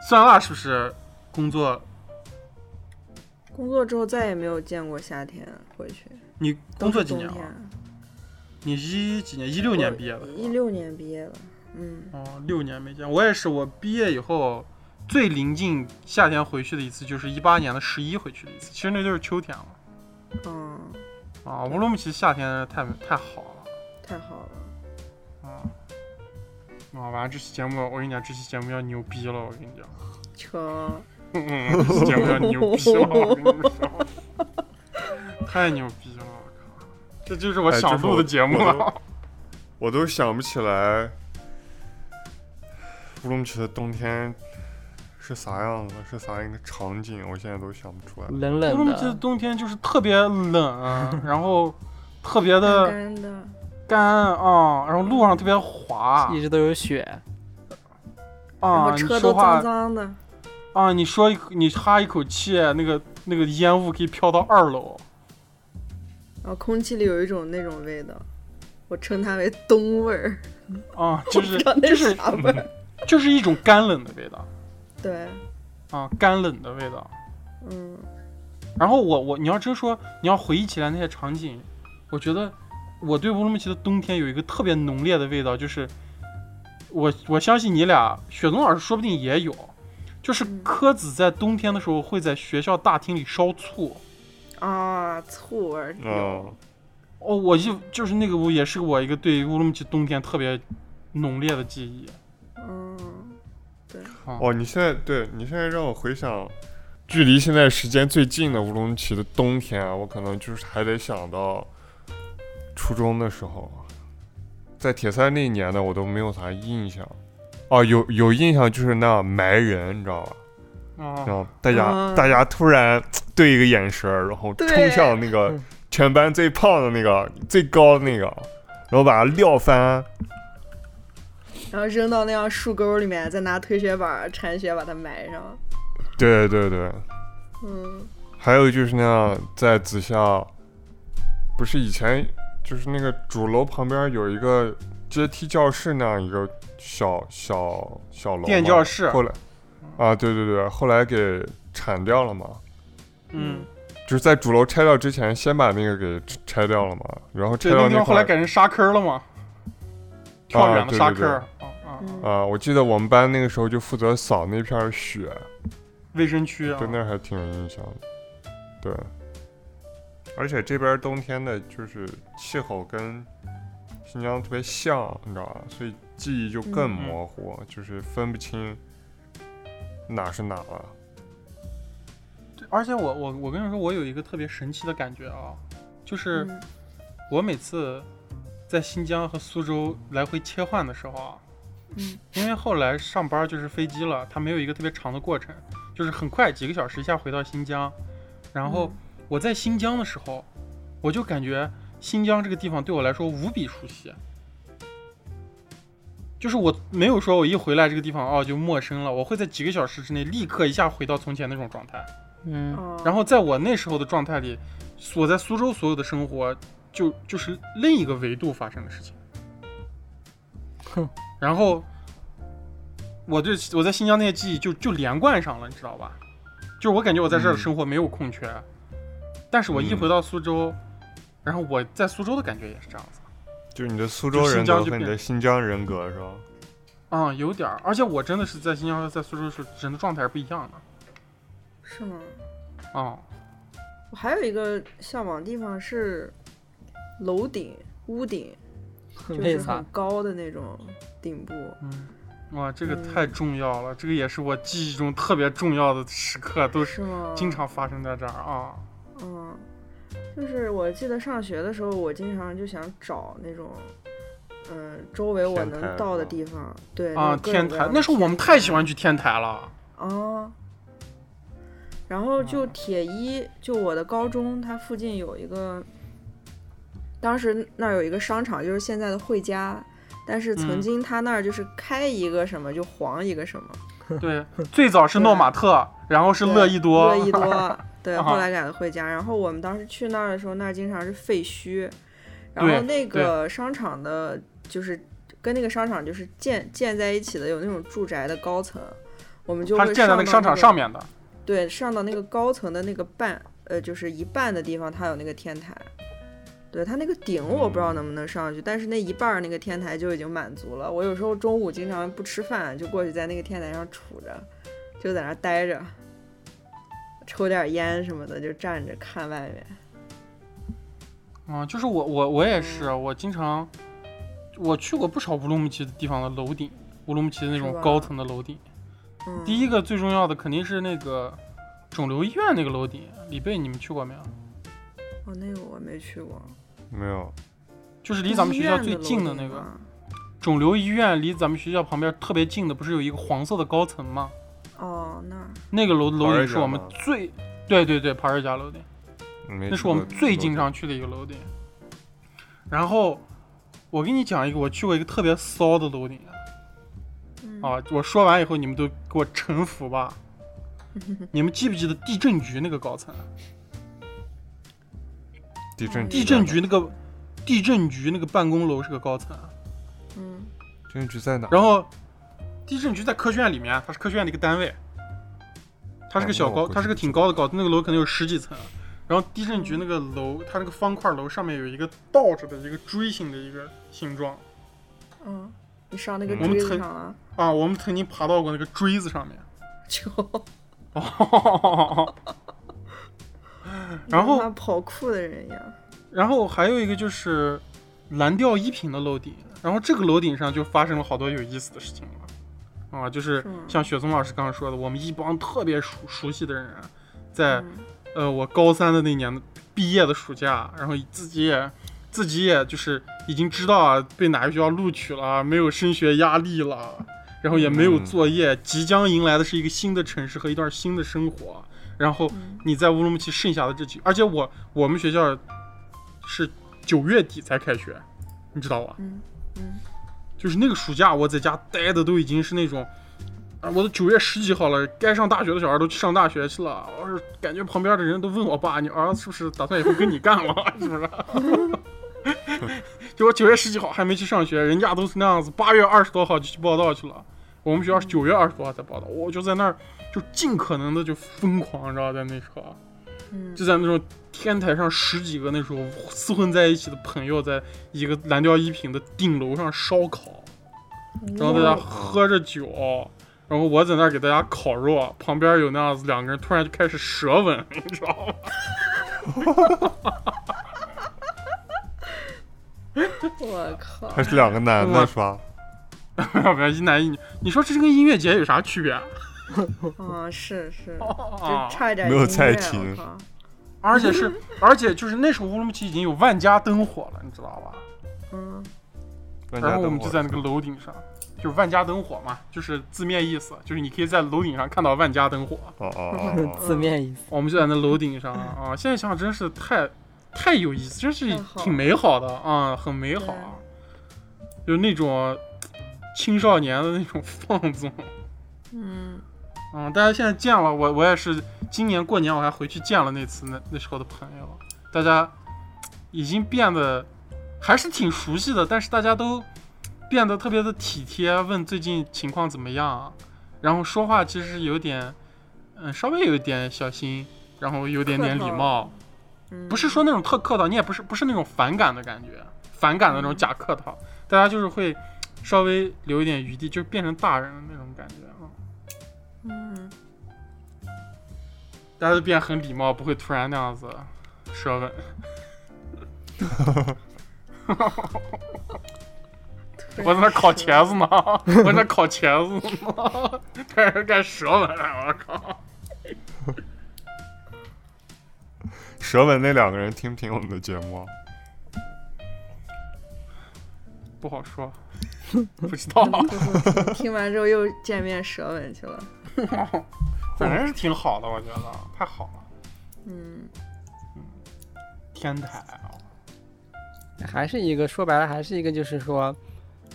B: 酸辣是不是工作？
E: 工作之后再也没有见过夏天回去，
B: 你
E: 都
B: 工作
E: 是
B: 几
E: 冬
B: 年
E: 天
B: 了？。你一几年？一六年毕业的。
E: 一六年毕业的，嗯，
B: 哦，六年没见。我也是，我毕业以后最临近夏天回去的一次，就是一八年的十一回去的一次。其实那就是秋天了。
E: 嗯，
B: 啊，乌鲁木齐夏天太太好
E: 太好了，
B: 了。啊啊，完了这期节目，我跟你讲，这期节目要牛逼了，我跟你讲。
E: 求
B: 嗯，这节目要牛逼了，我跟你说，太牛逼了，我靠！这就是我想录的节目
D: 哎这是
B: 了。
D: 我都想不起来乌鲁木齐的冬天是啥样子，是啥一个场景，我现在都想不出来。
C: 冷
B: 乌鲁
C: 冷
B: 木齐的
C: 的，
B: 冬天就是特别冷，啊然后特别
E: 干
B: 的
E: 干的，
B: 干啊，然后路上特别滑
E: 啊
C: 一直都有雪。
E: 然
B: 啊，
E: 后
B: 你
E: 车
B: 说
E: 都脏
B: 话
E: 脏的，
B: 啊，你说一口你哈一口气，那个那个烟雾可以飘到二楼。
E: 然后空气里有一种那种味道，我称它为冬味儿，
B: 啊，就
E: 我不
B: 是
E: 知道那
B: 就是嗯是
E: 啥味儿。
B: 就是一种干冷的味道
E: 对，
B: 啊，干冷的味道。
E: 嗯，
B: 然后我我你要真说你要回忆起来那些场景，我觉得我对乌鲁木齐的冬天有一个特别浓烈的味道，就是我我相信你俩雪冬老师说不定也有，就是
E: 嗯
B: 柯子在冬天的时候会在学校大厅里烧醋。
E: 啊，醋味儿有，
D: 嗯，
B: 哦，我就就是那个屋也是我一个对乌鲁木齐冬天特别浓烈的记忆。
E: 嗯，
D: 哦，你现在对你现在让我回想，距离现在时间最近的乌鲁木齐的冬天啊，我可能就是还得想到初中的时候，啊在铁三那一年的我都没有啥印象。哦，有有印象就是那样埋人，你知道吧？
B: 啊
D: 然后大家、
E: 嗯
D: 大家突然对一个眼神儿，然后冲
E: 对
D: 向那个
C: 嗯
D: 全班最胖的那个、最高的那个，然后把他撂翻。
E: 然后扔到那样树沟里面，再拿推雪板铲雪把它埋上。
D: 对对对，
E: 嗯，
D: 还有就是那样在子夏，不是以前就是那个主楼旁边有一个阶梯教室那样一个小小小楼
B: 电
D: 嘛
B: 教室
D: 后来啊，对对对，后来给铲掉了嘛，
B: 嗯，
D: 就是在主楼拆掉之前，先把那个给拆拆掉了嘛，然后
B: 对，
D: 拆
B: 那
D: 掉
B: 个地
D: 那
B: 方后
D: 块
B: 来
D: 儿
B: 改成沙坑了嘛，跳远的沙坑，啊啊，
D: 啊，我记得我们班那个时候就负责扫那片儿雪，
B: 卫生区啊
D: 对，，那还挺有印象的。对，而且这边儿冬天的就是气候跟新疆特别像，你知道吧？所以记忆就更
E: 嗯
B: 嗯
D: 模糊，就是分不清哪是哪了。
B: 对而且我我我跟你说，我有一个特别神奇的感觉啊，就是
E: 嗯
B: 我每次在新疆和苏州来回切换的时候啊，
E: 嗯，
B: 因为后来上班就是飞机了，它没有一个特别长的过程，就是很快几个小时一下回到新疆。然后我在新疆的时候，我就感觉新疆这个地方对我来说无比熟悉。就是我没有说我一回来这个地方哦就陌生了，我会在几个小时之内立刻一下回到从前那种状态。
C: 嗯，
E: 哦
B: 然后在我那时候的状态里，我在苏州所有的生活就就是另一个维度发生的事情。
C: 哼，
B: 然后我对我在新疆那些记忆就就连贯上了，你知道吧？就是我感觉我在这儿的
D: 嗯
B: 生活没有空缺，但是我一
D: 嗯
B: 回到苏州，然后我在苏州的感觉也是这样子。
D: 就是你的苏
B: 就
D: 州
B: 新
D: 人
B: 疆
D: 格
B: 就
D: 和你
B: 变
D: 的新疆人格是吧？
B: 啊、有点儿，而且我真的是在新疆和在苏州是人的状态是不一样的
E: 是吗？
B: 啊、
E: 我还有一个向往地方是楼顶、屋顶，就
C: 为
E: 是
C: 啥
E: 很？高的那种顶部。
B: 嗯，哇，这个
E: 嗯
B: 太重要了，这个也是我记忆中特别重要的时刻，都是
E: 是吗？
B: 经常发生在这儿啊。
E: 嗯，就是我记得上学的时候，我经常就想找那种，嗯，周围我
D: 天台嗯
E: 能到的
D: 是吧
E: 地方，嗯对
B: 啊，天台，那时候我们太喜欢去天台 了。
E: 啊。哦然后就
B: 啊
D: 嗯
E: 铁一，就我的高中，它附近有一个，当时那儿有一个商场，就是现在的汇佳，但是曾
B: 嗯
E: 经它那儿就是开一个什么就黄一个什么，
B: 对，最早是诺马特，然后是
E: 对
B: 乐意多，
E: 乐 意多，对，
B: 啊
E: 后来改了惠家。然后我们当时去那儿的时候，那儿经常是废墟，然后
B: 对
E: 那个商场的，就是跟那个商场就是建建在一起的，有那种住宅的高层，我们就
B: 它
E: 会
B: 是建在那
E: 上到
B: 个商场上，面的。
E: 对，上到那个高层的那个半，呃，就是一半的地方，它有那个天台。对它那个顶我不知
B: 嗯
E: 道能不能上去，但是那一半儿那个天台就已经满足了。我有时候中午经常不吃饭，就过去在那个天台上杵着，就在那儿待着，抽点烟什么的，就站着看外面。
B: 啊，就是我我我也是，我经常我去过不少乌鲁木齐的地方的楼顶，乌鲁木齐的那
E: 是
B: 种
E: 吧
B: 高层的楼顶。
E: 嗯，
B: 第一个最重要的肯定是那个肿瘤医院那个楼顶，李贝你们去过没有？
E: 哦，那个我没去过，
D: 没有，
B: 就是离咱们学校最近的
E: 医
B: 那
E: 院楼
B: 个
E: 顶吗
B: 肿瘤医院，离咱们学校旁边特别近的，不是有一个黄色的高层吗？
E: 哦，那儿
B: 那个楼楼
D: 跑
B: 顶
D: 人
B: 是
D: 家
B: 我们
D: 吗
B: 最对对对，跑人家楼顶。
D: 没
B: 那
D: 去
B: 是我们
D: 过
B: 最
D: 楼
B: 经
D: 顶
B: 常去的一个楼顶。然后我给你讲一个，我去过一个特别骚的楼顶啊
E: 嗯
B: 啊！我说完以后，你们都给我臣服吧。你们记不记得地震局那个高层？
D: 地震
B: 地震局那个地震局那个办公楼是个高层，
E: 嗯
D: 地震局在哪？
B: 然后地震局在科学院里面，啊它是科学院的一个单位，它是个小
D: 哦那我
B: 高，
D: 估计
B: 它是个挺高的高，那个楼可能有十几层。啊然后地震局那个楼，它那个方块楼上面有一个倒着的一个锥形的一个形状。
E: 嗯，你上那个
D: 嗯
E: 锥
B: 我们
E: 子
B: 曾
E: 上了，
B: 啊，我们曾经爬到过那个锥子上面。
E: 就
B: 哦，然后
E: 像跑酷的人一样。
B: 然后还有一个就是蓝调一品的楼顶，然后这个楼顶上就发生了好多有意思的事情了。啊，就是
E: 是吗
B: 像雪松老师刚刚说的，我们一帮特别熟熟悉的人，啊在、
E: 嗯
B: 呃我高三的那年毕业的暑假，然后自己也自己也就是已经知道啊被哪个学校录取了，没有升学压力了，然后也没有
D: 嗯
B: 作业，即将迎来的是一个新的城市和一段新的生活。然后
E: 嗯
B: 你在乌鲁木齐剩下的这几，而且我我们学校是九月底才开学，你知道吧？
E: 嗯嗯
B: 就是那个暑假我在家待的都已经是那种，啊，我都九月十几号了，该上大学的小孩都去上大学去了，我是感觉旁边的人都问我爸，你儿子是不是打算以后跟你干了， 是不是？ 就我九月十几号还没去上学，人家都是那样子，八月二十多号就去报道去了，我们学校是九月二十多号才报道，我就在那儿就尽可能的就疯狂，你知道，在那时候。
E: 嗯
B: 就在那种天台上十几个那种厮混在一起的朋友，在一个蓝调一品的顶楼上烧烤，然后大
D: 嗯
B: 家喝着酒，然后我在那儿给大家烤肉，旁边有那样子两个人突然就开始舌吻， 你知道吗？
E: 我靠，
D: 还是两个男的是吧？
B: 要不然一男一女，你说这跟音乐节有啥区 别？
E: 啊是是，
B: 啊
E: 就，差一点
D: 没有
E: 音乐
D: 蔡
E: 我
D: 琴
E: 靠
B: 而且是， 而且就是那时候乌鲁木齐已经有万家灯火了，你知道吧？
E: 嗯
D: 万家
B: 然后我
D: 灯
B: 们
D: 火
B: 就在那个楼顶上，就是万家灯火嘛，就是字面意思，就是你可以在楼顶上看到万家灯火。
D: 哦哦
E: 嗯
D: 哦哦，
C: 字面意思。
B: 我们就在那楼顶上啊，现在想想真是太太有意思，真是
E: 太好了
B: 挺美好的啊，很美好啊，就是那种青少年的那种放纵。
E: 嗯，
B: 嗯，大家现在见了我，我也是今年过年我还回去见了那次那那时候的朋友，大家已经变得还是挺熟悉的，但是大家都变得特别的体贴，问最近情况怎么样，啊然后说话其实有点，嗯，稍微有一点小心，然后有点点礼貌，
E: 嗯
B: 不是说那种特客套，你也不是不是那种反感的感觉，反感的那种假客套，大家就是会稍微留一点余地，就变成大人的那种感觉啊。嗯
E: 嗯
B: 大家都变很礼貌，不会突然那样子舌吻。
E: 啊
B: 我在那烤茄子呢， 我在那烤茄子呢， 开始干舌吻了，我靠！
D: 舌吻那两个人听不听我们的节目啊？
B: 不好说，不知道，
E: 听完之后又见面舌吻去了，
B: 反正是挺好的，我觉得太好了，
E: 嗯
B: 天台啊，
C: 还是一个说白了，还是一个就是说，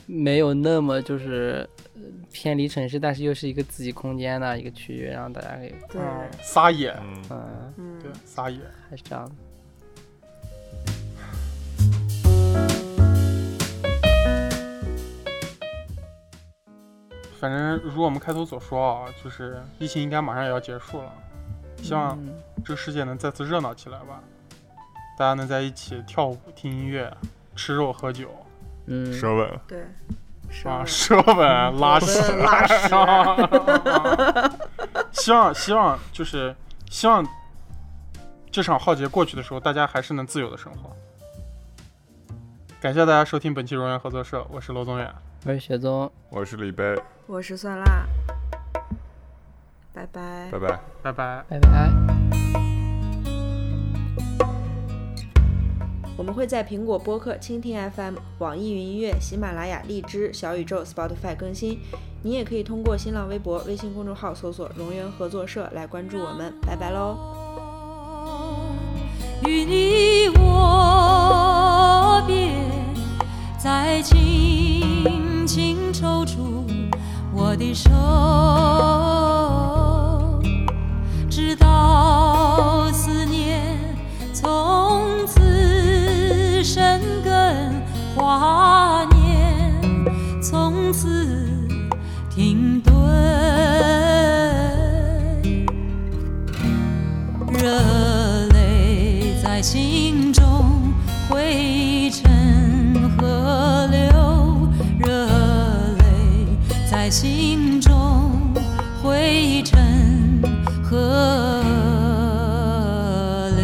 C: 没有那么就是呃偏离城市，但是又是一个自己空间的一个区域，让大家给
E: 对，
B: 嗯撒野，
D: 嗯，
C: 嗯，
E: 嗯
B: 对，撒野。
C: 还是这样的。
B: 反正如我们开头所说啊，就是疫情应该马上也要结束了，希望
C: 嗯
B: 这个世界能再次热闹起来吧，大家能在一起跳舞、听音乐、吃肉、喝酒
C: 嗯，
D: 舌吻，
E: 对，舌
B: 啊，
E: 吻
B: 舌吻、拉屎、啊
E: 舌吻嗯拉 屎
B: 希望希望就是希望这场浩劫过去的时候，大家还是能自由的生活。感谢大家收听本期荣源合作社，我是罗宗远，
C: 我是雪宗，
D: 我是李贝，
E: 我是酸辣，拜拜
D: 拜。拜。
B: 拜拜。
C: 拜拜。
F: 我们会在苹果播客、蜻蜓 FM、网易云音乐、喜马拉雅、荔枝、小宇宙、Spotify 更新。你也可以通过新浪微博、微信公众号搜索“荣源合作社”来关注我们。拜拜喽！
A: 与你我别在轻轻抽出我的手，直到思念从此生根，华年从此停顿。热泪在心中汇成河流，热泪在心中汇成河流。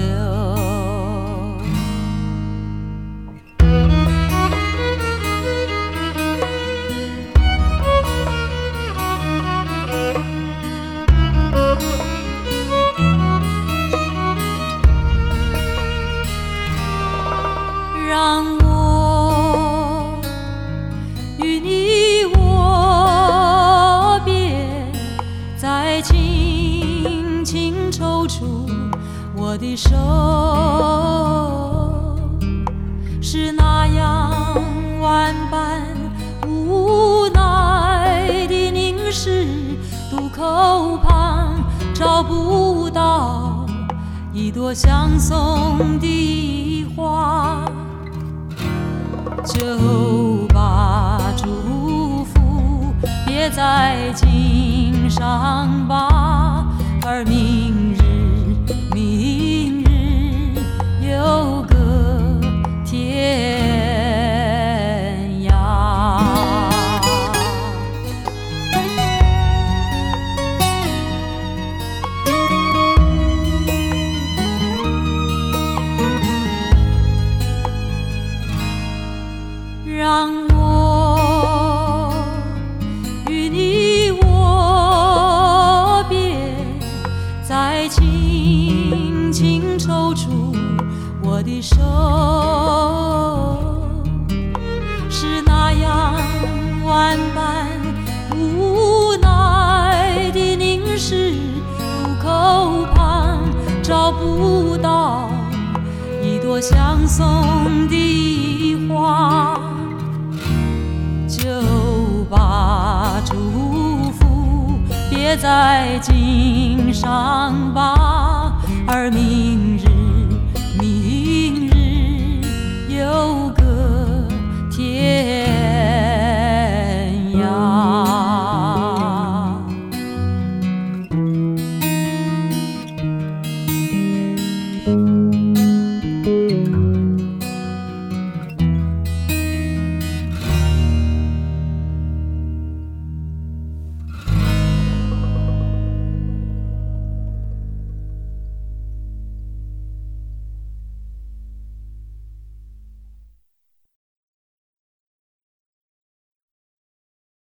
A: 让我与你我别再轻轻抽出我的手，是那样万般无不到一朵相送的花，就把祝福别在襟上吧，而明日，明日又隔天涯。让我与你握别，再轻轻抽出我的手，是那样万般无奈的凝视，路口旁找不到一朵相送的花，就把祝福别在襟上吧，而明日，